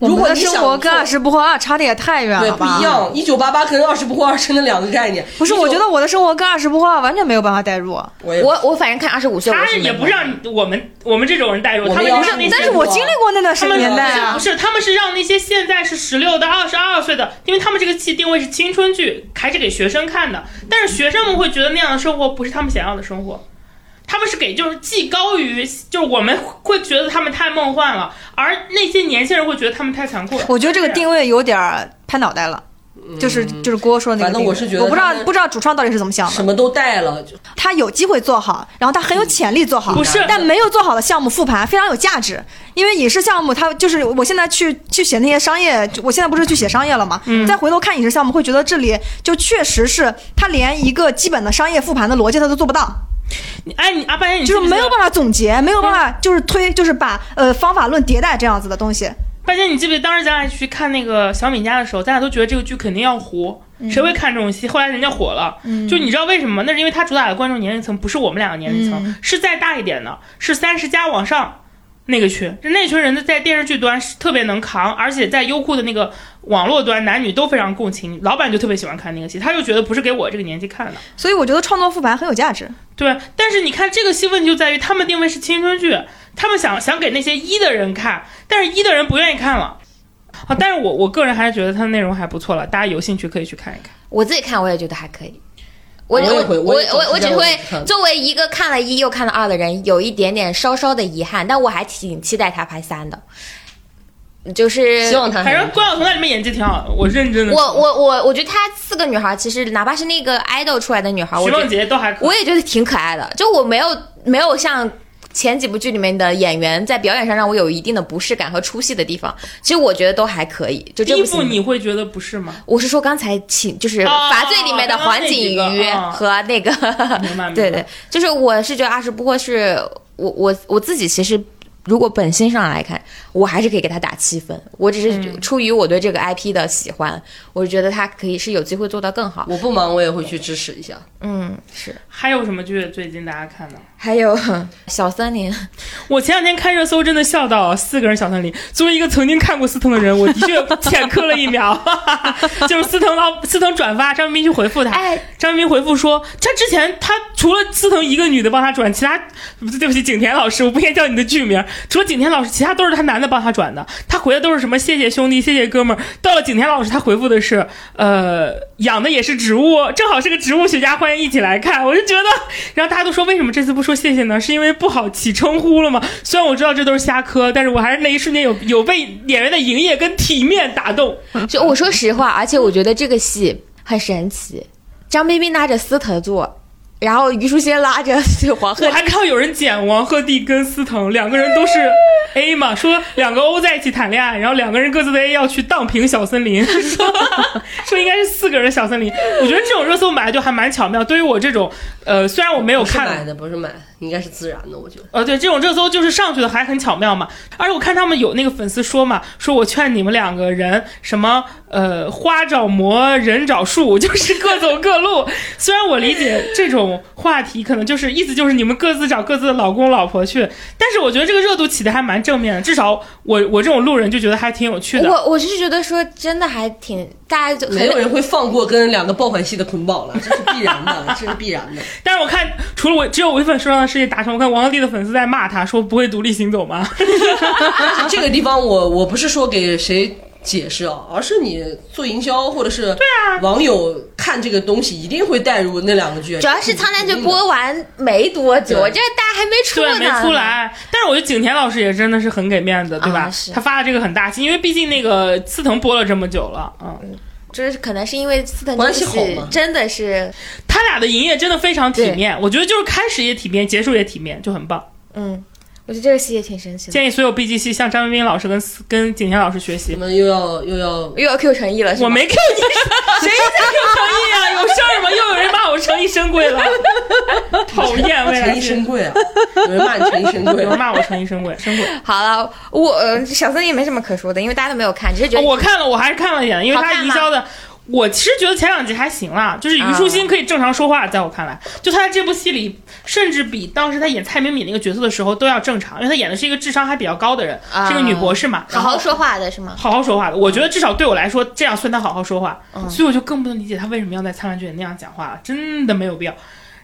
我
如
们
果
的
你想
生活跟
做
二十不惑二差的也太远
对
了
不
吧？
一样，一九八八跟二十不惑二真的两个概念。
不是，
19
我觉得我的生活跟二十不惑二完全没有办法代入。啊
我也
我我反正看二十五岁，我
他
是没
也不让我们我们这种人带入，
我们
他们
要
让哎那些
但是我经历过那段时
他们
年代
不
啊，
是，他们是让那些现在是十六到二十二岁的，因为他们这个戏定位是青春剧，还是给学生看的。但是学生们会觉得那样的生活不是他们想要的生活，他们是给就是既高于，就是我们会觉得他们太梦幻了，而那些年轻人会觉得他们太残酷了。
我觉得这个定位有点儿拍脑袋了。就是就是郭说的那个
嗯反
定
正
位，
我是觉得
我不知
他
道
们
不知道主创到底是怎么想
什
的。
么都带了，就
他有机会做好，然后他很有潜力做好，
不是
但没有做好的项目复盘非常有价值，因为影视项目它就是我现在去去写那些商业，我现在不是去写商业了嘛，
嗯
再回头看影视项目会觉得这里就确实是他连一个基本的商业复盘的逻辑他都做不到，
你哎，你阿半夜你
就是
记不记
没
得
有办法总结，没有办法就是推，就是把呃方法论迭代这样子的东西。
半仙，你记不记得当时咱俩去看那个小敏家的时候，咱俩都觉得这个剧肯定要糊，谁会看这种戏？后来人家火了，就你知道为什么吗？那是因为它主打的观众年龄层不是我们两个年龄层，是再大一点的，是三十加往上。那个群，就那群人的在电视剧端是特别能扛，而且在优酷的那个网络端，男女都非常共情。老板就特别喜欢看那个戏，他就觉得不是给我这个年纪看的。
所以我觉得创作复盘很有价值。
对，但是你看这个戏问题就在于他们定位是青春剧，他们想想给那些一的人看，但是一的人不愿意看了。啊，但是我我个人还是觉得它的内容还不错了，大家有兴趣可以去看一看。
我自己看我也觉得还可以。我
我也会
我
我也
我我只
总是这样
会
子看的
作为一个看了一又看了二的人，有一点点稍稍的遗憾，但我还挺期待他拍三的，就是
希望他
反正关晓彤在里面演技挺好的，我认真的。
我我我我觉得她四个女孩，其实哪怕是那个 idol 出来的女孩，我
徐
觉
梦
得
洁都还可以。
我也觉得挺可爱的。就我没有没有像前几部剧里面的演员在表演上让我有一定的不适感和出戏的地方，其实我觉得都还可以。就
第
这
一
部
部
戏
你会觉得不是吗？
我是说刚才请就是
哦
法罪里面的黄景
刚刚那
瑜
几个哦
和那个，
明白明白
对对，就是我是觉得二十不惑是我我我自己其实。如果本心上来看，我还是可以给他打七分。我只
嗯
是出于我对这个 IP 的喜欢，我觉得他可以是有机会做到更好。
我不忙，我也会去支持一下。
嗯，是。
还有什么剧最近大家看的？
还 有小森林，
我前两天看热搜，真的笑到四个人小森林。作为一个曾经看过司藤的人，我的确 浅磕了一秒， 就是司藤到司藤转发，张彬彬去回复他，
哎，
张彬彬回复说，他之前他除了司藤一个女的帮他转，其他对不起景甜老师，我不应该叫你的剧名，除了景甜老师，其他都是他男的帮他转的，他回的都是什么谢谢兄弟，谢谢哥们儿。到了景甜老师，他回复的是呃养的也是植物，正好是个植物学家，欢迎一起来看。我就觉得， 然后大家都说为什么这次不说谢谢呢？是因为不好起称呼了吗？虽然我知道这都是瞎磕，但是我还是那一瞬间有有被演员的营业跟体面打动。
就我说实 话，而且我觉得这个戏很神奇。张彬彬拉着司藤做，然后虞书欣拉着 就黄鹤
我还看到有人剪王鹤棣跟司藤两个人都是 A 嘛，说两个 O 在一起谈恋爱，然后两个人各自的 A 要去荡平小森林， 说说应该是四个人的小森林。我觉得这种热搜买的就还蛮巧妙。对于我这种，呃，虽然我没有
不是买
看，
的，不是买的，应该是自然的，我觉得。
呃，对，这种热搜就是上去的还很巧妙嘛。而且我看他们有那个粉丝说嘛，说我劝你们两个人什么呃花找魔，人找树，就是各走各路。 虽然我理解这种话题可能就是意思就是你们各自找各自的老公老婆去，但是我觉得这个热度起的还蛮正面的，至少我我这种路人就觉得还挺有趣的。
我我是觉得说真的还挺，大家就
没有人会放过跟两个爆款系的捆绑了，这是必 然的，这是必然的。
但是我看除了我只有我一粉说让的事情达成，我看王鹤棣的粉丝在骂他说不会独立行走吗？
但是这个地方我我不是说给谁解释啊，而是你做营销或者是对啊，网友看这个东西一定会带入那两个剧，
主要是《苍兰诀》播完没多久，
对
这大家还没出
对，啊
呢，
没出。来。但是我觉得景甜老师也真的是很给面子，对吧？
啊是
他发的这个很大气，因为毕竟那个司藤播了这么久了，嗯，
就是可能是因为斯腾
关系
这个戏
好嘛
真的是，
他俩的营业真的非常体面，我觉得就是开始也体面，结束也体面，就很棒。
嗯，我觉得这个戏也挺神奇的。
建议所有 B G C 向张彬彬老师跟司跟景甜老师学习
我。们又要又要
又要 Q 陈毅了，是
我
吗？
没 Q 你， 谁在 Q 成毅啊？有事儿吗？又有人骂我成毅深贵了， 讨厌未
陈
来
毅
是
深贵啊， 有人骂你陈毅深贵
有，人骂我成毅深贵，深贵。
好了，我呃小森林没什么可说的，因为大家都没有看，只是觉得
哦我看了，我还是看了一眼，因为
好看
他
吗
营销的。我其实觉得前两集还行啦，就是虞书
嗯
欣可以正常说话，在我看来，就她在这部戏里，甚至比当时她演蔡明敏那个角色的时候都要正常，因为她演的是一个智商还比较高的人，
啊
是个女博士嘛，
好好说话的是吗？
好好说话的。我觉得至少对我来说，这样算她好好说话，
嗯
所以我就更不能理解她为什么要在《灿烂剧》里那样讲话了，真的没有必要。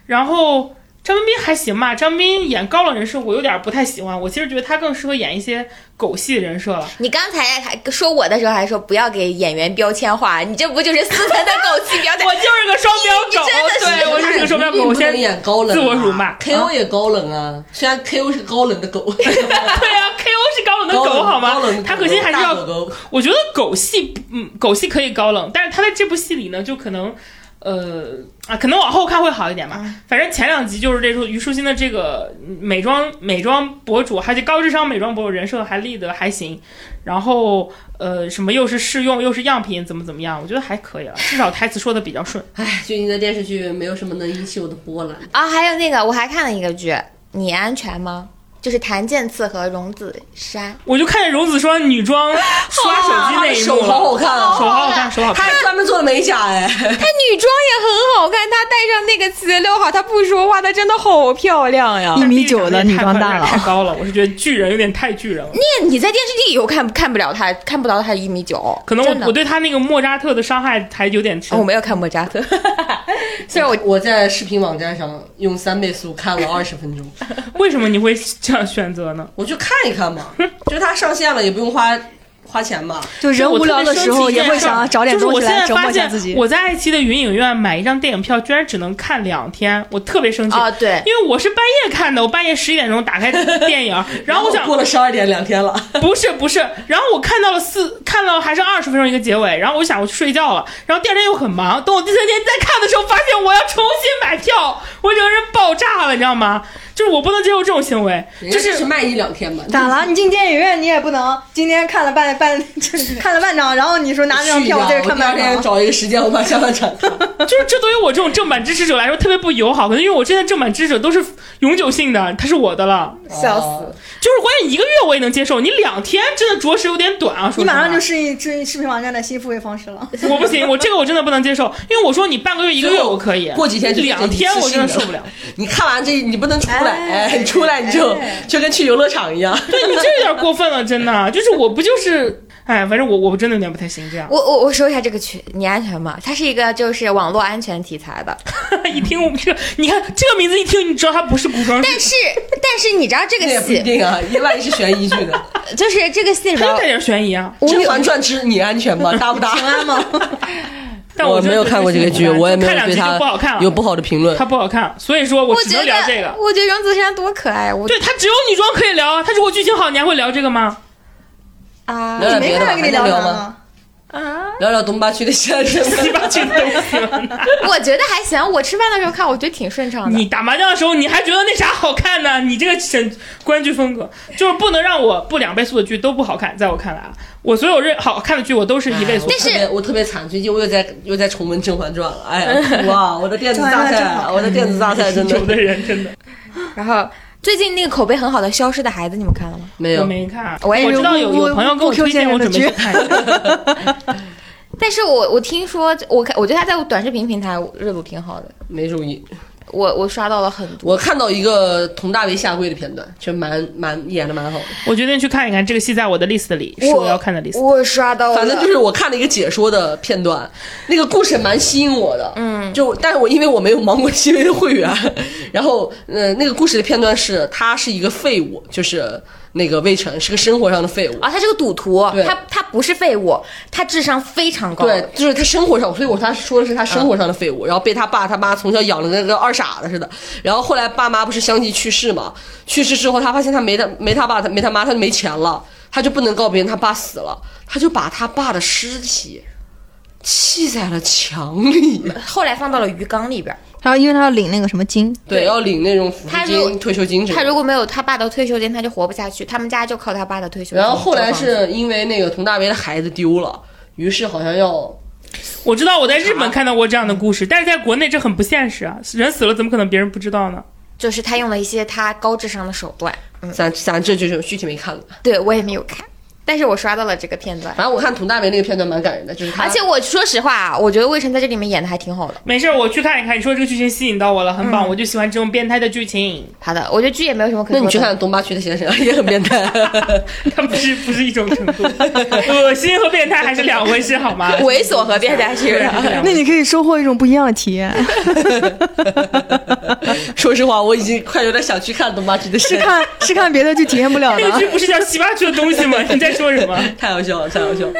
然后张彬彬还行吧，张彬演高冷人设我有点不太喜欢，我其实觉得她更适合演一些狗戏人设了。
你刚才还说我的时候还说不要给演员标签化，你这不就是斯腾的狗气标签
我？就是个双标狗，
真的是
对我就是个双标狗，
并
我
不能
先
演高冷啊，
自我辱骂。
，KO 也高冷啊，虽然 KO 是高冷的狗，
对啊，KO 是高冷的
高
狗
冷
好吗
高冷的？狗
他可惜还是
大
要
狗，狗
我觉得狗戏，嗯，狗戏可以高冷，但是他在这部戏里呢，就可能。呃啊，可能往后看会好一点吧。
嗯
反正前两集就是这出虞书欣的这个美妆美妆博主，还是高智商美妆博主人设还立得还行。然后呃，什么又是试用又是样品，怎么怎么样，我觉得还可以了，至少台词说的比较顺。
唉，最近的电视剧没有什么能引起我的波澜。
啊，还有那个我还看了一个剧，你安全吗？就是谭健次和荣子珊，
我就看见荣子双女装刷手机那一幕
手
了，
好好看啊，
手好好看，大手好
他
看
还。专门做了美甲
她
哎，
女装也很好看，她戴上那个磁疗好，她不说话，她真的好漂亮呀！
啊但是
米九的
毕竟
女装大
太
佬
太高了，我是觉得巨人有点太巨人了。
那你在电视剧里有看看不了她，看不到她一米九，
可能
真
我
的
我对他那个莫扎特的伤害还有点深。
哦我没有看莫扎特， 虽然我
我在视频网站上用三倍速看了二十分钟，
为什么你会这样选择呢？
我就看一看嘛，就是它上线了也不用花花钱吧。
就人无聊的时候也会想要找点
就是
东
我
西
现
来
在
折
发
磨一下
现
自己。
我在爱奇艺的云影院买一张电影票，居然只能看两天，我特别生气
啊对
因为我是半夜看的，我半夜十一点钟打开电 影，然后我想
过了十二点两天了，
不是不是，然后我看到了四，看到还剩二十分钟一个结尾，然后我想我去睡觉了，然后第二天又很忙，等我第三天再看的时候，发现我要重新买票，我整个人爆炸了，你知道吗？就是我不能接受这种行为，
人家
就
就是是卖一两天嘛，
咋了？你进电影院你也不能今天看了半半看了半张，然后你说拿这张
去一
票
下
我在这
我
看
第二
半
天
张。
找一个时间，我把下半 场看。
就是这对于我这种正版支持者来说特别不友好，可能因为我之前正版支持者都是永久性的，它是我的了，
笑死。
就是关键一个月我也能接受，你两天真的着实有点短啊，说
你
实话
马上就适应适应视频网站的新付费方式了。
我不行，我这个我真的不能接受，因为我说你半个月一个月我可以，
过几天就
两天我真的受不了。
你看完这，你不能出来，
哎
哎，你出来你就就跟去游乐场一样。
对你这有点过分了，真的，就是我不就是，哎，反正我我真的有点不太行这样。
我我我说一下这个群，你安全吗？它是一个就是网络安全题材 的，
一听我们这个，你看这个名字一听，你知道它不是古装剧，
但是但是你知道这
那 也
个
不一
戏，
定啊，一万一是悬疑剧的，
就是这个戏里
它
边
就带点悬疑啊。
《
吴
甄
敏
嬛传之你安全吗？搭不搭？平安吗？
但
我
真的
没有看过这个剧，
觉得
我也没
看
有
两
对
集
它
就不好看了，
有不好的评论
它。不好看，所以说我
我
只
觉
能
得
聊这个。
我觉得荣梓杉多可爱，我
对，它只有女装可以聊啊，它如果剧情好，你还会聊这个吗？
啊
聊
你
点
没看他跟
别的吧，
你
还能聊
啥
吗？
吗？
啊，
聊聊东八区的现在是
七八句东 西了。
我觉得还行。我吃饭的时候看，我觉得挺顺畅的。
你打麻将的时候，你还觉得那啥好看呢？你这个审观剧风格，就是不能让我不两倍速的剧都不好看，在我看来啊，我所有认好看的剧，我都是一倍速。
但是
哎我特别我特别惨，最近我又在又在重温《甄嬛传》了，哎呀，哇，我的电子榨菜啊，我的电子榨菜真
有的
的
人真的
然后最近那个口碑很好的《消失的孩子》，你们看了吗？
没
我
有。
没看，
哎我也是
知道有
误
有朋友给我推荐，
误
我
误
准备去看一下。
但是我我听说，我看我觉得他在短视频平台热度挺好的，
没注意，
我我刷到了很多。
我看到一个佟大为下跪的片段，就蛮蛮演的蛮好的，
我决定去看一看，这个戏在我的 list 里，是我要看的 list。
我刷到了，
反正就是我看了一个解说的片段，那个故事蛮吸引我的，嗯，就但是我因为我没有芒果新闻的会员，然后呃那个故事的片段是他是一个废物，就是那个魏晨是个生活上的废物，
啊，他是个赌徒，
对
他他不是废物，他智商非常高。
对，就是他生活上，所以我他说的是他生活上的废物，然后被他爸他妈从小养的跟个二傻子似的。然后后来爸妈不是相继去世嘛？去世之后，他发现他没他没他爸他没他妈，他就没钱了，他就不能告别他爸死了，他就把他爸的尸体砌在了墙里。
后来放到了鱼缸里边。
然后因为他要领那个什么金，
对，要领那种抚
他
恤
如
金、退休金之类
他
的
如。果没有他爸的退休金，他就活不下去。他们家就靠他爸的退休金。
然后后
这
来
个房子
是因为那个佟大为的孩子丢了，于是好像要
我知道我在日本看到过这样的故
嗯
事，但是在国内这很不现实啊！人死了怎么可能别人不知道呢？
就是他用了一些他高智商的手段。
咱咱这就是具体没看了，
对我也没有看，啊但是我刷到了这个片段。
反正我看佟大为那个片段蛮感人的，就是他
而且我说实话啊，我觉得魏晨在这里面演的还挺好的。
没事儿，我去看一看。你说这个剧情吸引到我了，很棒，
嗯
我就喜欢这种变态的 剧情。
好的，我觉得剧也没有什么可
那
说的。
你去看东八区的先生 也很变 态，
它不是不是一种程 度，恶心和变态还是两回事，好吗？
猥琐和变态是吧？
啊
那 你可以收获一种不一样的体验，
说实话，我已经快有点想去看东八区的
是
先生，
看是看别的就体验不了
那个
了。
剧不是叫奇葩剧的东西吗？你在说什么？
太好笑了，太好 笑了，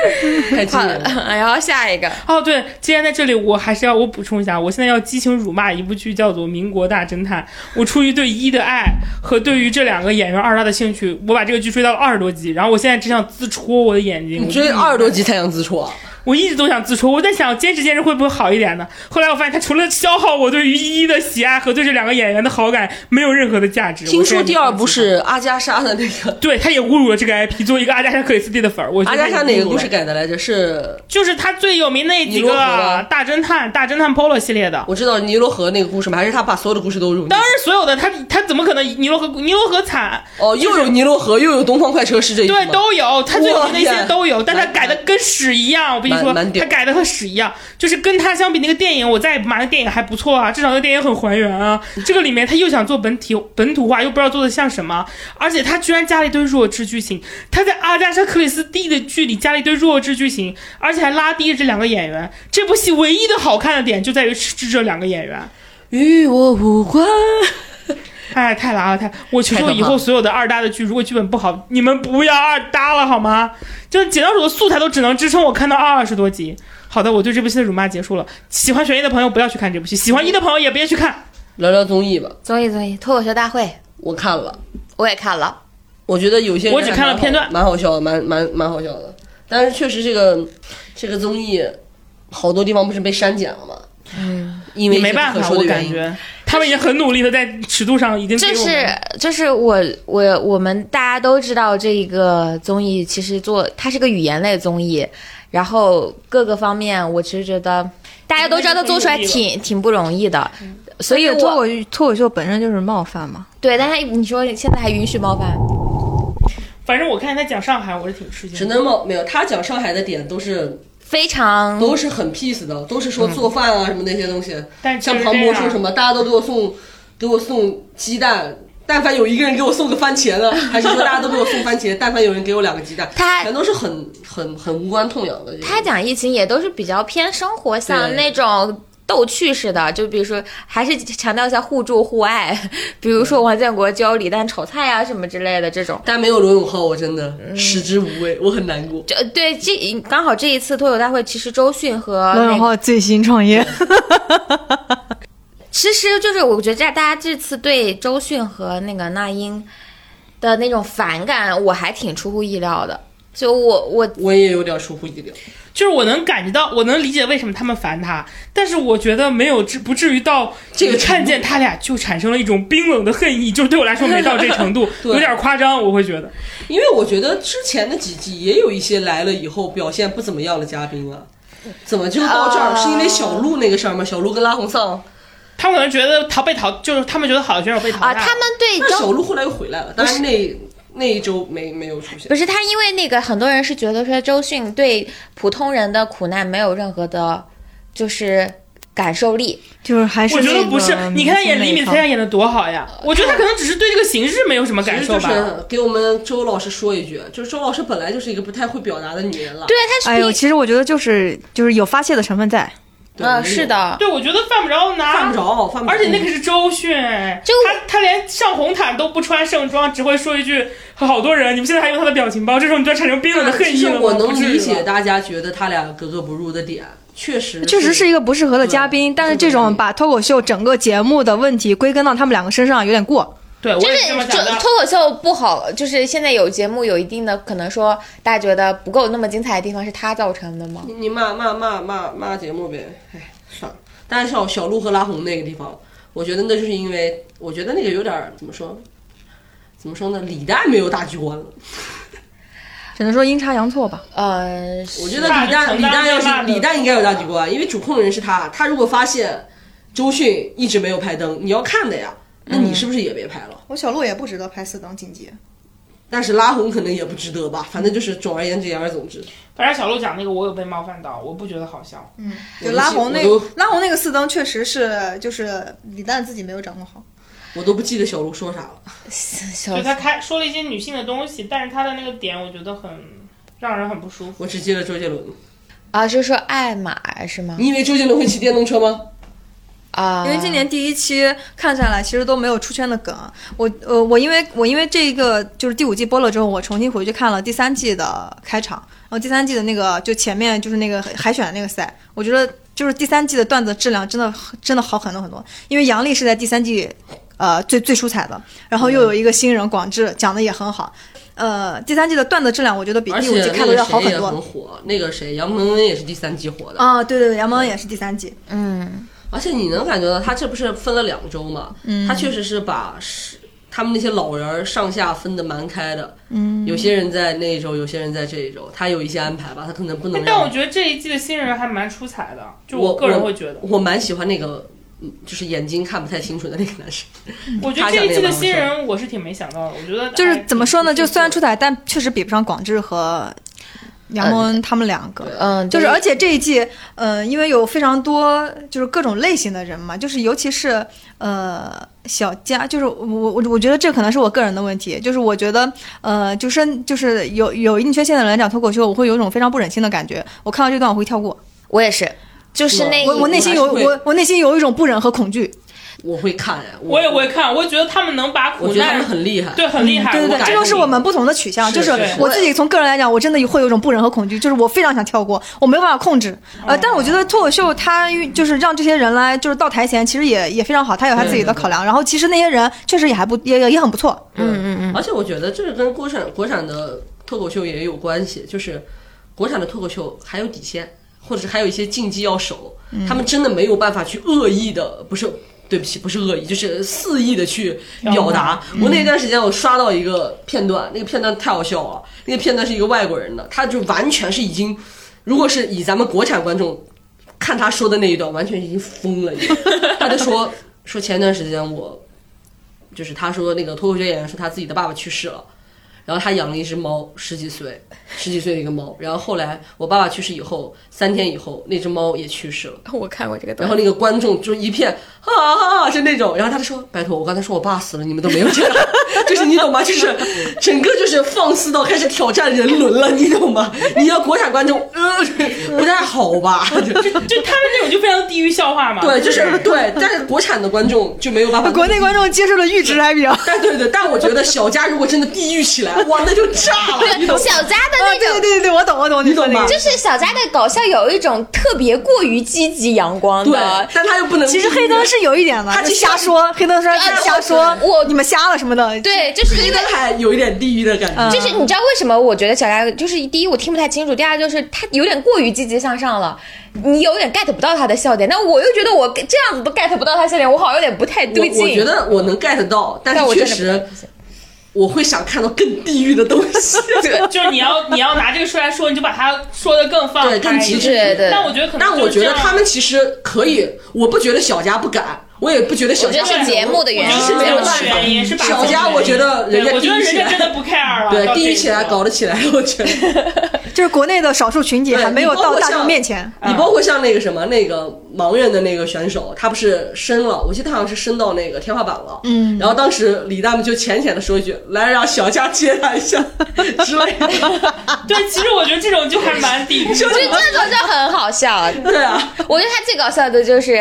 太 惊
好
人
的
了。，
然后哎下一个，
哦，对，既然在这里，我还是要我补充一下，我现在要激情辱骂一部剧，叫做《民国大侦探》。我出于对一的爱和对于这两个演员二搭的兴趣，我把这个剧追到了二十多集，然后我现在只想自戳我的眼睛。
你追二十多集才想自处啊？
我一直都想自戳，我在想坚持坚持会不会好一点呢？后来我发现，它除了消耗我对于一的喜爱和对这两个演员的好感，没有任何的价值。
听
我现在
说第二部是阿加莎的那个，
对，他也侮辱了这个 IP，作为一个阿加莎加克里斯蒂的粉儿，我觉
阿
得
加莎哪个故事
感？
改的来着？是
就是他最有名那几
尼罗河
个
啊
大侦探、大侦探 Polo 系列的。
我知道尼罗河那个故事吗？还是他把所有的故事都融进去？
当然，所有的他他怎么可能尼罗河尼罗河惨？
哦，又有尼罗河，又有东方快车，是这一句
对，
吗
都有，他最有名的一些都有，
哇
但他改的跟屎一样。我跟你说，
蛮蛮
他
屌
改的和屎一样，就是跟他相比，那个电影我再也不骂那电影还不错啊，至少那个电影很还原 啊。这个里面他又想做本体本土化，又不知道做的像什么，而且他居然加了一堆弱智剧情。他在阿加莎·克里斯蒂的剧里加了一堆弱智剧情，而且还拉低了这两个演员。这部戏唯一的好看的点就在于是这两个演员。
与我无关。
哎，太拉了，太！我求
太
求
可怕
以后所有的二搭的剧，如果剧本不好，你们不要二搭了好吗？就是剪刀手的素材都只能支撑我看到二十多集。好的，我对这部戏的辱骂结束了。喜欢悬疑的朋友不要去看这部戏，喜欢一的朋友也别去看。
聊聊综艺吧，
综艺综艺脱口秀大会
我看了，
我也看了，
我觉得有些人
我只看了片段
蛮好笑的，蛮蛮蛮好笑的。但是确实这个这个综艺，好多地方不是被删减了吗？嗯，因为
你
一些
没办
不可
法，
说的
我
原
感
因。
觉他们也很努力的在尺度上已经给
这
我
是
们
这是我我我们大家都知道这个综艺其实做它是个语言类综艺，然后各个方面我其实觉得大家都知道它做出来挺挺不容易的，所以
脱口
我
脱口秀本身就是冒犯嘛。
嗯对，但是你说现在还允许冒犯，
反正我看他讲上海，我是挺吃
只
惊的。
能冒没有，他讲上海的点都是
非常
都是很 peace 的，都是说做饭啊什么那些东西。
但
像
就是
庞
这
博说什
样，
么，大家都给我送给我送鸡蛋，但凡有一个人给我送个番茄呢，还是说大家都给我送番茄，但凡有人给我两个鸡蛋，
他
全都是很很很无关痛痒的。这个
他讲疫情也都是比较偏生活向
对
那种逗趣式的，就比如说还是强调一下互助互爱，比如说王建国教李诞炒菜啊什么之类的这种。
但没有罗永浩，我真的食之无味，我很难过。
这对这刚好这一次脱口大会，其实周迅和
罗
那
永
个
浩最新创业，
其实就是我觉得大家这次对周迅和那个那英的那种反感，我还挺出乎意料的。就我我啊
我也有点出乎意料，
就是我能感觉到，我能理解为什么他们烦他，但是我觉得没有至不至于到
这个
你看见他俩就产生了一种冰冷的恨意，就是对我来说没到这程 度，
对
有点夸张，我会觉得。
因为我觉得之前的几季也有一些来了以后表现不怎么样的嘉宾啊，怎么就到这儿？是因为小鹿那个事儿吗？小鹿跟拉
嗯
红丧，
他们可能觉得淘被淘，就是他们觉得好的选手被淘汰
啊、他们对
但
周
小鹿后来又回来了，但是那那一周没没有出现
不。是他，因为那个很多人是觉得说周迅对普通人的苦难没有任何的，就是感受力。
就是还是
我觉
那
得
个
不是，你看他演李
明
米
星那
才
一套
亚演的多好呀！我觉得他可能只是对这个形式没有什么感受
呃其实就
吧。
是给我们周老师说一句，就是周老师本来就是一个不太会表达的女人了。
对，他
哎
是
呦，
比
其实我觉得就是就是有发泄的成分在，
对，
呃
没有
是，的，
对，我觉得犯不着拿，
犯不。着，犯不着。
啊而且那个是周迅，
就
他他连上红毯都不穿盛装，只会说一句“好多人”。你们现在还用他的表情包，这时候你就产生冰冷的恨
其
意
实
了吗？
嗯我能
不至于
理解
吧。
大家觉得他俩格格不入的点，确实
确实是一个不适合的嘉宾。
对
但是这
不适合
种
的
把脱口秀整个节目的问题归根到他们两个身上有点过。
对，我
就
也是这么
是
想
脱
的。
脱口秀不好，就是现在有节目有一定的可能说大家觉得不够那么精彩的地方是他造成的吗？
你你骂骂骂骂骂节目呗，哎，算了。但是小小鹿和拉红那个地方，我觉得那就是因为，我觉得那个有点儿怎么说，怎么说呢？李诞没有大局观了。
只能说阴差阳错吧，
呃，
我觉得
啊
李诞李诞要是李诞应该有大局观，因为主控人是他，他如果发现周迅一直没有拍灯，你要看的呀，那
嗯
你是不是也别拍了？
我小鹿也不值得拍四等紧急，
但是拉红可能也不值得吧，反正就是总而言之，言而总之，
反正小鹿讲那个，我有被冒犯到，我不觉得好笑。
嗯
就拉红那
我都
拉红那个四灯确实是就是李诞自己没有掌控好。
我都不记得小鹿说啥了。
小
就他开说了一些女性的东西，但是他的那个点，我觉得很让人很不舒服。
我只记得周杰伦。
啊，就是说爱玛是吗？
你以为周杰伦会骑电动车吗？
啊，
因为今年第一期看下来，其实都没有出圈的梗。我呃，我因为我因为这个就是第五季播了之后，我重新回去看了第三季的开场，然后第三季的那个就前面就是那个海选的那个赛，我觉得就是第三季的段子质量真的真的好很多很多。因为杨笠是在第三季呃最最出彩的，然后又
嗯
有一个新人广志讲的也很好。呃，第三季的段子质量我觉得比
而
第
且
五季
那
看的
个
要好
谁
很
也
多
很。火，那个谁杨蒙恩也是第三季火的。
啊，对对对，杨蒙恩也是第三季，
嗯，
嗯
而且你能感觉到，他这不是分了两周嘛？他确实是把是，他们那些老人儿上下分的蛮开的，嗯，有些人在那一周，有些人在这一周，他有一些安排吧，他可能不能
哎但
让
我觉得这一季的新人还蛮出彩的，就
我
个人会觉得，
我蛮喜欢那个，嗯就是眼睛看不太清楚的那个男生。
我觉得这一季的新人我是挺没想到的，我觉得
就是
还
怎么说
哎
呢？就虽然出
挺
彩，但确实比不上广智和
嗯
梁博恩他们两个。
嗯，
就是，而且这一季，呃，因为有非常多就是各种类型的人嘛，就是尤其是呃小家，就是我我我觉得这可能是我个人的问题，就是我觉得呃，就是就是有有一定缺陷的人讲脱口秀，我会有一种非常不忍心的感觉。我看到这段我会跳过，
我也是，就是那
我我内心有
我还是会
我我内心有一种不忍和恐惧。
我会看，
我也会看，我觉得他们能把
我
苦
觉得他们
难
很厉害。
对很厉害，
嗯对对
我
对，
感
这
觉
就是我们不同的取向。
是
就是
是
我自己从个人来讲，我真的会有一种不忍和恐惧，就是我非常想跳过，我没有办法控制。呃，但我觉得脱口秀它就是让这些人来，就是到台前，其实也也非常好，他有他自己的考量。然后其实那些人确实也还不也也也很不错。
嗯嗯嗯。而且我觉得这是跟国产国产的脱口秀也有关系，就是国产的脱口秀还有底线，或者是还有一些禁忌要守，他们真的没有办法去恶意的，不是。对不起，不是恶意，就是肆意的去表达。嗯我那段时间我刷到一个片段，那个片段太好笑了。那个片段是一个外国人的，他就完全是已经，如果是以咱们国产观众看他说的那一段，完全已经疯了已经。他就说说前段时间我，就是他说那个脱口秀演员说他自己的爸爸去世了，然后他养了一只猫，十几岁，十几岁的一个猫。然后后来我爸爸去世以后，三天以后那只猫也去世了。
我看过这个
然
段
后
子，
那个观众就一片哈哈哈哈，就那种。然后他就说：“拜托，我刚才说我爸死了，你们都没有这样， 就是你懂吗？就是整个就是放肆到开始挑战人伦了，你懂吗？你要国产观众，呃，不太好吧？ 就
就他们这种就非常地域笑话嘛，
对，就是对，但是国产的观众就没有办法。
国内观众接受的阈值还比较。
但哎对对，但我觉得小家如果真的地狱起来，哇，那就炸 了，你懂吗？
小扎的 那
哦啊对对
种，
对对，我懂我懂，
你
你说
懂
那个
吗？
就是小扎的搞笑有一种特别过于积极阳光
对
的，，
但他又不能。
其实黑灯是有一点的，
他
就
其实
瞎说，黑灯说
对
瞎说，
我
你们瞎了什么的。
对，就是
黑
因
灯
为。
还有一点地狱的感觉，
就是你知道为什么？我觉得小扎就是第一，我听不太清楚；第二，就是他有点过于积极向上了，你有点 get 不到他的笑点。但我又觉得我这样子都 get 不到他笑点，我好像有点不太对劲。
我我觉得我能 get 到，但
但
是
我
确
真的不
实我会想看到更地狱的东西，
就是你要你要拿这个出来说，你就把它说的更放开
对，
一点，
更极致。
对对
但我觉得可能
但
就
我
是这
觉得
样，
他们其实可以，我不觉得小家不敢，我也不觉得小
我
家
觉得是节目的原因
我觉得是没有办
是
法
原因是把
小家，我觉得人家
对我觉得
地
人
狱起
家真
来，
的 不 care 了，
啊对，
啊到这
地狱
一
起来
步
啊搞得起来，我觉得。
就是国内的少数群体
对
还没有
你包
到
括
大众
像
面前。
你包括像那个什么那个盲人的那个选手，他不是升了，我记得他好像是升到那个天花板了。嗯，然后当时李诞就浅浅的说一句：“来，让小佳接他一下之类的。
对，其实我觉得这种就还蛮地 狱。
就这种就很好笑。”
对啊，
我觉得他最搞笑的就是，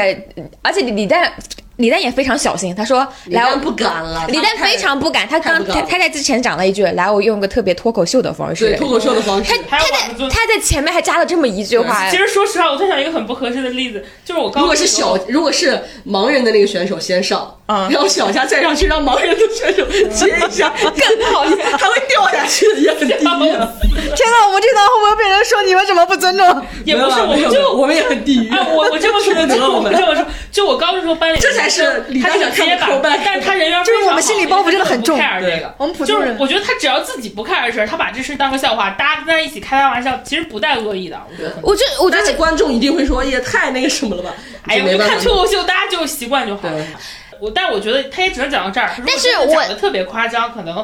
而且李李诞，李诞也非常小心。他说：“来，
诞
我
不敢了
李诞
他太
非常不敢。他
太
刚
不敢
他
了
他在之前讲了一句：“来，我用个特别脱口秀的方式。
对脱口秀的方式
他”
嗯
他
还有
在
网络
他在前面还加了这么一句话
其，实说实话，我在想一个很不合适的例子，就是我刚
哎如果是小，如果是盲人的那个选手先上，然后小佳再上去，让盲人的选手接一下，更好，他会掉下去的，也很地狱啊。
天呐，我们这段会不会被人说你们怎么不尊重？
也不是，
没有啊
我
没有
就
我们也很地狱。
哎，我我这 么说就得了，我这么说，就我高中时候班里，
这才是李
他
诞想
是
看
结
的
巴
callback，
但是他人缘
就是
非常
我们
好
心理包袱真的很重
不 care 这个，
我们普
就
通
是
人
我觉得他只要自己不 care 这事儿，他把这事当个笑话，大家在一起开他玩笑，其实不带恶意的，我觉得很。
我就我觉得
但是
这
观众一定会说，也太那个什么了吧？
哎呀，
就没
我
办法
看脱口秀，大家就习惯就好了
对。
我，但我觉得他也只能讲到这儿。
但是
如果
我
讲的特别夸张，可能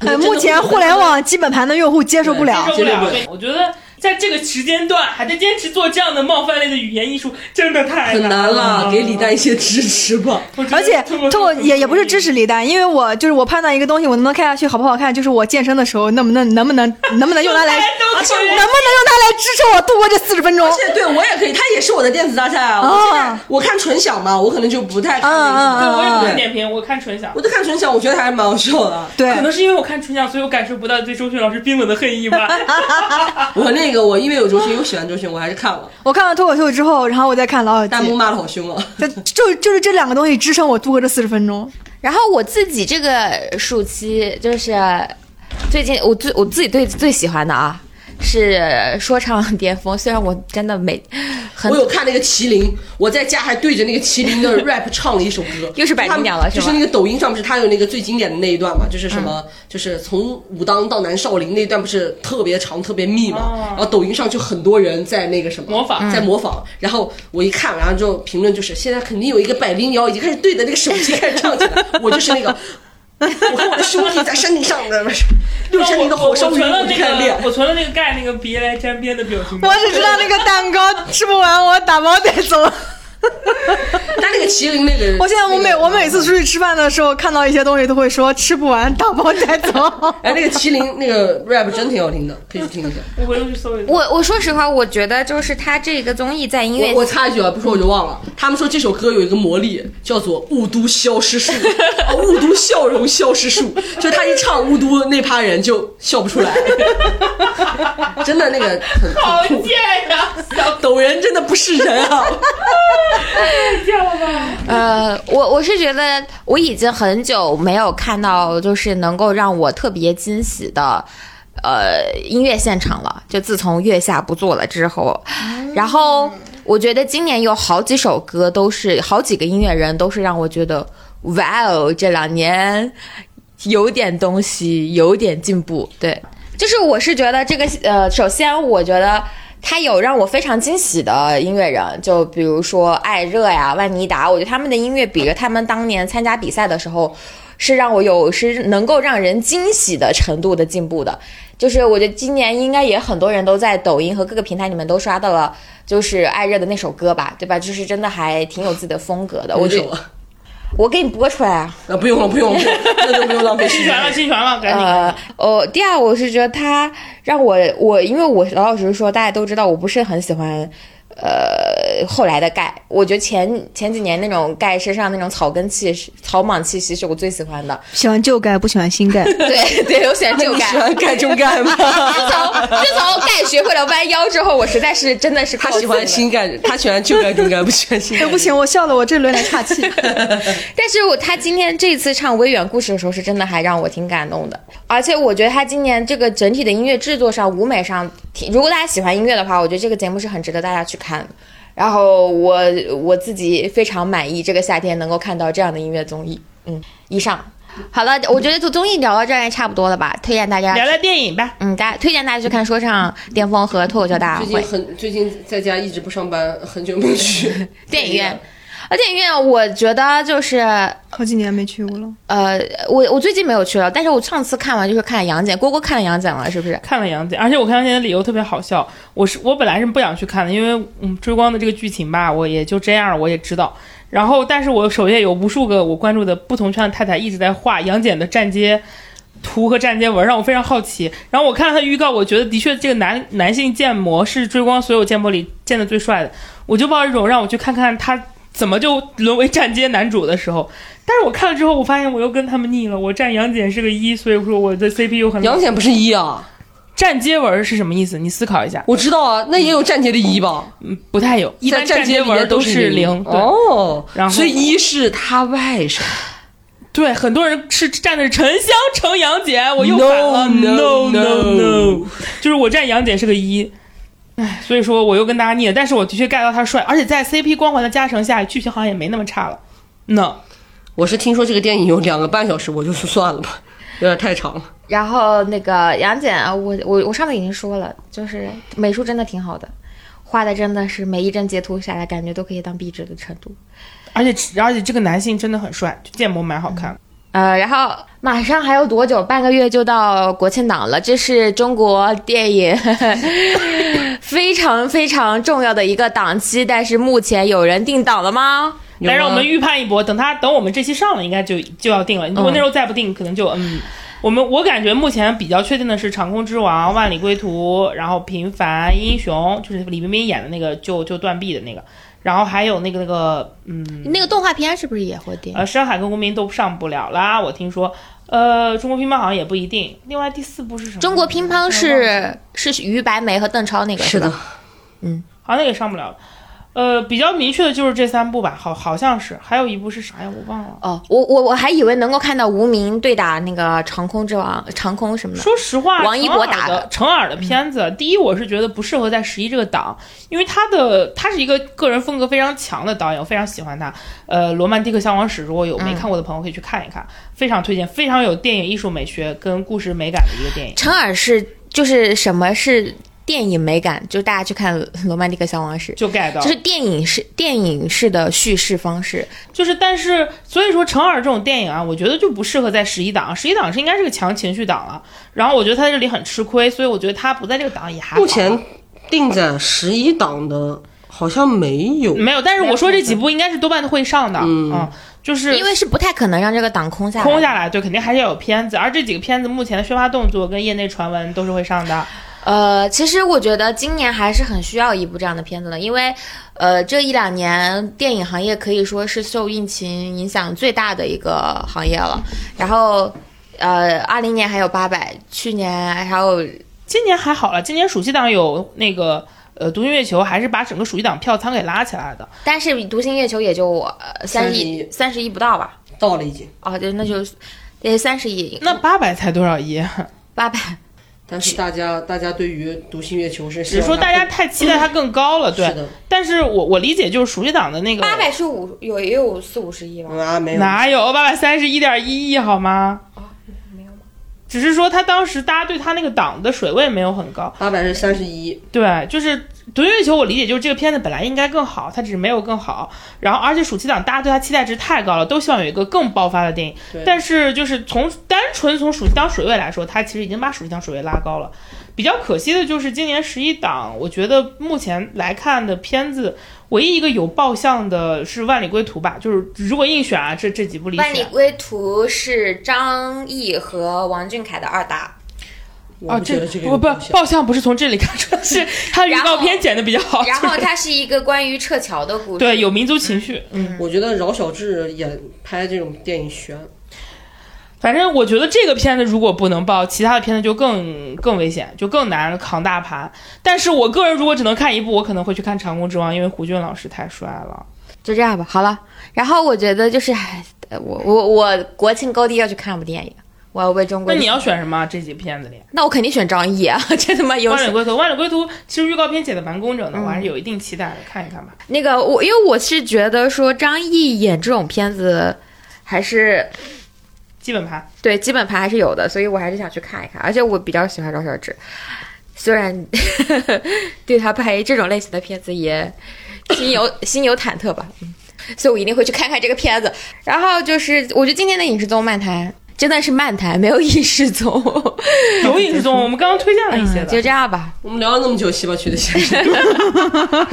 呃，目前互联网基本盘的用户接受不了
接。受不
啊接受
了。
不了
对，我觉得在这个时间段还在坚持做这样的冒犯类的语言艺术，真的太
很
难
难了，给李诞一些支持吧。
我觉得
而且
脱口
这我
秀
也也不是支持李诞，因为我就是我判断一个东西我能不能看下去好不好看，就是我健身的时候能不能能不能能不能用 它来，
大家哎都
能不
可
能
以
用它来支持我度过这四十分钟
而？且对我也可以，他也是我的电子大赛啊。我现在我看纯享嘛，我可能就不太看那
对，
个什
嗯嗯嗯
么。
我也不看
啊对
点评，我看纯享
我。就看纯享，我觉得还是蛮好笑的。
对，
可能是因为我看纯享，所以我感受不到对周迅老师冰冷的恨意吧。
我那个我因为有周迅，我喜欢周迅，我还是看了。
我看完脱口秀之后，然后我再看老友
弹幕
记，
骂的好凶啊！
就就就是这两个东西支撑我度过这四十分钟。
然后我自己这个暑期就是最近我最我自己最最喜欢的啊。是说唱巅峰，虽然我真的没很
我有看那个麒麟，我在家还对着那个麒麟的 rap 唱了一首歌，
又是百灵鸟了
就是他
吧
们就是那个抖音上不是他有那个最经典的那一段嘛，就是什么，就是从武当到南少林那一段不是特别长特别密嘛，然后抖音上就很多人在那个什么
模仿
在模仿，然后我一看，然后就评论就是现在肯定有一个百灵鸟已经开始对着那个手机开始唱起来，我就是那个。我和我的兄弟在山顶上的六山林的
我
火
我
烧
存
云，
了
我就
那
开始练
个，。我存了那个盖那个别来沾边的表情包
我。只知道那个蛋糕吃不完，我打包带走。
他那个麒麟那 个，
我现在我
那个
每我每次出去吃饭的时候，看到一些东西都会说吃不完，打包带走。
哎，那个麒麟那个 rap 真挺好听的，可以去听一下。
我回头去搜一下。
我我说实话，我觉得就是他这个综艺在音乐
我我插一句啊，不说我就忘了，他们说这首歌有一个魔力，叫做“雾都消失术”，啊，雾都笑容消失术，就他一唱雾都那趴人就笑不出来，真的那个很
好
很酷，
贱呀！
抖人真的不是人啊！
呃，我我是觉得我已经很久没有看到就是能够让我特别惊喜的。呃，音乐现场了，就自从月下不做了之后，然后我觉得今年有好几首歌都是好几个音乐人都是让我觉得，哇哦，这两年有点东西，有点进步。对，就是我是觉得这个呃，首先我觉得。他有让我非常惊喜的音乐人，就比如说艾热呀、万妮达，我觉得他们的音乐比着他们当年参加比赛的时候，是让我有是能够让人惊喜的程度的进步的。就是我觉得今年应该也很多人都在抖音和各个平台里面都刷到了，就是艾热的那首歌吧，对吧？就是真的还挺有自己的风格的。我觉
就
得我给你播出来啊。
啊，不用了，不用了，不用了那就不用浪费时
侵
间
权了，
了。
侵权了，赶紧！
呃，哦，第二，我是觉得他让我我，因为我老老实实说，大家都知道我不是很喜欢。呃，后来的盖，我觉得前前几年那种盖身上那种草根气息、草莽气息是我最喜欢的。
喜欢旧盖，不喜欢新盖。
对 对，我喜欢这种
你
盖。
喜欢盖就盖吧。
自从自从盖学会了弯腰之后，我实在是真的是
他
靠
喜欢
近了
新盖，他喜欢就盖就盖，不喜欢新盖
不行，我笑的我这轮来岔气。
但是我他今天这次唱《微远故事》的时候，是真的还让我挺感动的。而且我觉得他今年这个整体的音乐制作上、舞美上，挺如果大家喜欢音乐的话，我觉得这个节目是很值得大家去看的。然后我我自己非常满意，这个夏天能够看到这样的音乐综艺。嗯，以上好了，我觉得做综艺聊到这儿也差不多了吧？推荐大家
聊，聊电影吧。
嗯，大家推荐大家去看《说唱巅峰》和《脱口秀大
最
会
近》很最近在家一直不上班，很久没有去
嗯
电影院。啊，电影院我觉得就是
好几年没去过了，
呃，我我最近没有去了，但是我上次看完就是看了杨戬，郭郭看了杨戬了，是不是？
看了杨戬，而且我看杨戬的理由特别好笑。我是我本来是不想去看的，因为嗯追光的这个剧情吧，我也就这样，我也知道。然后，但是我首页有无数个我关注的不同圈的太太一直在画杨戬的站街图和站街文，让我非常好奇。然后我看了他的预告，我觉得的确这个男男性建模是追光所有建模里建的最帅的。我就抱着一种让我去看看他怎么就沦为站街男主的时候。但是我看了之后，我发现我又跟他们腻了。我站杨戬是个一，所以说我的 CPU 很
杨戬不是一啊，
站街文是什么意思？你思考一下，
我知道啊，那也有站街的一吧？
嗯，不太有，一般
在站
街
里面
文
都
是
零
对、
哦，
然后
所以一是他外甥，
对，很多人是站的是沉香成杨戬，我又反了 no,
No, no,
no 就是我站杨戬是个一。唉，所以说我又跟大家腻了，但是我的确 get 到他帅，而且在 CP 光环的加成下，剧情好像也没那么差了。no，
我是听说这个电影有两个半小时，我就说算了吧，有点太长了。
然后那个杨戬啊，我我我上面已经说了，就是美术真的挺好的，画的真的是每一帧截图下来，感觉都可以当壁纸的程度。
而且而且这个男性真的很帅，就建模蛮好看的。
呃，然后马上还有多久？半个月就到国庆档了，这是中国电影 非常非常重要的一个档期。但是目前有人定档了吗？
有
来让我
吗
们预判一波，等他等我们这期上了，应该就就要定了。
嗯
如果那时候再不定，可能就嗯，我们我感觉目前比较确定的是《长空之王》《万里归途》，然后《平凡英雄》，就是李冰冰演的那个就就断臂的那个，然后还有那个那个嗯
那个动画片是不是也会定？
呃，深海跟公民都上不了啦，我听说。呃，中国乒乓好像也不一定。另外第四部是什么？
中国乒乓是是于白眉和邓超那个
是
吧？
的，
好像也上不了了。呃，比较明确的就是这三部吧，好好像是，还有一部是啥呀？我忘了。
哦，我我我还以为能够看到无名对打那个长空之王、长空什么的。
说实话，
王一博打
程耳的
的嗯
程耳的片子，第一我是觉得不适合在十一这个档，因为他的他是一个个人风格非常强的导演，我非常喜欢他。呃，《罗曼蒂克消亡史》如果有没看过的朋友可以去看一看，非常推荐，非常有电影艺术美学跟故事美感的一个电影。
陈耳是就是什么是电影美感？就大家去看《罗曼蒂克消亡史》，
就 get 到，
就是电影式电影式的叙事方式。
就是，但是所以说，成耳这种电影啊，我觉得就不适合在十一档，十一档是应该是个强情绪档了。然后我觉得他在这里很吃亏，所以我觉得他不在这个档也还好。
目前定在十一档的，好像没有。
没有，但是我说这几部应该是多半会上的，嗯，就是
因为是不太可能让这个档空下来。
空
哎
下来，对，肯定还是要有片子。而这几个片子目前的宣发动作跟业内传闻都是会上的。
呃，其实我觉得今年还是很需要一部这样的片子的，因为，呃，这一两年电影行业可以说是受疫情影响最大的一个行业了。然后，呃，二零年还有八百，去年还有
今年还好了，今年暑期档有那个呃《独行月球》，还是把整个暑期档票仓给拉起来的。
但是《独行月球》也就三十亿，三十亿不到吧？
到了已经，
哦，对，那就得三十亿，
那八百才多少亿？啊
八百。
但是大家大家对于独行月球是啊
只是说大家太期待它更高了，对
是。的，
但是我我理解就是暑期档的那 个
八百是五有也有四五十亿吧？
嗯啊没有，
哪有八百三十一点一亿好吗？
哦
只是说他当时大家对他那个档的水位没有很高，
八百是三十一，
对，就是《独行月球》，我理解就是这个片子本来应该更好，它只是没有更好。然后，而且暑期档大家对它期待值太高了，都希望有一个更爆发的电影
对。
但是，就是从单纯从暑期档水位来说，它其实已经把暑期档水位拉高了。比较可惜的就是今年十一档，我觉得目前来看的片子，唯一一个有爆相的是《万里归途》吧，就是如果硬选啊，这这几部里
《万里
选。
归途》是张译和王俊凯的二搭。
我
哦，
不觉得这个
不不
有影响
爆相不是从这里看出 来，是它预
然
告
后
片剪的比较好，
然后
就是
它是一个关于撤侨的故事，
对有民族情绪，嗯。
我觉得饶小志演拍这种电影悬，
反正我觉得这个片子如果不能爆，其他的片子就更更危险，就更难扛大盘。但是我个人如果只能看一部，我可能会去看《长空之王》，因为胡军老师太帅了。
就这样吧，好了。然后我觉得就是，唉呃我我我国庆高低要去看部电影，我要为中国。
那你要选什么？这几片子里，
那我肯定选张译啊， 这他妈
《
有
万里归途》《万里归途》其实预告片写的蛮工整的，我还是有一定期待的，看一看吧。
那个我，因为我是觉得说张译演这种片子还是
基 本盘，
对基本盘还是有的，所以我还是想去看一看。而且我比较喜欢饶小志，虽然 对他拍这种类型的片子也心有 心有忐忑吧，嗯所以我一定会去看看这个片子。然后就是，我觉得今天的影视综漫谈真的是漫谈，没有影视综，
有影视综，我们刚刚推荐了一些
就
的，
这样吧。
我们聊了那么久西八区的先 生，
最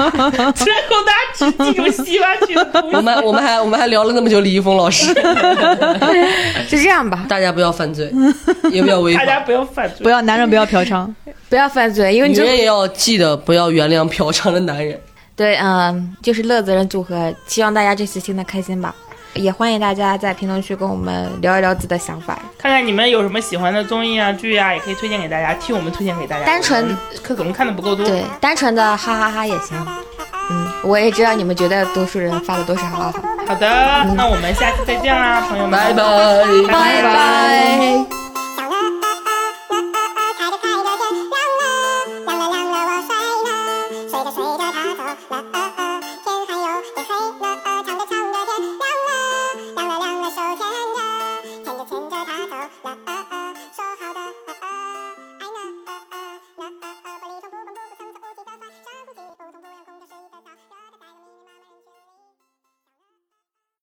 后大家只记住西瓜 去的
我们我们还我们还聊了那么久李易峰老师，
就这样吧，
大家不要犯 罪，也不要违
大家
法，
不要犯罪
不。要男人不要嫖娼，
不要犯罪，因为你
女
就
人也要记得不要原谅嫖娼的男 人。
对，嗯，就是乐子人组合，希望大家这次听得开心吧。也欢迎大家在评论区跟我们聊一聊自己的想法，
看看你们有什么喜欢的综艺啊、剧啊，也可以推荐给大家，替我们推荐给大家。
单纯
可可能看的不够多。
对，单纯的哈哈哈也行。嗯，我也知道你们觉得多数人发的都是哈哈哈。
啊好的，那我们下期再见啦，朋友们，
拜拜。
拜拜。
拜。